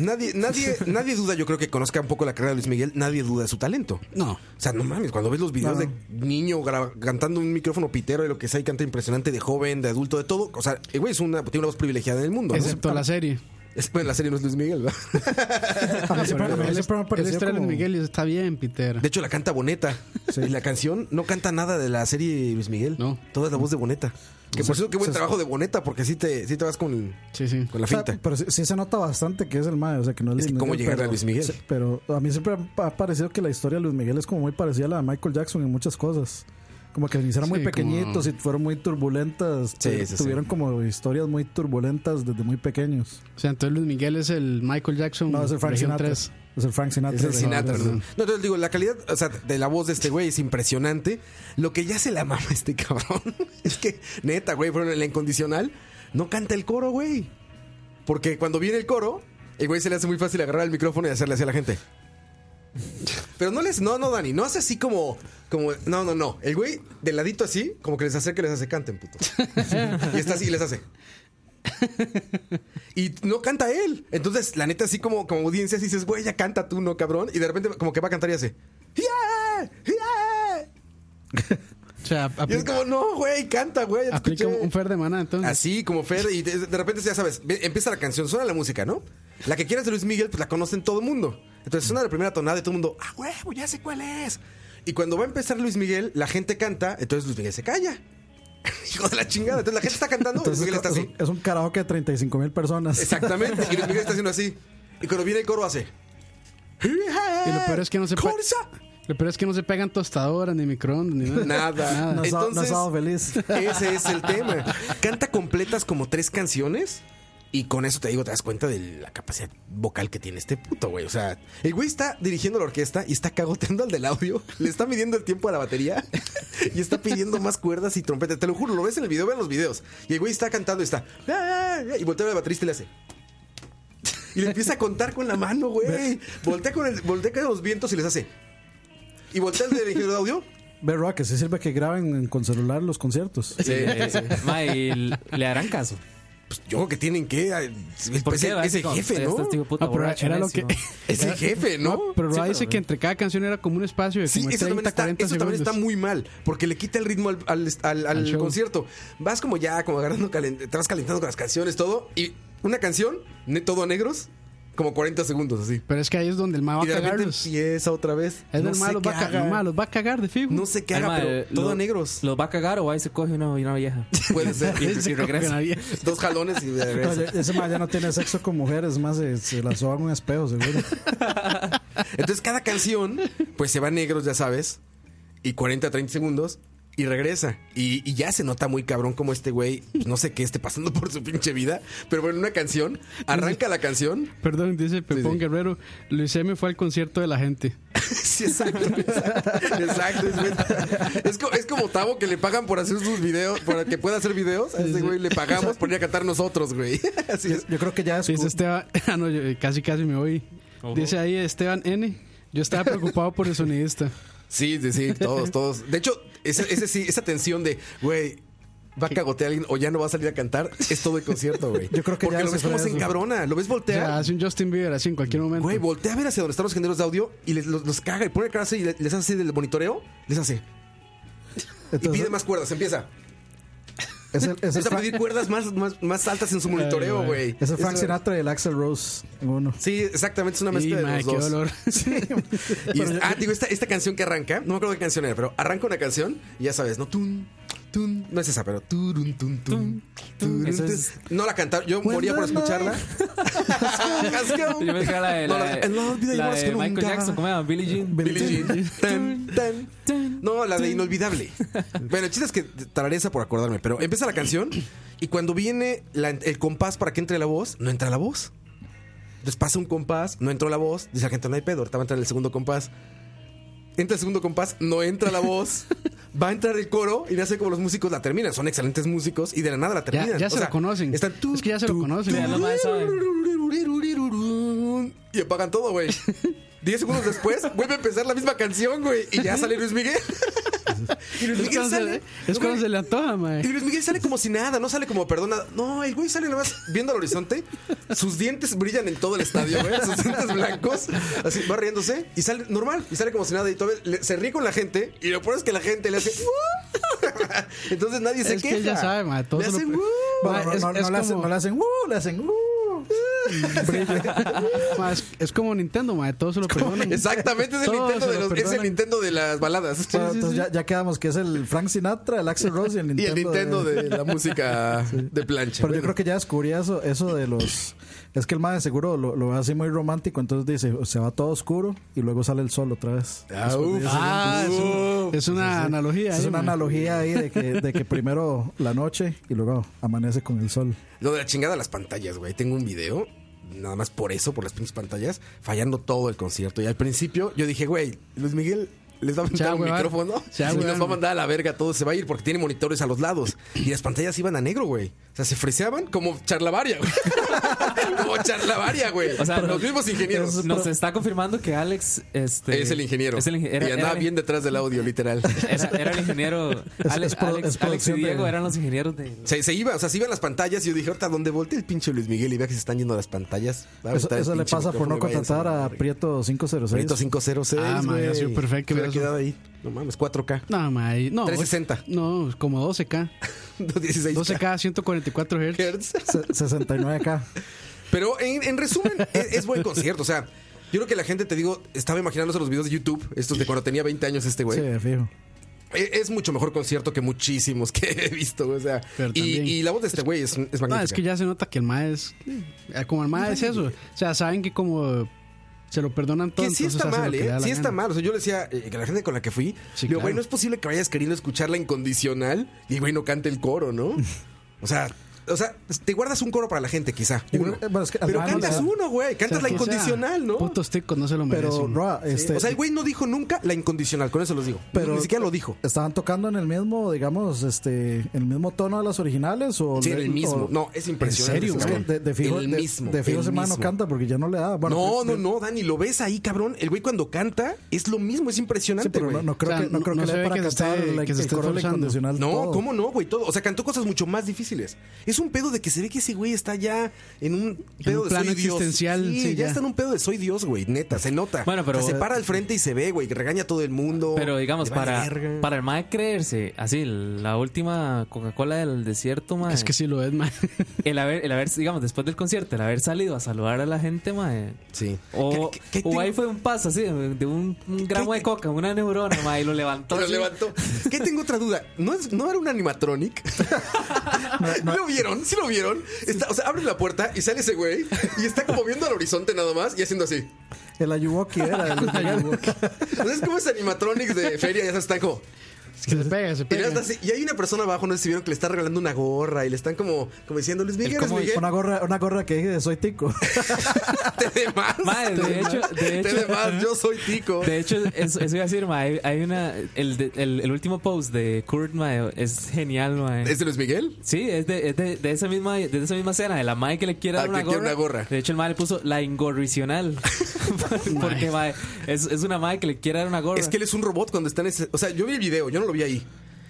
Nadie, nadie, nadie duda, yo creo que conozca un poco la carrera de Luis Miguel, nadie duda de su talento.
No.
O sea, no mames, cuando ves los videos de niño gra- cantando un micrófono pitero y lo que sea, y canta impresionante de joven, de adulto, de todo. O sea, el güey es una, tiene una voz privilegiada en el mundo. ¿no?
Excepto la serie.
Es- bueno, la serie no es Luis Miguel, ¿verdad?
A mí siempre- a mí
Él, es-
siempre me ha
él
parecido
estrella de
como-
Miguel y está bien, Peter.
De hecho, la canta Boneta.
Sí.
Y la canción no canta nada de la serie Luis Miguel.
No.
Toda es la voz de Boneta. Que por cierto, qué buen
se-
trabajo de Boneta, porque sí te, sí te vas con,
Sí, sí.
con la
O sea,
finta.
pero sí, sí se nota bastante que es el mae, o sea que no es,
Es que
Luis
cómo
Miguel,
llegar a
pero-
Luis Miguel.
sí, Pero a mí siempre ha parecido que la historia de Luis Miguel es como muy parecida a la de Michael Jackson en muchas cosas. Como que se hicieron muy
Sí,
pequeñitos y fueron muy turbulentas.
Sí,
Tu-
sí, sí.
tuvieron como historias muy turbulentas desde muy pequeños.
O sea, entonces Luis Miguel es el Michael Jackson.
No, es el Frank
región
Sinatra.
tres.
Es el Frank Sinatra.
Mm, Es el
de-
Sinatra,
de-
¿no? No, entonces digo, la calidad, o sea, de la voz de este güey es impresionante. Lo que ya se la mama este cabrón es que, neta, güey, fueron en la incondicional, no canta el coro, güey. Porque cuando viene el coro, el güey se le hace muy fácil agarrar el micrófono y hacerle así a la gente. Pero no les, no, no, Dani, no hace así como, como, no, no, no. El güey del ladito así, como que les acerca y les hace canten, puto. Y está así y les hace. Y no canta él. Entonces, la neta, así como, como audiencia, así dices, güey, ya canta tú, no cabrón. Y de repente, como que va a cantar y hace, "Yeah, yeah".
O sea,
Y es
aplica,
como, no, güey, canta, güey. ya te
aplica
escuché".
un Fer de maná, entonces.
Así, como Fer, y de, de repente, ya sabes, ve- empieza la canción, suena la música, ¿no? La que quieras de Luis Miguel, pues la conocen todo el mundo. Entonces suena la primera tonada y todo el mundo, ah, huevo, ya sé cuál es. Y cuando va a empezar Luis Miguel, la gente canta, entonces Luis Miguel se calla. Hijo de la chingada. Entonces la gente está cantando, Luis
Entonces,
Miguel está
es,
así.
un, es un karaoke de 35 mil personas.
Exactamente. Y Luis Miguel está haciendo así. Y cuando viene el coro hace.
Y lo peor es que no se pe-
¡Corsa!
Lo peor es que no se pegan tostadoras, ni microondas, ni nada.
Nada.
No, estaba- no
Entonces,
estaba feliz.
ese es el tema. Canta completas como tres canciones. Y con eso te digo, te das cuenta de la capacidad vocal que tiene este puto, güey. O sea, el güey está dirigiendo la orquesta y está cagoteando al del audio. Le está midiendo el tiempo a la batería y está pidiendo más cuerdas y trompetas. Te lo juro, lo ves en el video, vean los videos. Y el güey está cantando y está. "Ah, Y voltea al baterista y le hace. Y le empieza a contar con la mano, güey. Voltea con, el, voltea con los vientos y les hace. Y voltea al dirigidor de audio.
Ve Rock, sí sirve que graben con celular los conciertos.
Eh, ma, y l- le harán caso.
Yo creo que tienen que. eh,
¿Por
pues,
qué?
es,
Va,
es el
como,
jefe,
este
¿no?
tipo de puta
No, Ah, pero
borracho,
era lo
necio.
que-
Es el jefe, ¿no?
Pero Roa
Sí,
dice
pero-
que entre cada canción era como un espacio de
Sí,
como
eso,
30,
también está,
40
eso también
segundos.
está muy mal, porque le quita el ritmo al, al- al- al
Al show.
concierto. Vas como ya, como agarrando, calen- te vas calentando con las canciones, todo, y una canción, ne- todo a negros, como 40 segundos así.
Pero es que ahí es donde el ma va
Y
a
de repente
cagarlos.
empieza otra vez.
Es
no,
el ma
sé
los
qué
va a cagar.
haga,
el ma los va a cagar de fijo.
no sé qué
Ay,
haga,
ma, eh,
pero todo
lo-
a negros.
¿Los va a cagar o ahí se coge una, una vieja?
Puede ser.
Y, y regresa.
Dos jalones y de regreso.
Oye, ese man ya no tiene sexo con mujeres, más se, se la soba en un espejo, seguro.
Entonces cada canción, pues se va a negros, ya sabes, y 40, 30 segundos, y regresa. Y, y ya se nota muy cabrón como este güey, pues, no sé qué esté pasando por su pinche vida, pero bueno, una canción, arranca la canción.
Perdón, dice Pepón
sí.
Guerrero. Luis M fue al concierto de la gente.
Sí, exacto. Exacto. exacto, es, güey. Es co- es como Tavo que le pagan por hacer sus videos, para que pueda hacer videos. A este güey le pagamos por ir a cantar nosotros, güey. Así es.
Yo creo que ya es.
Dice Esteban. Ah, no, yo, eh, casi, casi me voy. Dice ahí Esteban N. Yo estaba preocupado por el sonidista.
Sí, sí, sí, todos, todos. De hecho, ese, ese sí, esa tensión de, güey, va a cagotear a alguien o ya no va a salir a cantar, es todo el concierto, güey.
Yo creo que
Porque
ya
lo
se
ves
fue
como se
eso.
encabrona, lo ves
O sea,
voltear.
hace un Justin Bieber así en cualquier momento.
Güey, voltea a ver hacia donde están los generos de audio y les, los, los caga y pone cara así y les hace así del monitoreo, les hace. y
Entonces,
pide más cuerdas, empieza.
es el, es el
Empieza a
Frank,
pedir cuerdas más, más, más altas en su monitoreo, güey.
es el Frank
Eso-
Sinatra y el Axel Rose. en Uno.
Sí, exactamente, es una
Y,
mezcla este de
madre,
los
qué
dos.
dolor.
Y es- ah, digo, esta, esta canción que arranca, no me acuerdo qué canción era, pero arranca una canción y ya sabes, ¿no? Tun, tun, no es esa, pero turun, tun, tun, turun,
Eso
tun.
es-
No la cantaba, yo moría por escucharla. Cascón.
Yo me quedé la de,
No,
la
la de-
de-
"En la vida
la
igual
de
que
Michael
nunca".
Jackson, ¿cómo se llama? Billie Jean.
Billie Jean. Tan, tan, tan. No, la de Inolvidable. Bueno, el chiste es que tararé esa por acordarme, pero empieza la canción y cuando viene la- el compás para que entre la voz, no entra la voz. Entonces pasa un compás, no entró la voz, dice la gente, no hay pedo, ahorita va a entrar el segundo compás. Entra el segundo compás, no entra la voz, va a entrar el coro y le hace como los músicos la terminan. Son excelentes músicos y de la nada la terminan.
ya ya
O
se
sea,
lo conocen.
están tú,
es que ya se lo
tú,
conocen.
Ya, la madre sabe.
y apagan todo, güey. Diez segundos después vuelve a empezar la misma canción, güey. Y ya sale Luis Miguel. y Luis
es
Miguel
cuando,
sale.
se, es cuando
güey,
se le antoja,
Y
mae.
Luis Miguel sale como si nada, no sale como perdona. No, el güey sale nada más viendo al horizonte. Sus dientes brillan en todo el estadio, güey. Sus dientes blancos. Así va riéndose y sale normal. Y sale como si nada. Y todavía le- se ríe con la gente. Y lo peor es que la gente le hace. Entonces nadie se
Es que
queja.
él ya sabe, mae. Todo
Le
se lo-
hacen,
Mae,
Bueno, no,
es-
no-
es
no le hacen,
como-
no le hacen, uh, le hacen, uh.
Mm. Ma, es, es como Nintendo, ma, todo se lo perdonan.
Exactamente, es el,
Todo
Nintendo
se
de
lo
los- es el
perdonan.
Nintendo de las baladas.
Bueno, entonces Ya, ya quedamos que es el Frank Sinatra, el Axel Rose y el
Y
Nintendo.
el Nintendo de la música de plancha.
Pero yo creo que ya descubrí eso, eso de los... Es que el madre seguro lo, lo ve así muy romántico, entonces dice, se va todo oscuro y luego sale el sol otra vez.
Ah, uf.
Ah, es, un- es una analogía. eh,
Es
ahí,
una
ma.
analogía ahí de que, de que primero la noche y luego amanece con el sol.
Lo de la chingada de las pantallas, güey. Tengo un video, nada más por eso, por las pinches pantallas, fallando todo el concierto. Y al principio yo dije, güey, Luis Miguel les va a
Se
mandar
va a
un
huevar.
micrófono
Se va a
y nos
huevar,
va a
güey.
mandar a la verga todo, se va a ir porque tiene monitores a los lados. Y las pantallas iban a negro, güey. O sea, se freseaban como charlavaria, güey. como charlavaria, güey.
O sea,
los
no-
mismos ingenieros.
Nos está confirmando que Alex este,
es el ingeniero.
es el inge- era-
y andaba
era-
bien detrás del audio, literal.
Era, era el ingeniero. Alex,
es pro-
Alex-
es
Alex y
producción de-
Diego eran los ingenieros de.
Se, se iba, o sea, se iban las pantallas y yo dije, ahorita, ¿dónde voltea el pinche Luis Miguel y vea que se están yendo las pantallas? Va a
Eso,
aventar el
eso le
pinche
pasa por
micrófono
no
y váyanse
contratar
la
a
verga".
Prieto 506.
Prieto 506.
Ah, madre,
güey.
ha sido perfecto,
Hubiera
hubiera
quedado ahí. No mames, 4K.
No, ma, ahí- no,
360.
No, como 12K.
16K.
12K, 144 Hz.
Hertz.
Se- 69K.
Pero en, en resumen, es, es buen concierto. O sea, yo creo que la gente, te digo, estaba imaginándose los videos de YouTube, estos de cuando tenía 20 años este güey.
Sí, fijo.
E- Es, mucho mejor concierto que muchísimos que he visto. O sea,
Pero
y,
también-
y la voz de este güey es, es magnífica.
No, es que ya se nota que el MAE es. eh, Como el MAE es eso. O sea, saben que como se lo perdonan todo.
Que sí
entonces
está
hacen lo
mal,
que le
¿eh?
da la
Sí está
gana.
mal. O sea, yo le decía eh, que la gente con la que fui,
Sí,
digo, güey,
claro.
no es posible que vayas queriendo escuchar la incondicional y el güey no cante el coro, ¿no? O sea, o sea, te guardas un coro para la gente, quizá.
Yo
uno.
creo- eh, bueno, es que al
Pero
menos
cantas
la-
uno, güey. Cantas
O sea,
la
que
incondicional,
sea
¿no?
Putos ticos no se lo merecen.
Pero, Roa, este,
O sea, el güey no dijo nunca la incondicional, con eso los digo.
Pero-
Ni siquiera lo dijo.
¿Estaban tocando en el mismo, digamos, este, el mismo tono de las originales? O
Sí,
le-
el mismo.
o-
No, es impresionante.
serio,
Es
ese
que
cabrón.
de, de fijo,
el
de-
mismo.
de fijo
el
ese man no
mismo.
canta porque ya no le da. Bueno, pues, eh,
no, no,
de-
no, Dani, lo ves ahí, cabrón. El güey cuando canta es lo mismo, es
sí,
impresionante,
pero
güey.
no, no creo
O sea,
que, no creo
no
que
se
le dé
ve
para
que se
cantar
esté-
la-
que
el
se esté
coro de la
forzando.
incondicional.
No,
todo.
¿cómo no, güey? Todo. O sea, cantó cosas mucho más difíciles. Es un pedo de que se ve que ese güey está ya en un pedo
un
de soy
plano
Dios.
existencial,
Sí,
sí,
ya.
ya.
está en un pedo de soy Dios, güey. Neta, se nota.
Bueno, pero-
O sea, se para al frente y se ve, güey. que Regaña a todo el mundo.
Pero digamos,
Le vale
para,
Oh, verga.
para el MAE creerse, así, la última Coca-Cola del desierto, mae,
Es que sí lo es, MAE.
el, haber, el haber, digamos, después del concierto, el haber salido a saludar a la gente, mae.
Sí.
O,
¿Qué- qué- qué
o
tengo-
ahí fue un paso así, de un, un gramo
¿Qué-
de coca, una neurona, mae, y lo levantó.
Pero
así.
levantó. ¿Qué tengo otra duda? ¿No, es- no era un animatronic? ¿Lo vieron? ¿Sí lo vieron? Está- o sea, abre la puerta y sale ese güey y está como viendo al horizonte nada más y haciendo así.
El Ayuwoki era. el-
O sea, es como ese animatronic de feria, ya sabes, están como...
Es que se pega, se
Y, le
pega.
hacen así, y hay una persona abajo, no sé si vieron, que le está regalando una gorra y le están como, como diciendo, Luis Miguel, Luis Miguel,
una gorra, una gorra que dije soy tico.
te de más.
Madre,
te
de hecho-
más,
de
te
hecho-
más, yo soy tico.
De hecho, eso, eso iba a decir, mae, hay, hay una, el, de- el, el último post de Kurt, mae, es genial, mae.
¿Es de Luis Miguel?
Sí, es de, es de, de esa misma de esa misma escena, de la madre que le quiere
Ah,
dar
que
una
quiere
gorra.
una gorra.
De hecho, el madre le puso la ingorricional. Porque mae, es, es una madre que le quiere dar una gorra.
Es que él es un robot cuando está en ese... O sea, yo vi el video, yo no lo vi ahí.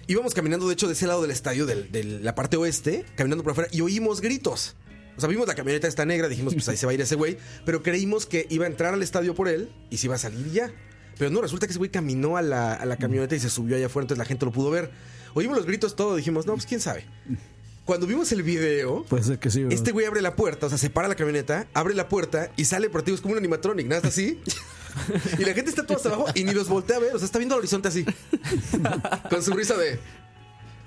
Íbamos caminando, de hecho, de ese lado del estadio, del- de la parte oeste, caminando por afuera, y oímos gritos. O sea, vimos la camioneta esta negra, dijimos, pues ahí se va a ir ese güey. Pero creímos que iba a entrar al estadio por él y se iba a salir ya. Pero no, resulta que ese güey caminó a la, a la camioneta y se subió allá afuera, entonces la gente lo pudo ver. Oímos los gritos, todo, dijimos, no, pues quién sabe. Cuando vimos el video,
Puede ser Pues que sí. bro.
este güey abre la puerta, o sea, se para la camioneta, abre la puerta y sale por ti, es como un animatronic, nada está así. Y la gente está toda hasta abajo y ni los voltea a ver, o sea, está viendo al horizonte así. Con su risa de.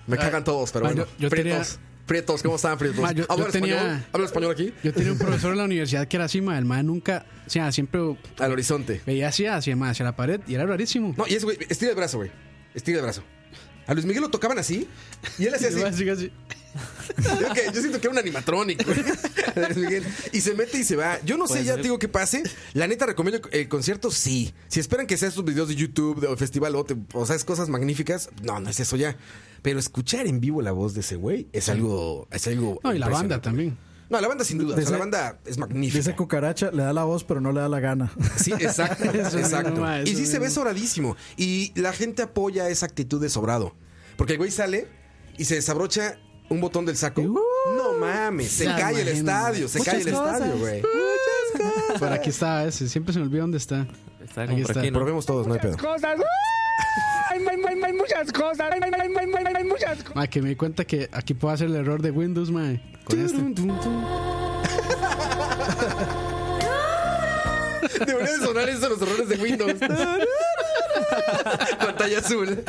Me cagan todos, pero
ma,
bueno.
yo- yo tenía-
prietos, prietos, ¿cómo están, prietos?
Ma, yo-
¿Hablan
yo tenía-
español? ¿Hablan español aquí?
Yo tenía un profesor en la universidad que era así, mae. El MAE nunca, o sea, siempre
Al horizonte.
veía así hacia, mae, hacia la pared y era rarísimo.
No, y ese güey, estira el brazo, güey. Estira el brazo. A Luis Miguel lo tocaban así y él hacía
Y el mae
así.
sigue así.
Yo, que- yo siento que era un animatronic, güey. Luis Miguel. Y se mete y se va. Yo no sé,
Puede
ya
ser.
te digo que pase. La neta, recomiendo el concierto, sí. Si esperan que sea estos videos de YouTube de- o festival o, te- o sea, es cosas magníficas, no, no es eso ya. Pero escuchar en vivo la voz de ese güey es algo. Es algo
No, y la banda
impresionante.
también.
No, la banda sin duda. O sea,
Dice-
la banda es magnífica.
Dice cucaracha, le da la voz, pero no le da la gana.
Sí, exacto,
Eso
exacto.
mismo, ma,
y
eso
sí se ve
mismo.
sobradísimo. Y la gente apoya esa actitud de sobrado. Porque el güey sale y se desabrocha un botón del saco. no mames, se
Ya,
cae el
imagino.
estadio, se cae el estadio, güey.
Por aquí está ese. Siempre se me olvida dónde está.
Está como
Aquí
por
está.
aquí, ¿no?
Probemos todos, no hay pedo.
Mae, que me di cuenta que aquí puedo hacer el error de Windows, mae. Con este.
Debería de sonar eso en los errores de Windows. Pantalla azul.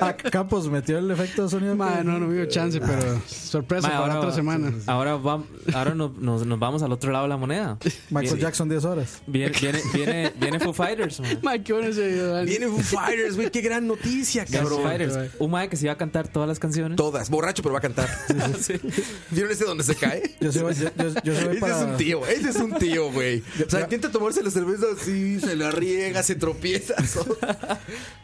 Ah, Campos metió el efecto de sonido.
Ma, no, no me dio chance, pero sorpresa
Ma,
para
ahora-
otra semana.
Ahora, vam- ahora nos, nos- nos vamos al otro lado de la moneda.
Michael
Viene-
Jackson 10 horas.
Viene, viene, viene, viene Foo Fighters, man.
Ma, qué bueno ese video, Dani.
Viene Foo Fighters, güey. Qué gran noticia,
Viene Foo
cabrón.
Fighters. Un mae que se iba a cantar todas las canciones.
Todas. Borracho, pero va a cantar. ¿Vieron ese donde se cae?
Yo sí voy- yo- yo- yo sí voy
ese
para-
es un tío, ese es un tío, güey. O sea, intenta tomarse la cerveza así, se la riega, se tropieza.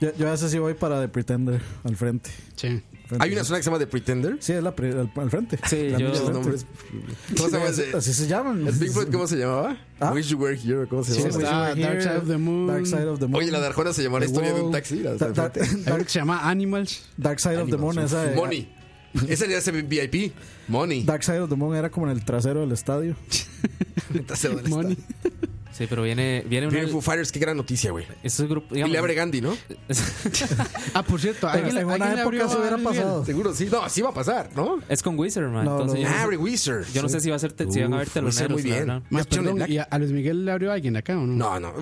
Yo, yo a veces sí voy para The Pretender al frente.
Sí.
Frente.
Hay una zona que se llama The Pretender.
Sí, es la pre- al, al frente.
Sí,
La
yo-
mía al
Los
frente.
nombres. ¿Cómo se llama
así,
ese?
así se llaman.
¿El Big Floyd cómo se llamaba?
¿Ah?
Wish You Were Here, ¿cómo se
Sí,
llamaba?
güey,
este?
Estaba
sí,
Dark
here,
Side of the Moon.
Dark Side of the Moon.
Oye, la de Arjona se llamó la
The
historia de un
Wall.
taxi. la-
Da- da-
Hay uno que se llama Animals.
Dark Side of the Moon, esa de-
Money. Ese era ese VIP. Money.
Dark Side of the Moon era como en el trasero del estadio.
Trasero del
Money.
estadio.
Sí, pero viene, viene uno.
Viene Foo Fighters, qué gran noticia, güey.
es un grupo.
Y
digamos-
le abre Gandhi, ¿no?
Ah, por cierto, alguien,
en
alguien
una
le abrió
época se hubiera
a Luis Miguel.
pasado.
Seguro sí. No, así va a pasar, ¿no?
es con Wizard, man.
No,
Entonces,
no.
yo no sé-
Abre Wizard.
Yo no sé si va a ser te- si van a haber
Uf, Wizard
teloneros.
Muy
la
bien.
verdad.
Pitch
Ma,
on the
perdón,
Black.
¿y a, a Luis Miguel le abrió a alguien acá o no?
No, no.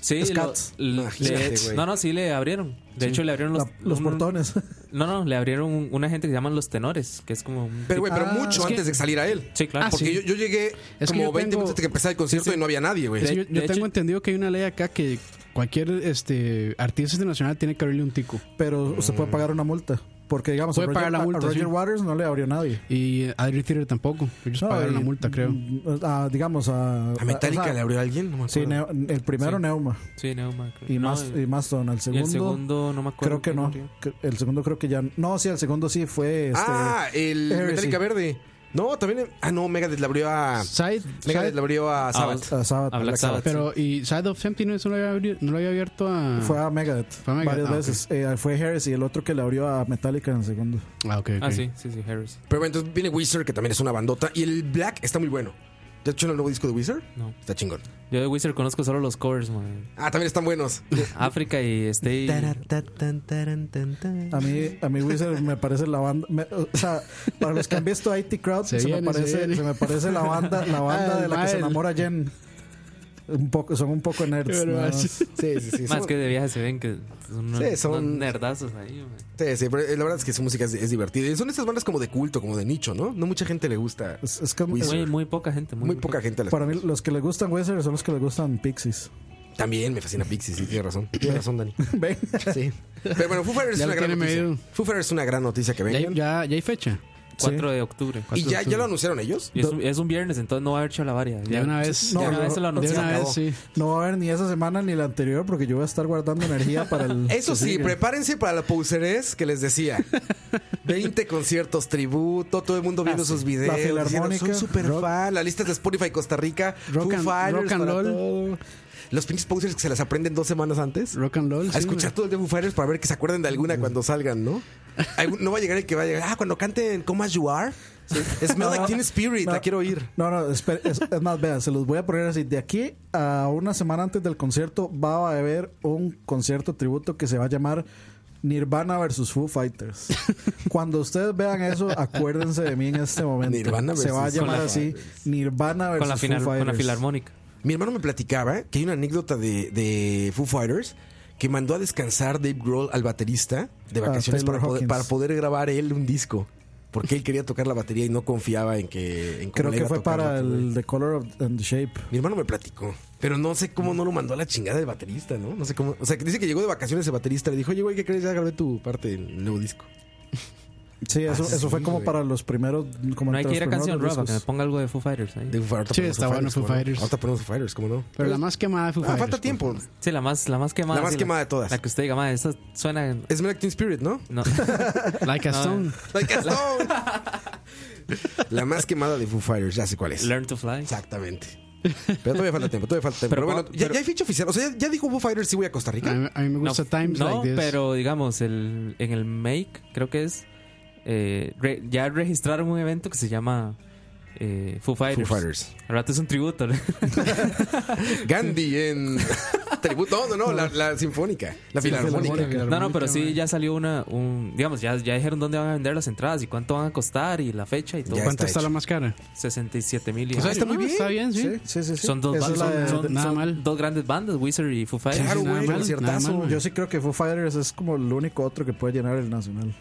Sí, lo-
Cats.
le-
Imagínate,
le-
güey.
no, no, sí le abrieron. De hecho, le abrieron los,
La- los
un-
portones.
No, no, le abrieron un- una gente que se llaman los tenores, que es como. un
Pero,
tipo-
güey, pero
Ah,
mucho
es que-
antes de salir a él.
Sí, claro.
Ah,
Porque
sí.
yo, yo llegué
Es que
como
yo
20
tengo-
minutos antes de que empezara el concierto y no había nadie, güey.
Sí, yo yo
de
tengo
hecho-
entendido que hay una ley acá que cualquier este artista internacional tiene que abrirle un tico.
Pero usted puede pagar una multa. Porque, digamos,
Mm. Puede
a Roger,
pagar la
a- a
multa,
Roger
sí.
Waters no le abrió nadie.
Y a Adri Theater tampoco. Ellos
No,
pagaron
y-
la multa, creo.
a- digamos, a.
A Metallica
o sea,
le abrió a alguien, no me
Sí,
acuerdo.
Neo- el primero
Sí.
Neuma.
Sí, no, man,
Y,
no, eh,
más, eh, y Mastodon. El
y
segundo.
el segundo no me
creo
acuerdo.
que
quién
no.
abrió.
Que- El segundo creo que ya. No, sí, el segundo sí fue. Este,
ah, el
Heresy.
Metallica Verde. No, también. Ah, no, Megadeth le abrió a.
Side,
Megadeth
Side-
le abrió a Sabbath.
a Sabbath.
A Black Sabbath.
pero y Side of Emptiness no lo había, abri- no lo había abierto a.
Fue a Megadeth.
Fue a Megadeth,
Varias
ah, ok.
veces. Eh, fue Harris y el otro que le abrió a Metallica en el segundo.
Ah, ok, ok.
Ah, sí, sí, sí, Harris.
Pero bueno, entonces viene Wizard, que también es una bandota. Y el Black está muy bueno. ¿Ya has hecho el nuevo disco de Wizard?
No.
Está chingón.
Yo de Wizard conozco solo los covers, man.
Ah, también están buenos.
África y Stay.
A mí, a mí Wizard me parece la banda. me- o sea, para los que han visto IT Crowd,
Se
se,
viene,
me
se
parece,
viene.
se me parece la banda, la banda
Ah,
de la que se
Mael.
enamora Jen. Un poco, son un poco nerds.
Qué
nada más.
barbaridad.
Sí, sí, sí.
Más que de viaje se ven que son,
Sí, son-
unos nerdazos ahí, man.
Sí, sí, pero eh, la verdad es que su música es, es divertida. Y son esas bandas como de culto, como de nicho, ¿no? No mucha gente le gusta.
Es, es que
Wizard.
Muy, muy poca gente. Muy,
Muy poca gente. les-
para mí, los que les gustan Wizard son los que les gustan Pixies.
También me fascina Pixies, sí, tiene razón. Tiene razón, Dani.
Ven.
Sí. Pero bueno, Foo Fighters es
Ya
una
lo
gran
tiene
noticia.
medido.
Foo Fighters es una gran noticia que
¿Ya, hay-
vengan.
ya, ya hay fecha.
4 de octubre.
¿Y ya, ya lo anunciaron ellos?
Y es, un, es un viernes, entonces no va a haber chalabaria.
De una vez.
No,
de una
no,
vez se lo
de
anunciaron.
una vez, sí.
No va a haber ni esa semana ni la anterior porque yo voy a estar guardando energía para el.
Eso
que
sí,
sigue.
prepárense para la pauserés que les decía. 20 conciertos tributo, todo el mundo
Ah,
viendo sus videos.
La Filarmónica,
diciendo, Soy super
rock-
fan. La lista de Spotify Costa Rica.
Rock
Foo
and-
Fighters
rock and
para
roll.
todo. Los pinches posers que se las aprenden dos semanas antes.
Rock and
Ah,
Roll.
A
sí,
escuchar todo el de Foo Fighters para ver que se acuerden de
Mm.
alguna cuando salgan, ¿no? Algún- No va a llegar el que va a llegar. Ah, cuando canten Coma You Are. Smell Like Teen Spirit,
No.
la quiero oír.
No, no, espere, es, es más, vean, se los voy a poner así. De aquí a una semana antes del concierto va a haber un concierto tributo que se va a llamar Nirvana versus Foo Fighters. Cuando ustedes vean eso, acuérdense de mí en este momento.
Nirvana
se va a
versus
llamar
Foo
así Nirvana versus
Con la, filar-
Foo Fighters.
con la filarmónica.
Mi hermano me platicaba que hay una anécdota de, de Foo Fighters que mandó a descansar Dave Grohl al baterista de
Ah,
vacaciones
Taylor
para poder,
Hawkins.
para poder grabar él un disco. Porque él quería tocar la batería y no confiaba en que... En cómo
Creo
la
que
iba a
fue
tocar
para
otro güey.
el The Color of, and the Shape.
Mi hermano me platicó. Pero no sé cómo no lo mandó a la chingada el baterista, ¿no? No sé cómo... O sea, que dice que llegó de vacaciones el baterista. Le dijo, oye, güey, ¿qué crees? Ya grabé tu parte del nuevo disco.
Sí, eso,
Ah, sí,
eso fue como
güey.
para los primeros. Como
No hay
entre
que ir a
los primeros
canción rock, que me
discos.
ponga algo de Foo Fighters ahí.
De Foo Fighters, ahorita
Sí,
ponemos
está
Foo
bueno Foo
¿cómo no?
Fighters.
Ahorita ponemos Foo Fighters, ¿cómo no?
Pero la más quemada fue
Ah, falta tiempo.
Sí, la más, la más quemada.
La más
sí,
quemada de todas.
La que usted diga, más, esta suena.
Es Like Teen Spirit, ¿no?
No.
Like a
No,
Stone.
Like a Stone. la más quemada de Foo Fighters. Ya sé cuál es.
Learn to Fly.
Exactamente. Pero todavía falta tiempo, todavía falta tiempo. Pero,
Pero
bueno,
pa-
ya,
pero-
ya hay fecha oficial. O sea, ya, ya dijo Foo Fighters sí voy a Costa
A
Rica.
mí, a mí me gusta Times
no,
Like This.
pero digamos, el, en el Make, creo que es. eh, re- ya registraron un evento que se llama eh, Foo Fighters.
Foo Fighters.
Al rato es un tributo. ¿no?
Gandhi en tributo. No, no, no, la, la sinfónica. La filarmónica.
No, no, pero sí ya salió una, un, digamos, ya, ya dijeron dónde van a vender las entradas y cuánto van a costar y la fecha y todo.
Ya
¿Cuánto
está
está, la
hecho.
más cara?
Pues 67 mil y
O sea,
está muy
ah,
bien.
Está bien, sí.
Sí, sí, sí. sí.
son dos,
Esa
ba-
es la
son-
de-
son-
de-
nada
son
mal.
dos grandes bandas, Wizard y Foo Fighters.
Claro,
nada
güey,
mal,
conciertazo.
nada mal,
Yo sí creo que Foo Fighters es como el único otro que puede llenar el nacional.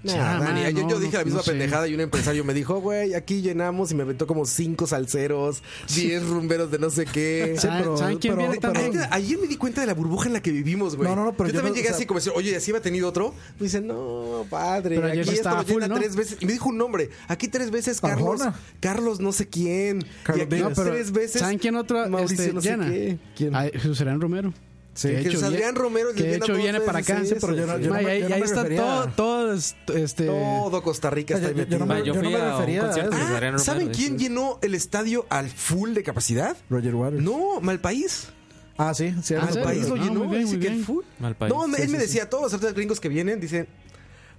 Nah,
Ah,
Dani,
man,
ayer yo
no,
dije la
no,
misma
no sé.
pendejada y un empresario me dijo, güey, aquí llenamos y me aventó como cinco salseros, diez rumberos de no sé qué.
Sí,
¿Saben-
pero-
saben quién
pero-
viene
pero-
también?
Ayer, ayer me di cuenta de la burbuja en la que vivimos, güey.
No, no, no, pero
yo,
yo
también
no, o
llegué
sea-
así como decir, oye, así iba a tenido otro. Me dice, no, padre,
Pero ayer
aquí
sí
esto
estaba
lo llena
full, ¿no?
tres veces. Y me dijo un nombre, aquí tres veces Carlos,
Arjona.
Carlos no sé quién.
Carlos
y aquí
Vives.
tres veces.
¿Saben quién otro
Mauricio
este,
no
llena?
sé qué. ¿Quién?
Ah, Jesús Adrián Romero.
Sí,
Que de
que
hecho
Adrián
viene-
Romero
que
llena
de hecho
dos
viene para
veces
acá.
ese
ese
proyecto.
proyecto.
yo no me-
Ma, y ahí
yo no
y ahí
me
está
refería-
todo, todo es- este...
Todo Costa Rica está ahí
Yo- yo- yo no me-
metido.
Ma, Ah, yo,
yo
fui
me
a
refería
un
a
concierto de
eso.
Mariano
Ah,
Romero,
¿Saben quién
entonces-
llenó el estadio al full de capacidad?
Roger
Pues
Waters.
No, Malpaís.
Ah, sí, sí.
Ah,
era
sí.
Roger
Malpaís lo
Ah,
llenó.
muy bien,
dice
muy
que el
bien.
full.
Malpaís,
No, me- él me decía, todos los artistas gringos que vienen dicen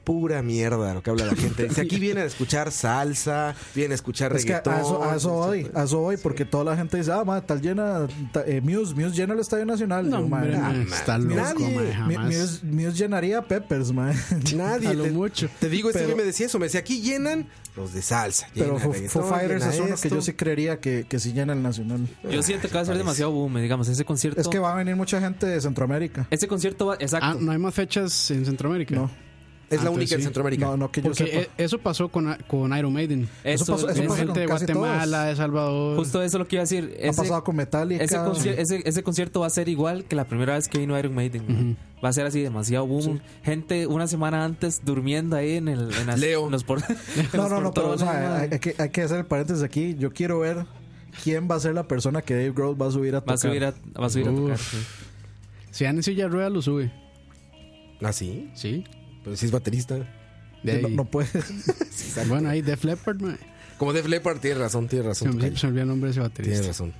pura mierda lo que habla la gente. Dice, aquí vienen a escuchar salsa, vienen a escuchar
Es que a
reggaetón. este, pues,
eso, a eso
etcétera.
voy, a eso voy, porque toda la gente dice, ah, ma, tal llena, ta- eh, Muse, Muse llena el Estadio Nacional.
No,
Yo, ma,
hombre,
ah,
ma, está
Muse-
loco, ma,
Muse-
jamás.
Muse, Muse llenaría Peppers, ma.
Nadie
A lo
te,
mucho. Ah,
te digo, ese
Pero-
güey me decía eso, me decía, aquí llenan los de salsa.
Pero
llena
Foo
reggaetón,
Foo Fighters
llena
es uno que
esto.
yo sí creería que, que sí llena el Nacional.
Yo siento que va a ser demasiado boom, digamos, ese concierto.
Es que va a venir mucha gente de Centroamérica.
Ese concierto va, exacto.
Ah, no hay más fechas en Centroamérica.
No,
Es la
Ah,
única
entonces
en
sí.
Centroamérica.
no, no que yo
Porque
e,
sepa.
eh, eso pasó con, con Iron Maiden.
eso,
eso pasó- eso
es-
pasó
gente de
con casi
Guatemala, de Salvador.
Justo eso lo que iba a decir.
ha
Ese,
pasado con Metallica.
ese, conci- ese- ese concierto va a ser igual que la primera vez que vino Iron Maiden. ¿no? Va a ser así, demasiado boom. Gente una semana antes durmiendo ahí en, el, en las-
Leo.
en los por- en
No,
los
no, no, pero o
portones,
sea,
madre.
hay, hay que, hay que hacer el paréntesis aquí. Yo quiero ver quién va a ser la persona que Dave Grohl va a subir a
va
tocar.
a subir a, va a, subir a
Uf.
tocar. sí.
Si dan en silla de ruedas, lo sube.
Ah, sí.
Sí.
Pero si es baterista.
De ahí.
No, no puede.
bueno, ahí Def Leppard, ma.
Como Def Leppard, tiene razón, tiene
Se
razón.
me,
tocayo.
se me olvidó el nombre de ese baterista.
Tienes razón.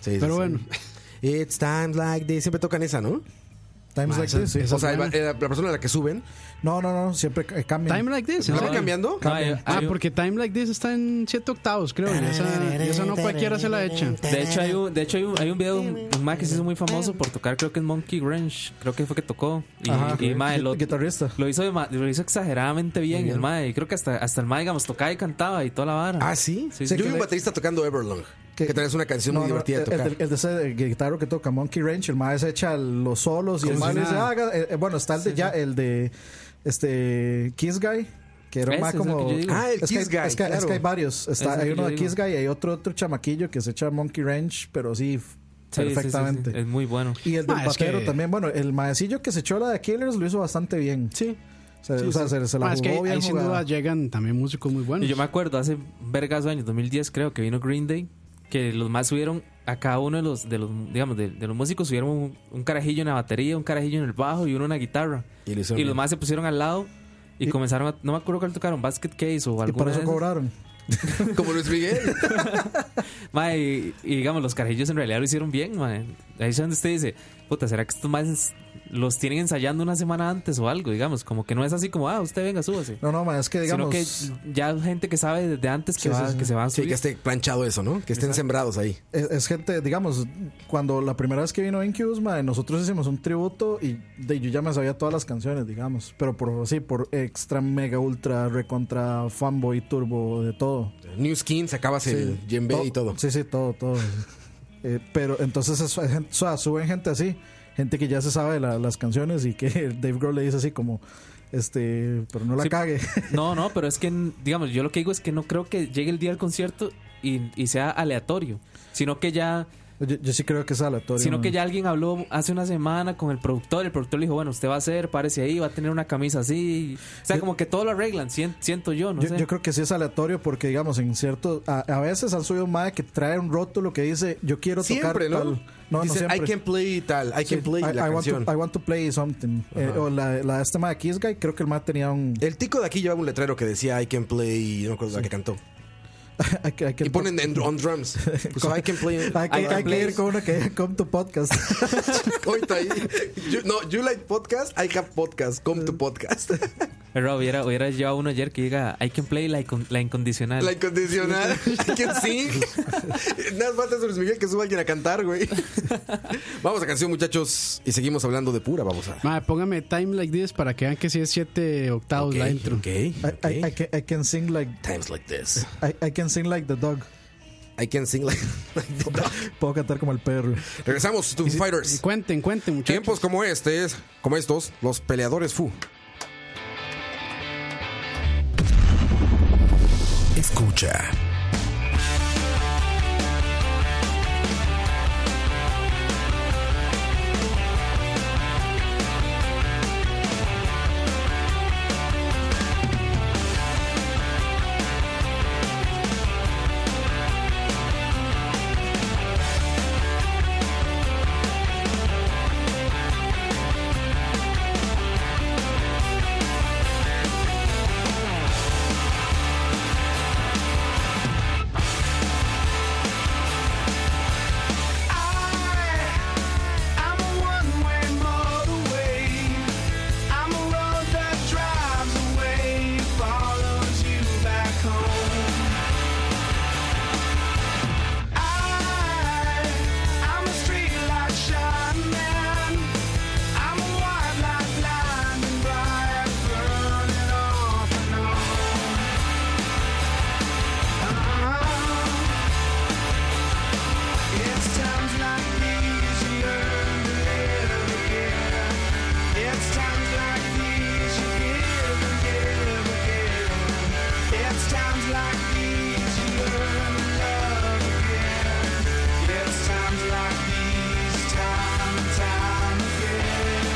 Sí, sí,
Pero
sí.
bueno.
It's times like this. Siempre tocan esa, ¿no?
Times
Ma,
like
esa-
this, sí.
esa-
O sea,
buena.
el- el- la persona a la que suben.
No, no, no, siempre eh, cambian.
Time Like This.
¿La
¿no?
van cambiando?
No, hay-
Ah,
hay un-
porque Time Like This está en 7 octavos, creo. Y esa, y esa no cualquiera se la echa.
De hecho, hay un, de hecho hay un, hay un video de un, un mae que se hizo muy famoso por tocar, creo que es Monkey Ranch, creo que fue que tocó. Y,
Ajá.
y mae, lo,
guitarrista.
lo hizo, dema- lo hizo exageradamente bien, el mae. Y creo que hasta, hasta el mae, digamos, tocaba y cantaba y toda la vara.
Ah, sí.
Sí,
Yo
sí.
vi
que
un
le-
baterista tocando Everlong. Que,
que-
también es una canción
No,
muy
no,
divertida de
el,
tocar.
el- el de ese el guitarro que toca Monkey Ranch, el maestro echa los solos y el
Como si
maestro dice,
nada.
"Ah, haga- eh, eh, bueno, está el de ya, el de este Kiss Guy, que era
Ese
más
es el
como
que yo digo.
Ah, el
es que-
Kiss Guy,
Es que, es
claro.
que hay varios,
Ese es
está,
el
hay
que
uno
yo
de
digo.
Kiss Guy y hay otro otro chamaquillo que se echa Monkey Ranch, pero sí f-
Sí, sí, sí, sí,
perfectamente.
es muy bueno.
Y el del
Ah,
Ma, es
batero
que-
también, bueno, el maecillo que se echó la de Killers lo hizo bastante bien.
Sí. Ah,
Se, o sea, se, se la
Ma,
jugó
es que ahí,
bien
ahí sin
jugada.
duda llegan también músicos muy
Y
buenos.
yo me acuerdo hace vergas años, 2010 creo, que vino Green Day, que los más subieron a cada uno de los, de los digamos, de, de los músicos subieron un, un carajillo en la batería, un carajillo en el bajo y uno en la guitarra.
Y lo hicieron
Y los
bien.
más se pusieron al lado y, comenzaron a, no me acuerdo cuál tocaron, Basket Case o
Y
algo
por eso cobraron.
Como Luis Miguel.
y, y digamos, los carajillos en realidad lo hicieron bien, mae. Ahí es donde usted dice, puta, ¿será que estos más los tienen ensayando una semana antes o algo? Digamos, como que no es así como, ah, usted venga, súbase.
No, no, ma, es que digamos...
Sino que ya hay gente que sabe desde antes que,
Sí,
va-
sí, sí.
que se van a
Ah, sí,
subir.
que esté planchado eso, ¿no? Que estén sembrados ahí.
Es, es gente, digamos, cuando la primera vez que vino Incubus, mae, nosotros hicimos un tributo y de, yo ya me sabía todas las canciones, digamos, pero por sí, por extra, mega, ultra, recontra, fanboy, turbo, de todo.
New Skin, sacabas el djembe y todo.
Sí, sí, todo, todo. Eh, pero entonces, es- es gente- o sea, suben gente así, gente que ya se sabe la- las canciones y que Dave Grohl le dice así como, este, pero no la
Sí.
cague.
No, no, pero es que, digamos, yo lo que digo es que no creo que llegue el día del concierto y, y sea aleatorio, sino que ya,
Yo, yo sí creo que es aleatorio.
sino
mae.
que ya alguien habló hace una semana con el productor, el productor le dijo, bueno, usted va a hacer, parece ahí, va a tener una camisa así, o sea, como que todo lo arreglan, sien- siento yo, no
Yo,
sé.
yo creo que sí es aleatorio porque, digamos, en cierto. A, a veces han subido más que trae un rótulo que dice: Yo quiero
Siempre,
tocar.
¿no?
tal". No, no
Dicen,
siempre.
I can play tal, I
Sí,
can play
I-
la
I want to-
canción.
I want to play something. Eh, o la, la esta mae de Kiss Guy, creo que el más tenía un.
El tico de aquí llevaba un letrero que decía I can play, no me acuerdo la que cantó.
hay que- hay que-
Y ponen en, on drums. So I can play.
Hay que,
I can
hay que
play.
ir con una que diga, Come to podcast.
Ahorita ahí. You- no, you like podcast, I have podcast, come to podcast.
Pero hubiera, hubiera llevado uno ayer que diga, I can play la, incon- la incondicional.
La incondicional. ¿Quién sí? Nada más falta Luis Miguel que suba alguien a cantar, güey. Vamos a canción, muchachos, y seguimos hablando de pura vamos a
Madre, póngame Time Like This para que vean que sí es 7 octavos la intro.
I, I- I can, I can sing like
Times like this.
I, I can sing like the dog.
I can sing like, like the dog.
Puedo cantar como el perro.
Regresamos, Foo Fighters.
Cuenten, cuenten, muchachos.
Tiempos como este, como estos, los peleadores Fu.
Escucha.
I'm a one-way motorway. I'm a road that drives away, follows you back home. I, I'm a streetlight shining man. I'm a white light blinding bright, burning off and on. uh it's times like these you learn to live again. It's times like these you give and give again. It's times like these you learn to love again. It's times like these, time and time again.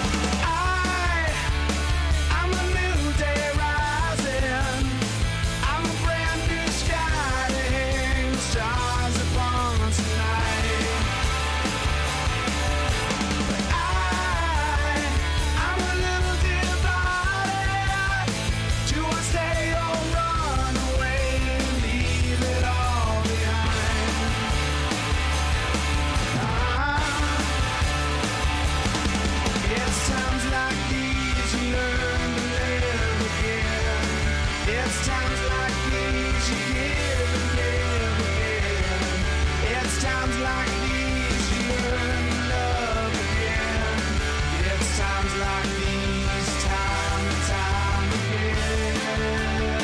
I I'm a new day rising. I'm a brand new sky to hang the stars upon tonight. I, I'm a little divided. Do I stay or run away and leave it all behind? I, it's times like these you learn to live again. It's times like these you give and give again. It's times like these you learn to love again. It's times like these, time and time again.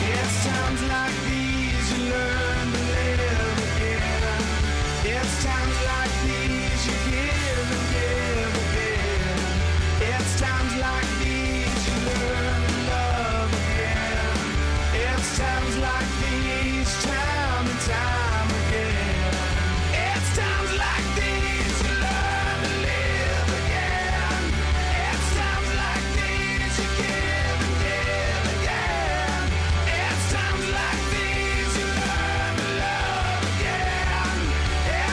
It's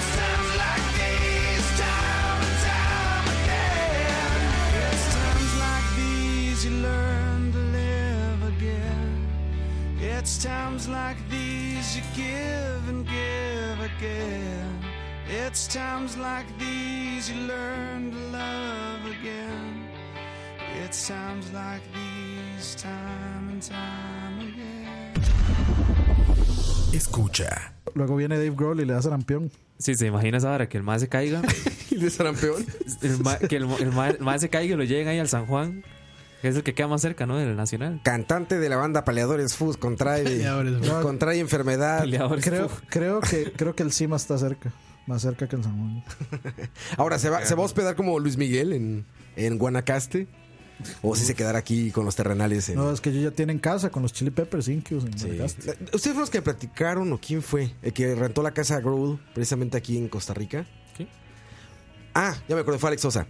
times like these you learn to live again. It's times like these you give and give again. It's times like these you learn to love again. It's times like these, time and time again. It's times like these you learn to live again. It's times like these you give and give again. It's times like these you learn to love again. It's times like these, time and time again. It's times like these you learn to live again. It's times like these you give and give again. It's times like these you learn to love again. It's times like these, time and time again.
Escucha.
Luego viene Dave Grohl y le da sarampión.
Sí, se imagina esa vara que el más se caiga.
Y de sarampeón.
El ma- que el, el ma- el ma se caiga y lo lleven ahí al San Juan. Que es el que queda más cerca, ¿no? Del Nacional.
Cantante de la banda Peleadores Fu contrae,
Peleadores Fu.
contrae enfermedad.
Peleadores,
Creo,
uf.
creo que creo que el Cima está cerca. Más cerca que en San Juan.
Ahora, ¿se va, ¿se va a hospedar como Luis Miguel en, en Guanacaste? ¿O si se quedará aquí con los terrenales?
Este,
en-
No, es que ellos ya tienen casa con los Chili Peppers Inquios en
Sí.
Guanacaste.
¿Ustedes fueron los que platicaron o quién fue? El que rentó la casa a Growl precisamente aquí en Costa Rica.
¿Qué?
Ah, ya me acuerdo, fue Alex Sosa.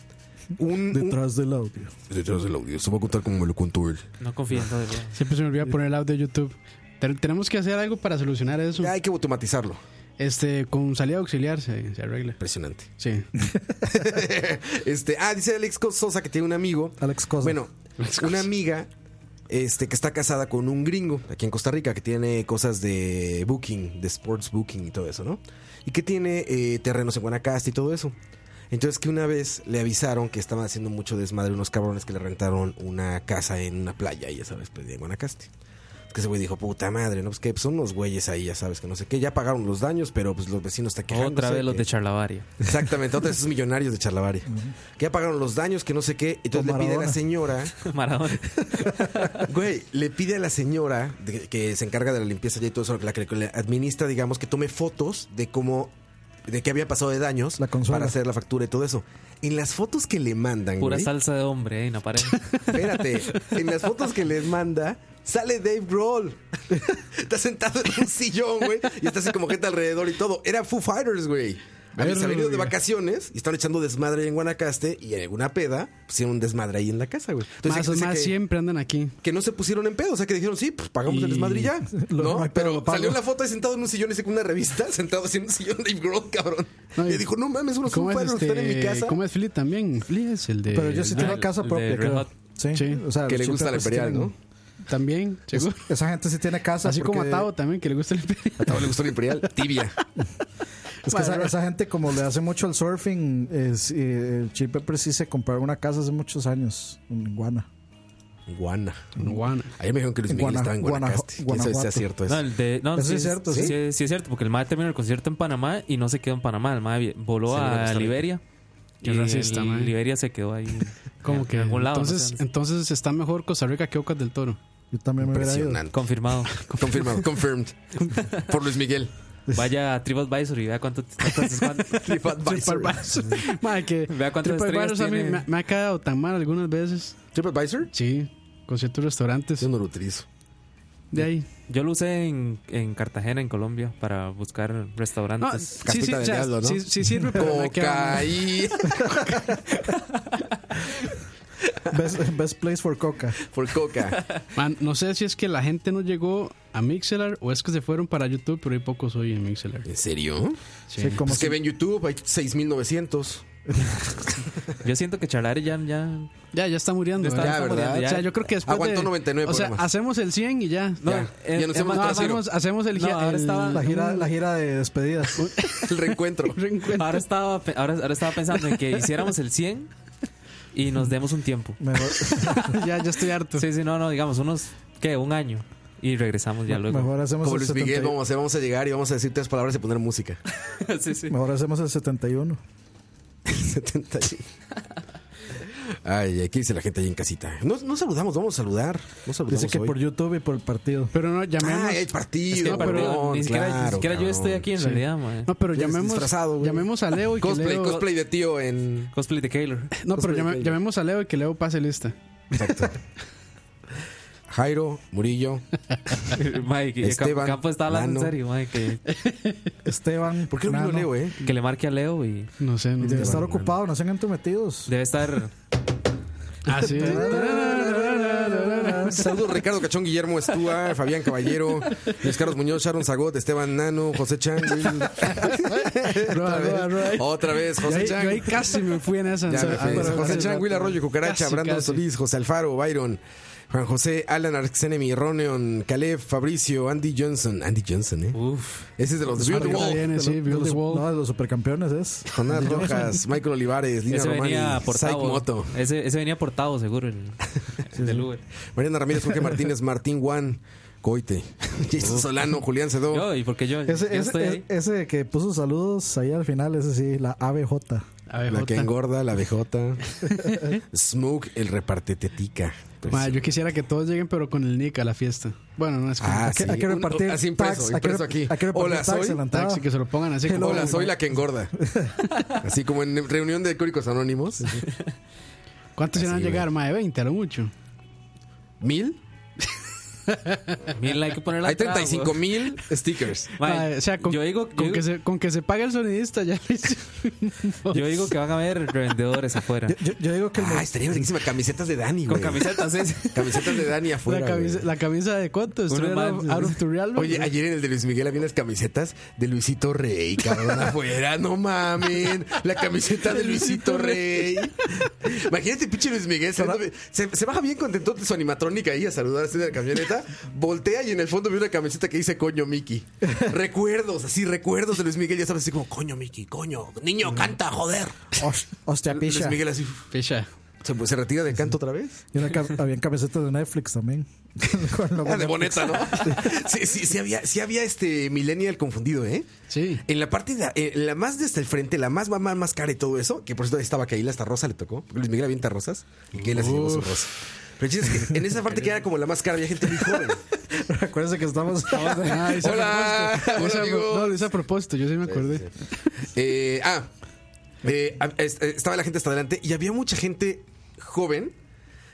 Un, un-
Detrás del audio.
Detrás del audio, se va a contar como me lo contó él.
No confío en todo el mundo.
Siempre se me olvida poner el audio de YouTube. Ten- tenemos que hacer algo para solucionar eso.
Ya hay que automatizarlo.
Este, con salida auxiliar se, se arregla.
Impresionante.
Sí.
este, ah, dice Alex Sosa que tiene un amigo.
Alex Cosa.
Bueno, una amiga este, que está casada con un gringo aquí en Costa Rica que tiene cosas de booking, de sports booking y todo eso, ¿no? Y que tiene eh, terrenos en Guanacaste y todo eso. Entonces que una vez le avisaron que estaban haciendo mucho desmadre unos cabrones que le rentaron una casa en una playa, y ya sabes, pues, de Guanacaste. Que ese güey dijo, puta madre, ¿no? Pues que pues, son unos güeyes ahí, ya sabes, que no sé qué. Ya pagaron los daños, pero pues los vecinos están quejándose.
Otra vez los
que-
de Charlavaria.
Exactamente, otra de esos millonarios de Charlavaria. Que ya pagaron los daños, que no sé qué. Entonces
O
le pide a la
Maradona.
señora,
Maradona.
güey, le pide a la señora de- que se encarga de la limpieza ya y todo eso, la que le administra, digamos, que tome fotos de cómo, de qué había pasado de daños
La consola.
para hacer la factura y todo eso. En las fotos que le mandan,
Pura
güey,
salsa de hombre ¿eh? ahí en la pared.
espérate, en las fotos que les manda. Sale Dave Grohl. está sentado en un sillón, güey. Y está así como gente alrededor y todo. Era Foo Fighters, güey. Habían
Verga.
salido de vacaciones y estaban echando desmadre en Guanacaste y en alguna peda pusieron un desmadre ahí en la casa, güey. Entonces,
más
dice
más
que,
siempre andan aquí.
que no se pusieron en pedo, o sea que dijeron, sí, pues pagamos el desmadre y ya.
Lo
¿no?
demás,
Pero
lo pago.
salió la foto ahí sentado en un sillón y con una revista, sentado así en un sillón Dave Grohl, cabrón.
No,
y
y-
dijo, no mames, unos Foo
¿Cómo es,
Fighters están en mi
este,
casa.
¿Cómo es Philip también? Philip es el de.
Pero yo sí
Ah,
tengo casa
el eh, de
propia,
Red
creo.
Hot.
Sí.
Sí.
O sea, los
Que le
Chili
gusta la
Peppers
imperial,
tienen-
¿no?
También,
Es-
seguro.
esa gente sí tiene casa.
Así como
Pues, porque-
Atado también, que le gusta el
A Tavo le gustó la imperial, tibia.
Es que esa, esa gente, como le hace mucho al surfing, es, eh, el Chili Peppers sí se compraron una casa hace muchos años en Guana.
Guana.
Guana.
Ayer me dijeron que Luis
En
Miguel
Guana-
estaba en
Guana-
Guanacaste. ¿Quién sabe si sea
Guanajuato.
cierto Pues, eso?
No, el de, no,
Eso sí
sí
es cierto,
Sí,
¿sí?
sí es cierto, porque el MAE terminó el concierto en Panamá y no se quedó en Panamá. El MAE voló
Se vino a Costa
a
Rica.
Liberia.
Qué
Y
racista,
el-
mae.
Liberia se quedó ahí.
Como
en-
que.
En algún lado. no
entonces,
sé dónde.
entonces está mejor Costa Rica que Ocas del Toro.
Yo también me hubiera ido.
Impresionante.
Confirmado.
Confirmado, confirmed. Por Luis Miguel.
Vaya a TripAdvisor y vea cuánto. cuántas- cuántas-
TripAdvisor.
Madre, que.
Vea cuántas
TripAdvisor a
estrellas
mí
tiene.
me, me ha quedado tan mal algunas veces.
¿TripAdvisor?
Sí, con ciertos restaurantes.
Yo no lo utilizo.
De ahí.
Yo lo usé en, en Cartagena, en Colombia, para buscar
No,
restaurantes.
sí, sí,
Capita del
ya,
Diablo, ¿no?
sí, sí sirve, pero me ha quedado mal.
Cocaí.
Best, best place for coca.
Por coca.
Man, no sé si es que la gente no llegó a Mixelar o es que se fueron para YouTube, pero hay pocos hoy en Mixelar.
¿En serio?
Sí.
Sí, como
Pues que ven YouTube, hay 6900.
Yo siento que Charlare ya, ya.
Ya, ya está muriendo.
Ya está-
¿verdad?
Ya, ¿verdad?
O sea, yo creo que después
Aguantó
de-
99
O sea,
programas.
hacemos el 100 y ya.
No,
Ya.
eh,
Ya nos
eh,
hemos
No,
más-
cero.
hacemos, hacemos el,
No,
gi-
ahora
el-
estaba-
La gira, la gira de despedidas.
El reencuentro.
reencuentro.
Ahora estaba, pe- ahora, ahora estaba pensando en que hiciéramos el 100 y nos demos un tiempo.
Mejor,
ya, ya estoy harto.
Sí, sí, no, no, digamos unos, ¿qué? Un año. Y regresamos ya luego.
mejor hacemos
Como
el
Luis Miguel,
71.
vamos a, hacer, vamos a llegar y vamos a decir tres palabras y poner música.
sí, sí.
Mejor hacemos el 71.
71. Ay, aquí dice la gente ahí en casita. No, no saludamos, vamos a saludar. No saludamos
Dice que
Pues hoy.
por YouTube y por el partido.
Pero no,
Ah,
llamemos.
hay partido.
Es que,
no,
perdón,
perdón,
ni siquiera, ni
claro,
siquiera yo
cabrón.
estoy aquí en
Sí.
realidad, mae.
no, pero
Ya estás
llamemos,
disfrazado, güey.
llamemos a Leo y que
Cosplay,
Leo.
cosplay de tío en.
Cosplay de Keylor.
no, pero
cosplay
llame-
de-
llamemos a Leo y que Leo pase lista.
Exacto. Jairo, Murillo.
Mae, que
Esteban,
Campo, Campo está
Lano.
hablando en serio, mae, que,
Esteban.
¿Por qué no
Nano,
vino Leo, eh?
que le marque a Leo y
No sé, no
Debe
sé.
estar ocupado, no sean entrometidos.
debe estar.
Ah, sí.
Saludos Ricardo Cachón, Guillermo Estúa, Fabián Caballero, Luis Carlos Muñoz, Sharon Zagot, Esteban Nano, José Chang.
Roa, roa, roa.
Otra vez,
Yo
José
ahí,
Chang.
yo ahí casi me fui en esa.
Ya me
Ah,
fui.
pero-
José Chan, Will Arroyo, Cucaracha,
Casi,
Brandon
casi.
Solís, José Alfaro, Byron, Juan José, Alan Arxenemy, Roneon, Caleb, Fabricio, Andy Johnson. Andy Johnson, ¿eh?
Uf.
Ese es de los Build the
Ahorita
Wall.
viene, sí, Build the Wall.
No, de los supercampeones es.
Jonás Rojas, Michael Olivares, Lina
Ese venía
Romani, Saik
portado.
Moto,
Ese, ese venía portado, seguro. El, el del Uber.
Mariana Ramírez, Jorge Martínez, Martín Juan, Coite, Jason Solano, Julián Cedó.
Yo, ¿y por qué yo?
Ese,
Yo
ese,
estoy ahí.
ese que puso saludos ahí al final, ese sí, la ABJ.
La que
abejota.
engorda, la abejota. Smoke, el repartetetica. Pues,
Ma, yo quisiera que todos lleguen, pero con el nick a la fiesta. Bueno, no es como
Ah,
Hay que-
sí.
hay que
Un-
repartir
así impreso,
tax, hay que
impreso
rep-
aquí.
hay que repartir
Hola,
tax
soy.
en la entrada.
taxi, que se lo pongan así como.
Hola, soy la que engorda. Así como en reunión de cúricos anónimos.
¿Cuántos irán a
Así, güey.
llegar? Más de 20, a lo mucho.
¿Mil?
Mira, hay que ponerla
Hay
atrás,
35
güey.
mil Ah, stickers.
Mae,
Ma, o sea, con,
yo digo, yo
con
digo-
que se, con que se pague el sonidista ya le hicimos.
yo digo que van a haber revendedores afuera.
Yo, yo digo que el
Ah,
mo-
estaría buenísima. Camisetas de Dani,
Con
güey.
camisetas, es.
Camisetas de Dani
La
afuera.
camisa,
güey.
la camisa de cuánto?
Uno
¿Estuviera
más.
out of Turrialba?
Oye, ayer en el de Luis Miguel había unas camisetas de Luisito Rey, cabrón, afuera, no mamen. La camiseta de Luisito Rey. Imagínate, pinche Luis Miguel. saliendo- Se, se baja bien contento de su animatrónica ahí a saludar así de la camioneta. Voltea y en el fondo ve una camiseta que dice coño Mickey. Recuerdos, así recuerdos de Luis Miguel. Ya sabes, así como coño Mickey, coño, niño, canta, joder.
Hos- Hostia,
Luis
picha.
Miguel así
Picha.
se, se retira del canto otra vez.
Y una cam- había camisetas de Netflix también. Con logo
Ah,
Netflix.
de boneta, ¿no? Sí, sí, sí había, sí había este Millennial confundido, ¿eh?
Sí.
En la parte de- en la más desde el frente, la más mamá más cara y todo eso, que por cierto ahí estaba Keila, hasta rosa le tocó. porque Luis Miguel avienta rosas y Keila se llevó su rosa. Pero el chiste es que en esa parte que era como la más cara, había gente muy joven.
Acuérdense que estamos.
Ah, Luisa
Hola,
Propuesto.
hola,
Luisa-
amigos.
No, lo hice a propósito, yo sí me acordé.
Eh, ah, eh, a- es- eh, estaba la gente hasta adelante y había mucha gente joven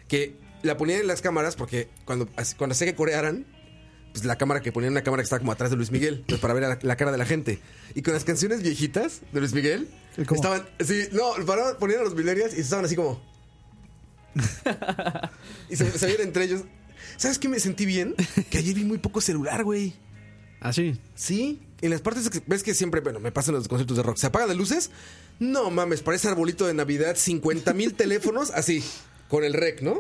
que la ponían en las cámaras porque cuando, as- cuando hacía que corearan, pues la cámara que ponían una cámara que estaba como atrás de Luis Miguel, pues para ver la, la cara de la gente. Y con las canciones viejitas de Luis Miguel,
¿Cómo?
estaban, sí, no, paraban, ponían a los millennials y estaban así como. y se, se veían entre ellos. ¿Sabes qué me sentí bien? Que ayer vi muy poco celular, güey.
Así.
Sí, en las partes que ves que siempre, bueno, me pasan los conciertos de rock, se apagan las luces. No mames, parece arbolito de Navidad, 50 mil teléfonos, así, con el rec, ¿no?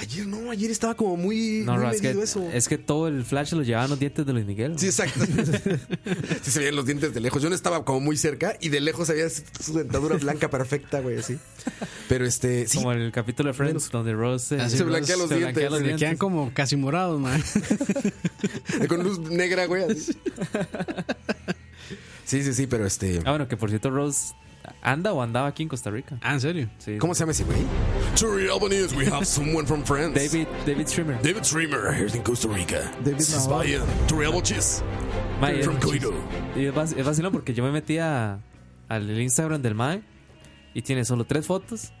Ayer no, ayer estaba como muy,
No,
muy
no, es que,
medido eso.
es que todo el flash lo llevaban los dientes de Luis Miguel.
Sí, exacto. sí, se veían los dientes de lejos. Yo no estaba como muy cerca y de lejos había su dentadura blanca perfecta, güey, así. Pero este, sí,
Como el capítulo de Friends donde Rose
Así
Ah, se blanquea los
se
dientes.
blanquea los
Le
dientes.
quedan como casi morados, man.
con luz negra, güey. así. Sí, sí, sí, pero este.
Ah, bueno, que por cierto Rose anda o andaba aquí en Costa Rica.
Ah, ¿en serio?
Sí.
¿Cómo se llama ese güey? To real news, we have someone from France.
David, David Streamer.
David Streamer, here in Costa Rica.
David
This is
Navarro.
by, uh, Torreal Bochis.
Mae,
From
es-
Coito.
Y es, vac- es vacilón porque yo me metí a- al Instagram del Mae y tiene solo tres fotos.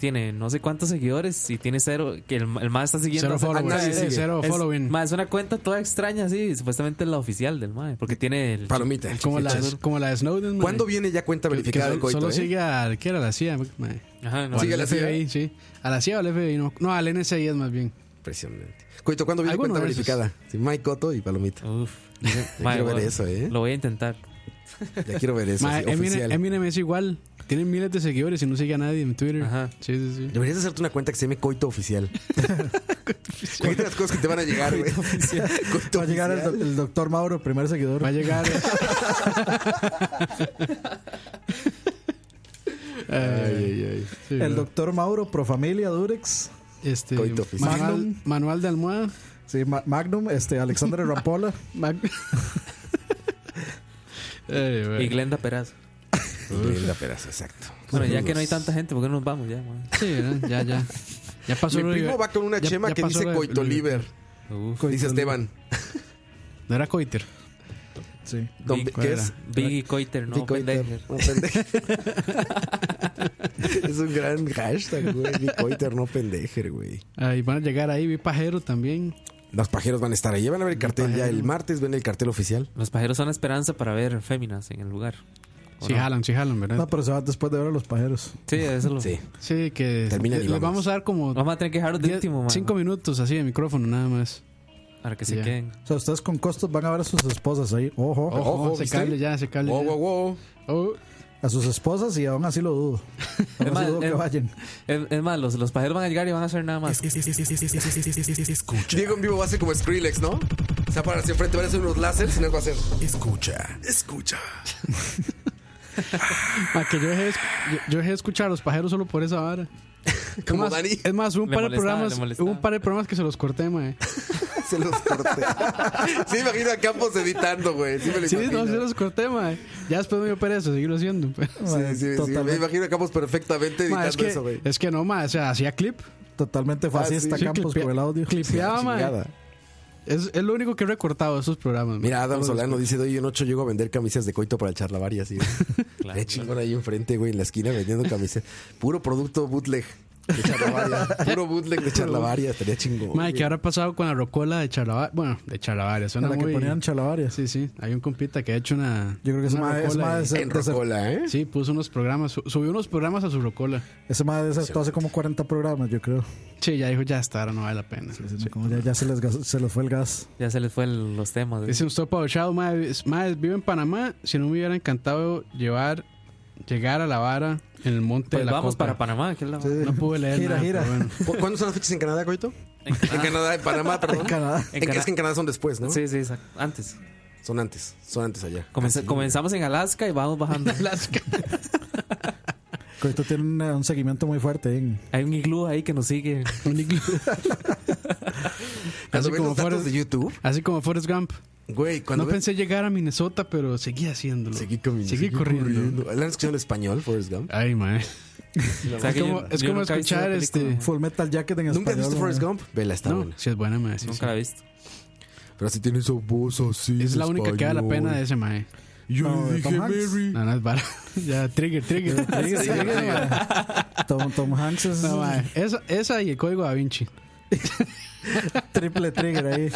Tiene no sé cuántos seguidores y tiene cero. Que el, el Mae está siguiendo.
Cero
a- a
followers.
nadie.
Sí, sí, cero
es,
following.
mae, es una cuenta toda extraña, sí. Supuestamente es la oficial del Mae. Porque tiene. El,
Palomita.
Como la, como la de Snowden, man.
¿Cuándo viene ya cuenta
Que- que
verificada de
solo,
Coito?
solo
eh?
sigue al que era la CIA, man.
Ajá, no,
O
Sigue
al
la CIA.
FBI, sí. A la CIA o al FBI, no. No, al NSI es más bien.
Impresionante. Coito, ¿cuándo viene
Alguno
cuenta
de esos.
verificada? Sí, Mike Cotto y Palomita.
Uf.
Ya quiero ver eso, ¿eh?
Lo voy a intentar.
Ya quiero ver eso.
Ma, eh,
sí,
Eminem,
oficial.
Eminem es igual. Tiene miles de seguidores y no sigue a nadie en Twitter.
Ajá.
Sí, sí, sí.
Deberías hacerte una cuenta que se llame Coito Oficial. Imagínate las cosas que te van a llegar, güey. Coito
Va a llegar el,
Oficial.
do- el doctor Mauro, primer seguidor.
Va a llegar. Eh, sí,
El
¿no?
doctor Mauro, Profamilia, Durex.
Este,
Coito oficial.
manual,
Magnum.
manual de almohada.
Sí, Ma- Magnum, este, Alexander Rampola.
Mag- Ey, güey.
Y Glenda Perazo.
Linda pedazo, exacto.
Bueno, ya que no hay tanta gente, ¿por qué no nos vamos ya, mae?
Sí, ¿no? ya, ya. Ya pasó
Mi
lo de-
primo va con una
ya-
chema
ya
que
pasó
dice
lo de-
Coito Liver.
Uf.
Dice Esteban.
No era coiter.
Sí.
Don-
Big-
¿Qué es?
Biggie Coiter, no.
Sí, Coiter.
pendejer.
No, pendejer. es un gran hashtag, güey. Ni coiter, no pendejer, güey.
Ah, y van a llegar ahí, vi pajero también.
Los pajeros van a estar ahí. Van a ver el cartel ya. El martes ven el cartel oficial.
Los pajeros son esperanza para ver féminas en el lugar. ¿o
Sí,
no?
jalan, sí, jalan, ¿verdad?
No, pero se va después de ver a los pajeros.
Sí, eso lo.
Sí.
sí, que
Terminan y
les
vamos.
vamos a dar como
Vamos a tener que dejarlos de
diez-
último, man.
cinco minutos así de micrófono nada más.
Para que se
Ya.
queden.
O sea, ustedes con costos van a ver a sus esposas ahí. Ojo.
Ojo,
Ojo,
se
¿viste?
cable ya, se cable.
Wow,
ya.
wow, wow.
Oh,
A sus esposas y aún así lo dudo. Aún así
más,
eh,
dudo que
es-
vayan.
Es, es más, los, los pajeros van a llegar y van a hacer nada más.
Escucha. Diego en vivo va a ser como Skrillex, ¿no? Se va a parar hacia enfrente, van a hacer unos láseres y nos va a hacer. Escucha. Escucha.
ma, ah, que yo dejé, de esc- yo, yo dejé de escuchar a los pajeros solo por esa vara.
Como
es más,
Dani.
es más, hubo un
Le
par de
molestaba,
programas,
le molestaba.
hubo un par de programas que se los corté, mae.
se los corté. Sí, me imagino a Campos editando, güey. Sí, me lo
Sí, no,
imagino.
se los corté, mae. Ya después me dio pereza seguirlo haciendo. pero-
Sí,
Mae,
sí, sí,
totalmente,
Me imagino a Campos perfectamente editando
Mae, es, que,
eso, güey.
es que no, mae. O sea, hacía clip.
totalmente fascista,
Ah, sí,
Campos,
clipea-
por el audio.
Clipeaba, mae.
Chingada.
Es, es lo único que he recortado de esos programas. mae.
Mira, Adam
Todos los-
Solano dice: de hoy en ocho llego a vender camisas de coito para el charlavaria, así. Claro, chingón ahí enfrente, güey, en la esquina vendiendo camisetas. Puro producto bootleg de charlavaria. Puro bootleg de charlavaria, estaría chingón.
Mae, ¿qué habrá pasado con la rocola de Charlavaria? Bueno, de Charlavaria.
En
Suena
la que
muy...
ponían chalavarias.
Sí, sí. Hay un compita que ha hecho una...
Yo creo que ese
una
mae es
rocola
más
y-
En Rocola, ¿eh?
Sí, puso unos programas. su- Subió unos programas a su rocola.
Ese madre desertó hace como 40 programas, yo creo.
Sí, ya dijo, ya está, ahora no vale la pena. Sí,
Como ya, ya se, les gas- se les fue el gas.
Ya se les fue el- los temas. güey.
Dice un stop abusado, madre, madre, vivo en Panamá. Si no me hubiera encantado llevar, llegar a la vara en el monte
Pues
de la
vamos
Coca.
para Panamá. ¿qué es la-
No pude leer
Gira,
nada,
gira.
pero bueno.
¿Cu- ¿Cuándo son las fechas en Canadá, coito? En Canadá, en, Panamá, perdón.
En Canadá.
En-
En Cana-
Es que en Canadá son después, ¿no?
Sí, sí, exacto. Antes.
Son antes, son antes allá.
Comenza- comenzamos en Alaska y vamos bajando.
Coito tiene un, eh, un seguimiento muy fuerte en
Hay un iglú ahí que nos sigue.
Cuando
Así
ven
como
los datos
Forrest,
de YouTube,
así como Forrest Gump.
güey, cuando
No
ven-
pensé llegar a Minnesota, pero seguí haciéndolo.
Seguí, comi-
Seguí
seguí
corriendo.
¿La han escuchado en español, Forrest Gump?
Ay, madre.
O sea,
Es
que yo-
como, es
yo
como
nunca he visto
escuchar
la
este.
película.
Full Metal Jacket en
¿Nunca has
español.
visto Forrest
mae.
Gump? Vela, está
No,
buena.
si es buena, madre. sí, sí.
Nunca la he visto.
Pero si tiene esa voz así.
Es la
en
única que vale la
español.
pena de ese, madre.
Yo
No,
le
de
dije
Tom Hanks.
Mary.
No, no es vara. ya, trigger, trigger.
Sí, sí, mae. Tom, Tom Hanks es
No, mae. Esa, esa y el código da Vinci.
triple trigger ahí.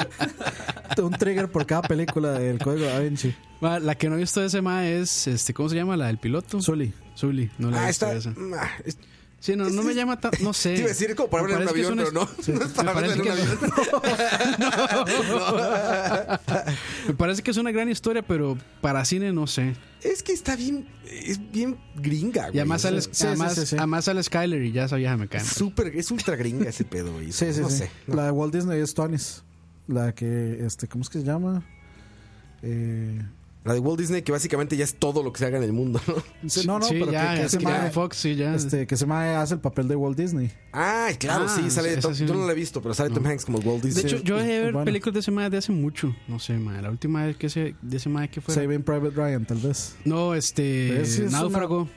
un trigger por cada película del código da Vinci.
Ma, la que no he visto de ese ma es, este, ¿cómo se llama? La del piloto.
Sully.
Zully, no la he
Ah,
visto
está.
esa.
ah, es-
Sí, no, no me llama tan, no sé.
Te iba a decir como para
Me
verla en un
parece
avión,
que
pero
es
no.
una-
No es para
me
verla en un
parece
avión.
Me parece que es una gran historia, pero para cine no sé.
Es que está bien. Es bien gringa, güey.
Y además
O sea,
sale,
sí,
además,
sí, sí.
además sale Skyler y ya esa vieja me cae.
es súper. Es ultra gringa ese pedo, güey.
Sí, sí,
no
sí.
sé. no.
La de Walt Disney es Tonis. La que, este, ¿cómo es que se llama? Eh,
La de Walt Disney, que básicamente ya es todo lo que se haga en el mundo, ¿no?
sí, no, no,
sí,
pero
ya,
que, que
ya,
ese
ya,
mae-
Fox, sí, ya.
este, que ese mae hace el papel de Walt Disney.
Ay, claro,
Ah,
sí, sale
esa
Tom,
sí.
Yo no la he visto, pero sale Tom Hanks como Walt
de
Disney.
hecho, yo dejé de ver
bueno.
películas de ese mae de hace mucho. No sé, mae. La última vez que ese, de ese mae que fue.
Saving Private Ryan, tal vez.
No, este.
Pero sí es una-
náufrago.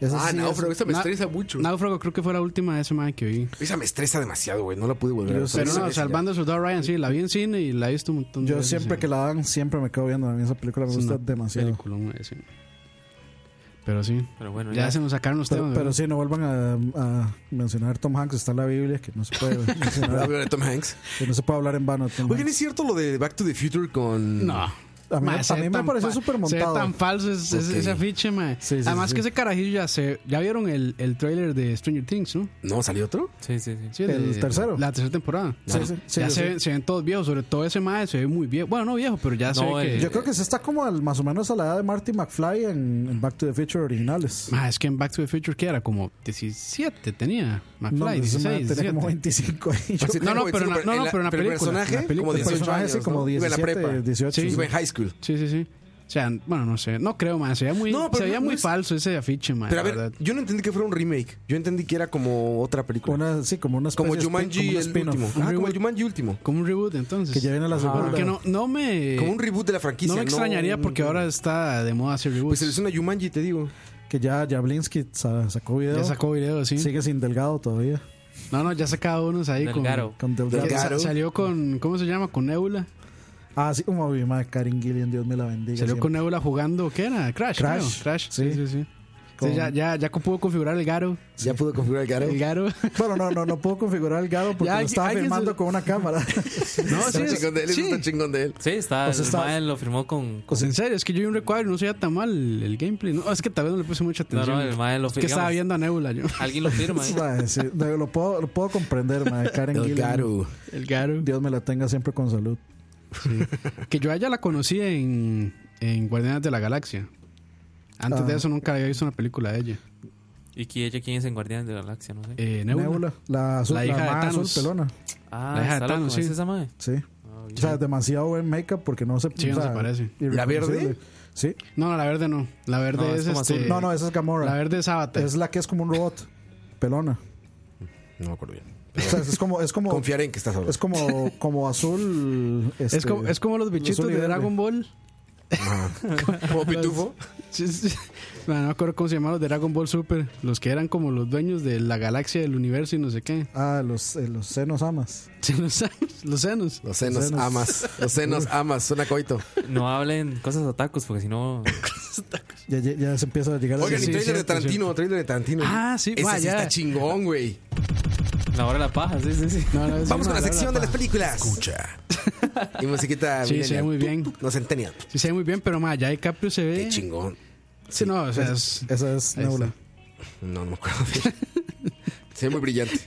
Esa
ah,
sí
no,
es-
pero esa me
Na-
estresa mucho.
Náufrago creo que fue la última de ese mae que vi.
Esa me estresa demasiado, güey. No la pude volver a ver.
Pero
Esa-
no,
esa
salvando a Soldado Ryan, sí, la vi en cine y la he visto un montón de
Yo
veces,
siempre
sí.
que la dan, siempre me quedo viendo. A mí esa película me
Es
gusta
una
demasiado.
película, mae, sí. Pero sí,
Pero bueno,
ya
ya.
se nos sacaron los
Pero,
temas.
pero
¿verdad?
sí, no vuelvan a, a mencionar Tom Hanks. Está en la Biblia que no se puede
ya. Voy a
mencionar,
ver a Tom Hanks.
que no se puede hablar en vano. de Tom
Oigan,
Hanks.
¿es cierto lo de Back to the Future con.
No.
A mí,
Ma,
a
se ve
mí me
tan
pareció
fa-
súper
Se ve
montado.
tan falso es- es-
Ok.
ese afiche, mae.
Sí, sí,
Además
sí.
que ese carajillo ya se... Ya vieron el, el trailer de Stranger Things, ¿no?
¿No salió otro?
Sí, sí, sí.
Sí,
El
de-
tercero.
La tercera temporada.
Sí, sí, sí,
ya
yo
se,
sé.
ven, se ven todos viejos, sobre todo ese mae se ve muy viejo. Bueno, no viejo, pero ya se
No,
ve que...
el-
Yo creo que se está como al, más o menos a la edad de Marty McFly en, en Back to the Future originales.
Ma, es que en Back to the Future, que era? Como 17 tenía. McFly,
No, ese
16,
man tenía como
17.
25 años.
Sí,
No,
tengo
no, pero
el-
na- no, no, pero en la
el
película,
personaje,
en la película.
¿Pues como
El
18
personaje
años,
sí, como
¿no? Iba en la
17,
prepa.
18.
Iba en high school.
Sí, sí, sí. O sea, bueno, no sé. No creo, man. Se veía muy,
No, pero
se veía
no-
muy
no es-
falso ese afiche, man.
Pero a
Ah, la
ver,
verdad.
yo no entendí que fuera un remake. Yo entendí que era como otra película.
Una, sí, como una especie
como
de spin-
Jumanji
como un
el
spin-off.
último.
Un
Ah, como
reboot.
el Jumanji Ah, último.
Como un reboot, entonces.
Que ya viene la segunda.
Porque no, no me.
Como un reboot de la franquicia.
no me extrañaría porque ahora está de moda hacer reboots.
Pues se le hizo una Jumanji, te digo.
Que ya Jablinski sa- sacó video.
ya sacó videos, sí.
Sigue sin delgado todavía.
No, no, ya sacaba unos ahí con.
Delgado.
Con delgado.
que sa-
Delgado.
Salió con. ¿Cómo se llama? Con Nebula.
Ah, sí, como mi madre, Karin Gillian, Dios me la bendiga.
Salió
siempre.
con Nebula jugando. ¿Qué era? Crash.
Crash.
creo. Crash.
Sí.
Sí, sí, sí.
Con-
este
Sí, ya, ya, ya pudo configurar el Garo.
Ya pudo configurar el Garo.
El Garo.
Bueno, no, no, no puedo configurar el gado porque
Ya,
lo estaba
alguien-
filmando con una cámara.
No, sí.
Está
es-
chingón de él. eso
sí.
Está chingón de él.
Sí, está.
Pues
el
está-
mae lo firmó con.
Pues en serio, es que yo vi un recuadro y no se veía tan mal el gameplay. No, es que tal vez no le puse mucha
No,
atención.
no, el mae lo
Es que estaba viendo
digamos,
a Nebula yo.
Alguien lo firma. ¿eh?
Mae, sí, no, lo, puedo, lo puedo comprender, madre. Karen
El
Gillian.
Garo.
El Garo.
Dios me la tenga siempre con salud.
Que yo a ella la conocí en, en Guardianes de la Galaxia. Antes de
Ah.
eso nunca había visto una película de ella.
Y que ella, ¿quién es en Guardianes de la Galaxia? No sé.
Eh, Nebula.
Nebula, la azul,
La
la,
hija de
más azul
Thanos.
pelona.
Ah,
La hija de
está loco,
Thanos, sí.
¿es esa mae?
Sí. O sea, demasiado buen make-up porque no se,
Sí,
o
no
sea,
se parece.
¿La verde?
Sí.
No, no, la verde no. La verde
No, es
es,
como
este...
azul.
No, no, esa es Gamora.
La verde es Avatar.
Es la que es como un robot. Pelona.
No me acuerdo bien.
O sea, es como, es como,
Confiaré en que estás hablando.
es como, como azul. este,
Es, como, es como los bichitos
azul y
de
verde.
Dragon Ball.
¿Como pitufo?
Sí, sí. Bueno, no me acuerdo cómo se llamaban los de Dragon Ball Super. Los que eran como los dueños de la galaxia, del universo y no sé qué.
Ah, los, eh, los senos amas.
Sí, Los senos. Los senos.
Los senos,
Senos.
amas. Los senos ah, amas. Suena coito.
No hablen cosas atacos porque si no.
Ya, ya, ya se empieza a llegar a
Oigan, y
sí,
trailer de
cierto,
Tarantino. Trailer de Tarantino.
Ah, sí,
Ese sí
vaya.
está chingón, güey.
La hora de la paja, sí, sí, sí.
No, no, es
Vamos con la
una palabra.
sección de las películas. Escucha. Y musiquita.
Sí,
millennial.
sí, muy bien.
No centennial.
Sí, se ve muy bien, pero más ya DiCaprio se
Qué
ve.
chingón.
Sí, no, o sea, es-
Esa es
pues, Ahí
Nebula.
No, no me acuerdo. de- Se ve muy brillante.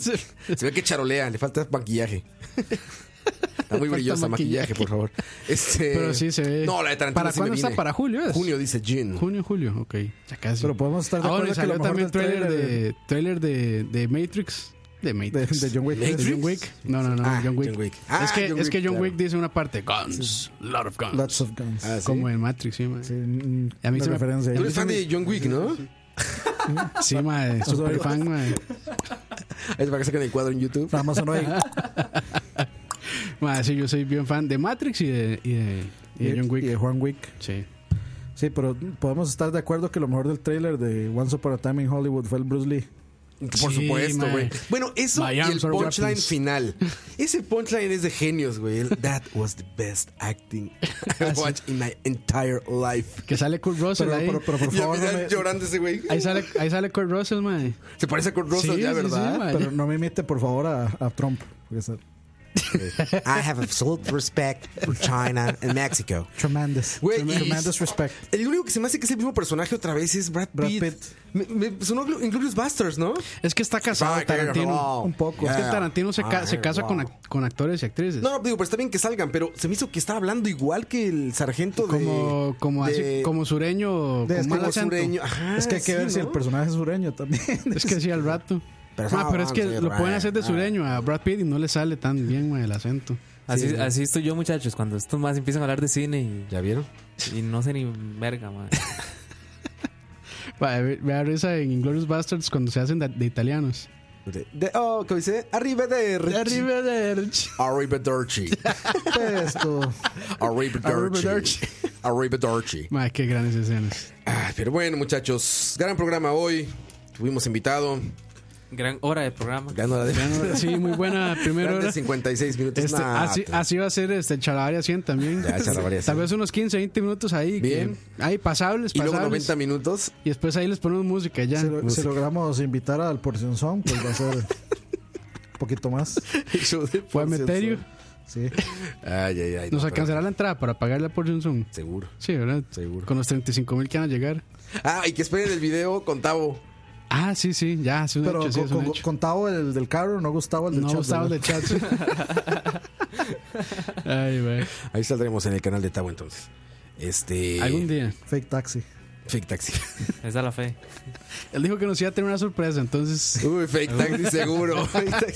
Se ve que charolea, le falta maquillaje. Está muy
Falta
brillosa, maquillaje,
maquillaje.
por favor. Este,
Pero sí se ve.
No, la de Tarantino.
¿Para
sí me
cuándo está?
viene.
¿Para julio es?
Junio, dice Jin.
Junio, julio, ok. Ya casi.
Pero podemos estar de
Ahora
acuerdo que
salió
lo mejor
también
del
trailer
trailer de,
de, trailer de, de Matrix. De
de,
Matrix.
de John Wick.
De John Wick. No, no, no,
Ah,
John Wick.
John Wick.
es
Ah,
que,
John
es que
Wick,
John
claro.
Wick dice una parte, guns, lot of guns.
Lots of Guns.
Ah, ¿sí?
Como en Matrix, sí, ma.
Sí, mm,
A mí
una
se me-
referencia ahí.
Tú eres fan de John Wick, ¿no?
Sí, ma, super fan, ma.
Es para que saquen el cuadro en YouTube.
Nada más sonó ahí.
Ma, sí, yo soy bien fan de Matrix y de, y de, y de John Wick.
Y de Juan Wick.
Sí.
Sí, pero podemos estar de acuerdo que lo mejor del tráiler de Once Upon a Time in Hollywood fue el Bruce Lee.
Por
Sí,
supuesto,
man.
güey. Bueno, eso
My
y el
arms are
punchline
weapons.
final. Ese punchline es de genios, güey. El, That was the best acting I've watched in my entire life.
Que sale Kurt Russell
Pero,
ahí.
pero, pero por
Y a
favor,
mí
no
ya
me,
llorando ese güey.
Ahí sale, ahí sale Kurt Russell, mae.
Se parece a Kurt Russell,
Sí,
ya,
sí,
¿verdad?
sí, ma.
pero no me imite, por favor, a, a Trump. porque es-
I have absolute respect for China and Mexico.
Tremendous.
Güey, y-
tremendous respect.
El único que se me hace que es el mismo personaje otra vez es Brad Pitt.
Brad Pitt.
Me, me sonó Glo- Inglourious Basterds, ¿no?
Es que
Ah,
está casado
Fuck,
Tarantino.
wow.
un poco.
Es que
Yeah.
Tarantino se, ca- se
Ah,
casa
wow.
con, ac- con actores y actrices.
No, no, digo, pero está bien que salgan, pero se me hizo que estaba hablando igual que el sargento de...
como, como, así-
de-
como sureño,
de-
con mal
como
acento.
sureño. Ajá,
es que hay que
sí,
ver si
¿no?
el personaje es sureño también.
Ah, Es que sí, al rato.
Pero
Pero,
no, Ah.
pero es que
vamos,
lo
sí,
pueden
right,
hacer de
right.
sureño a Brad Pitt y no le sale tan bien mae, el acento.
Así,
Sí.
así estoy yo, muchachos, cuando estos más empiezan a hablar de cine y,
¿Ya vieron?
y no sé ni verga, man.
Mae, ve- Vea risa en Inglourious Bastards cuando se hacen de, de italianos.
De, de- oh, ¿cómo dice? Arrivederci.
Arrivederci.
Arrivederci.
Esto.
Arrivederci. Arrivederci.
Mae, qué grandes escenas.
Ah, pero bueno, muchachos, gran programa hoy. Tuvimos invitado.
Gran hora de programa.
Gran hora de...
Sí, muy buena primera
Gran de
hora.
56 minutos.
Este,
Nah,
así,
te-
así va a ser este Chalabaria 100 también.
Ya, Chalabaria 100.
Tal vez unos 15, 20 minutos ahí.
Bien.
Que, ahí pasables, pasables.
Y luego 90 minutos.
Y después ahí les ponemos música ya.
Si, lo- si logramos invitar al Porción Song, pues va a ser un poquito más.
El show de
Fue a
Porción
Meterio.
Sol.
Sí.
Ay, ay, ay.
Nos
no,
alcanzará la entrada para pagarle por Samsung.
pero- Seguro.
Sí, ¿verdad?
Seguro.
Con los 35 mil que van a llegar.
Ah, y que esperen el video con Tavo.
Ah, sí, sí, ya, es un
Pero
hecho, sí,
con,
es un
con-
hecho.
con Tavo el del carro, no Gustavo el del
no
chat,
gustaba el
¿verdad?
de chat. sí. Ay, güey.
Ahí saldremos en el canal de Tavo entonces. Este.
Algún día.
Fake Taxi.
Fake Taxi.
Esa es la fe.
Él dijo que nos iba a tener una sorpresa, entonces.
Uy, Fake Taxi seguro. Fake Taxi.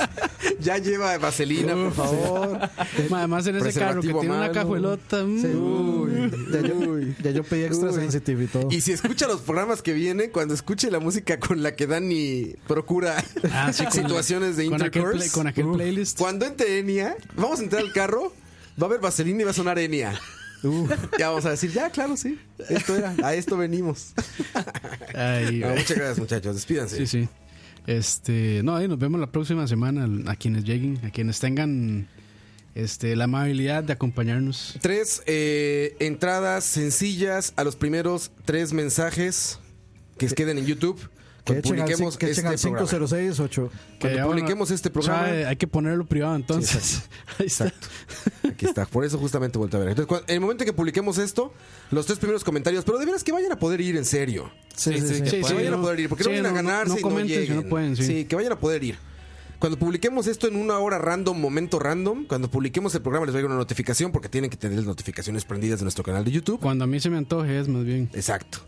ya lleva vaselina, por favor.
Además, en ese carro que
Preservativo a
tiene una
mano.
cajuelota. mm,
Ya yo, ya yo pedí extra
Uy.
sensitive y todo.
Y si escucha los programas que vienen, cuando escuche la música con la que Dani procura
Ah, sí, con-
situaciones de
con aquel, play-
intercourse.
con aquel playlist.
Cuando entre Enia, vamos a entrar al carro, va a haber vaselina y va a sonar Enia. Ya vamos a decir, ya, claro, sí. Esto era, a esto venimos.
Ay,
No,
güey.
Ah, muchas gracias, muchachos. Despídanse.
eh. Sí, sí. Este, no, ahí nos vemos la próxima semana a quienes lleguen, a quienes tengan este la amabilidad de acompañarnos.
Tres eh, entradas sencillas a los primeros tres mensajes que queden en YouTube.
que
Cuando
echen al,
publiquemos
cin- que echen
este
al
programa.
5068.
Cuando
ya,
publiquemos este programa-
sabe, hay que ponerlo privado entonces. Ahí está.
Aquí está, por eso justamente vuelto a ver. Entonces, cua- en el momento en que publiquemos esto, los tres primeros comentarios, pero de veras que vayan a poder ir en serio.
Sí, sí,
Sí,
sí.
sí,
sí.
Que
sí,
vayan a
no.
poder ir, porque no
Sí,
vayan a
no, no,
ganarse
no
y
comenten si no
lleguen.
pueden, sí.
que vayan a poder ir. Cuando publiquemos esto en una hora random, momento random, cuando publiquemos el programa les va a llegar una notificación porque tienen que tener las notificaciones prendidas de nuestro canal de YouTube.
Cuando a mí se me antoje es más bien.
Exacto.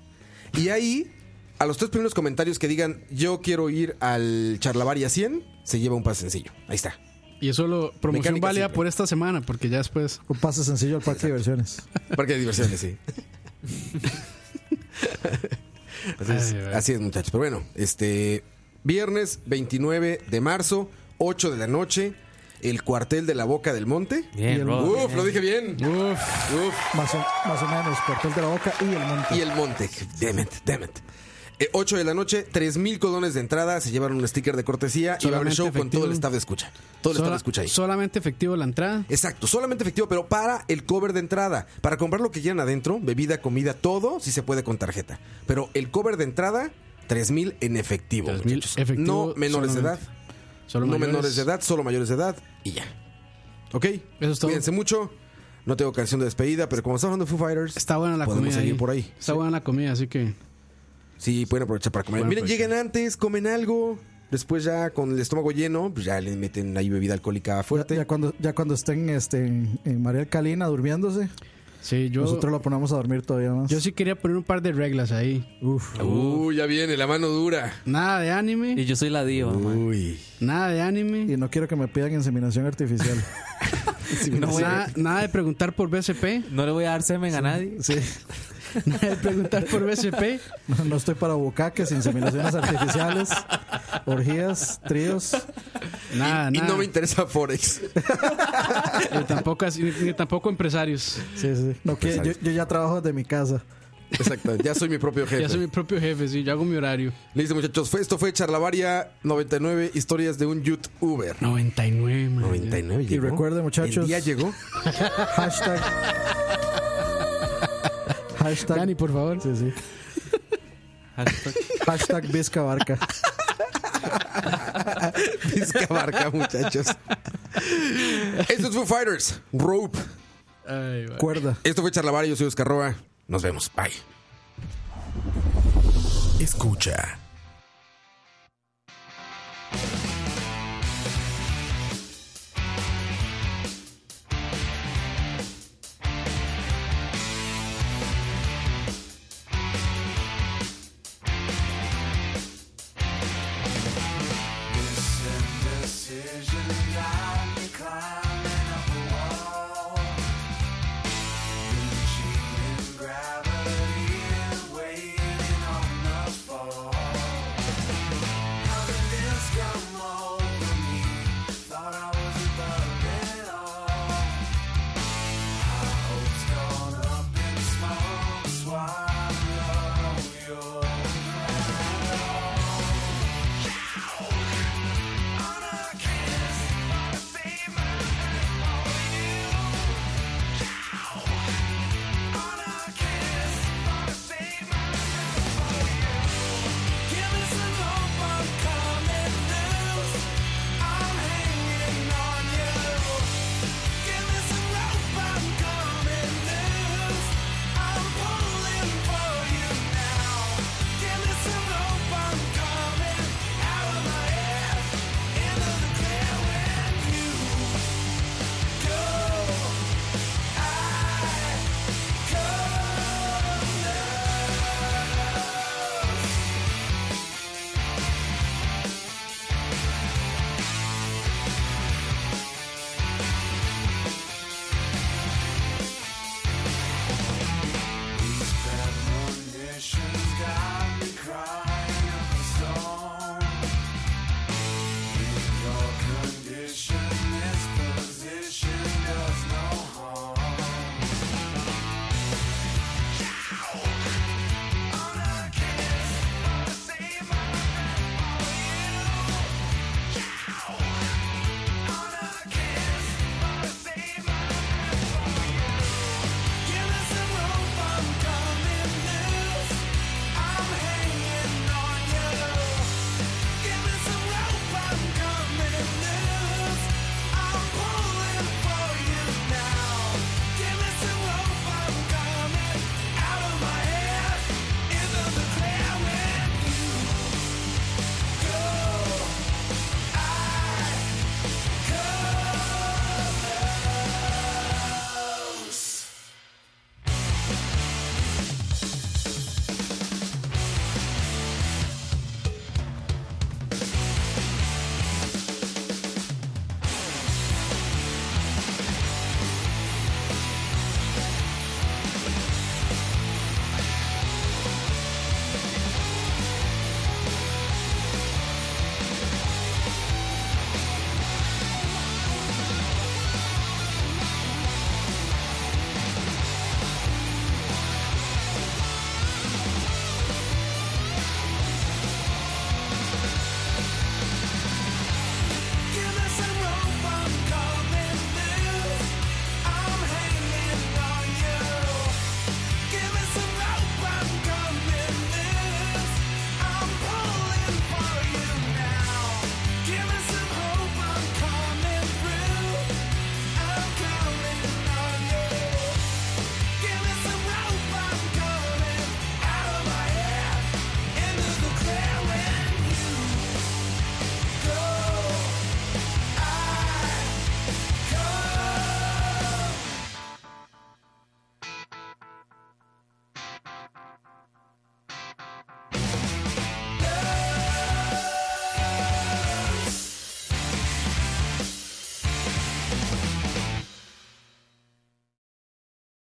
Y ahí, a los tres primeros comentarios que digan yo quiero ir al Charlavaria 100, se lleva un pase sencillo. Ahí está.
Y eso lo promoción
Mecánica
válida
simple.
por esta semana, porque ya después.
Un pase sencillo al parque de diversiones.
Parque de diversiones, sí. así, es,
Ay, güey.
así es, muchachos. Pero bueno, este viernes 29 de marzo, 8 de la noche, el cuartel de la Boca del Monte.
Y
Bien,
el-
Rod.
Uf, lo dije bien. Uf, uf.
Más o, más o menos, cuartel de la boca y el monte.
Y el monte. Damn it, damn it. Eh, 8 de la noche, 3000 colones de entrada, se llevaron un sticker de cortesía y va a haber
Solamente
show con todo el
efectivo.
staff de escucha. Todo el staff de
Sola-
escucha ahí.
Solamente efectivo la entrada.
Exacto, solamente efectivo, pero para el cover de entrada. Para comprar lo que quieran adentro, bebida, comida, todo, si se puede con tarjeta. Pero el cover de entrada, 3000 en efectivo.
3,000
muchachos.
efectivo
no menores de edad.
solamente. Solo
no
mayores.
menores de edad, solo mayores de edad y ya. ¿Ok?
Eso es todo.
Cuídense mucho. No tengo canción de despedida, pero como estamos hablando de Foo Fighters,
Está buena la
podemos
comida.
seguir
ahí.
por ahí.
Está buena la comida, así que.
Sí, pueden aprovechar para comer.
Pueden
Miren,
aprovechar.
lleguen antes, comen algo. Después ya con el estómago lleno, pues ya le meten ahí bebida alcohólica fuerte.
Ya, ya cuando, ya cuando estén este, en, en María Alcalina durmiéndose,
Sí, yo.
nosotros lo ponemos a dormir todavía más.
Yo sí quería poner un par de reglas ahí.
Uf.
Uy, ya viene, la mano dura.
Nada de
Y
anime.
yo soy la diva, mae.
Uy.
Nada de anime.
Y no quiero que me pidan inseminación artificial.
nada, nada de preguntar por BSP.
No le voy a dar semen a nadie.
Sí,
Nada de preguntar por BSP.
no, no estoy para bocaques, inseminaciones artificiales, orgías, tríos.
Nada,
y, y
nada.
no me interesa Forex.
Ni tampoco, así- ni, ni tampoco empresarios.
Sí, sí. No, que- yo, yo ya trabajo desde mi casa.
Exacto, ya soy mi propio jefe.
Ya soy mi propio jefe, sí. Yo hago mi horario.
Listo, muchachos. Fue, esto fue Charlavaria 99, historias de un youtuber.
99, man.
99
Y recuerden, muchachos,
El día llegó.
hashtag. Hashtag.
Dani, por favor.
Sí, sí.
Hashtag.
Hashtag Vizca Barca.
Vizca Barca, muchachos. Esto es Foo Fighters. Rope.
Ay, va.
Cuerda.
Esto fue Charlavaria. Yo soy Oscar Roa. Nos vemos. Bye.
Escucha,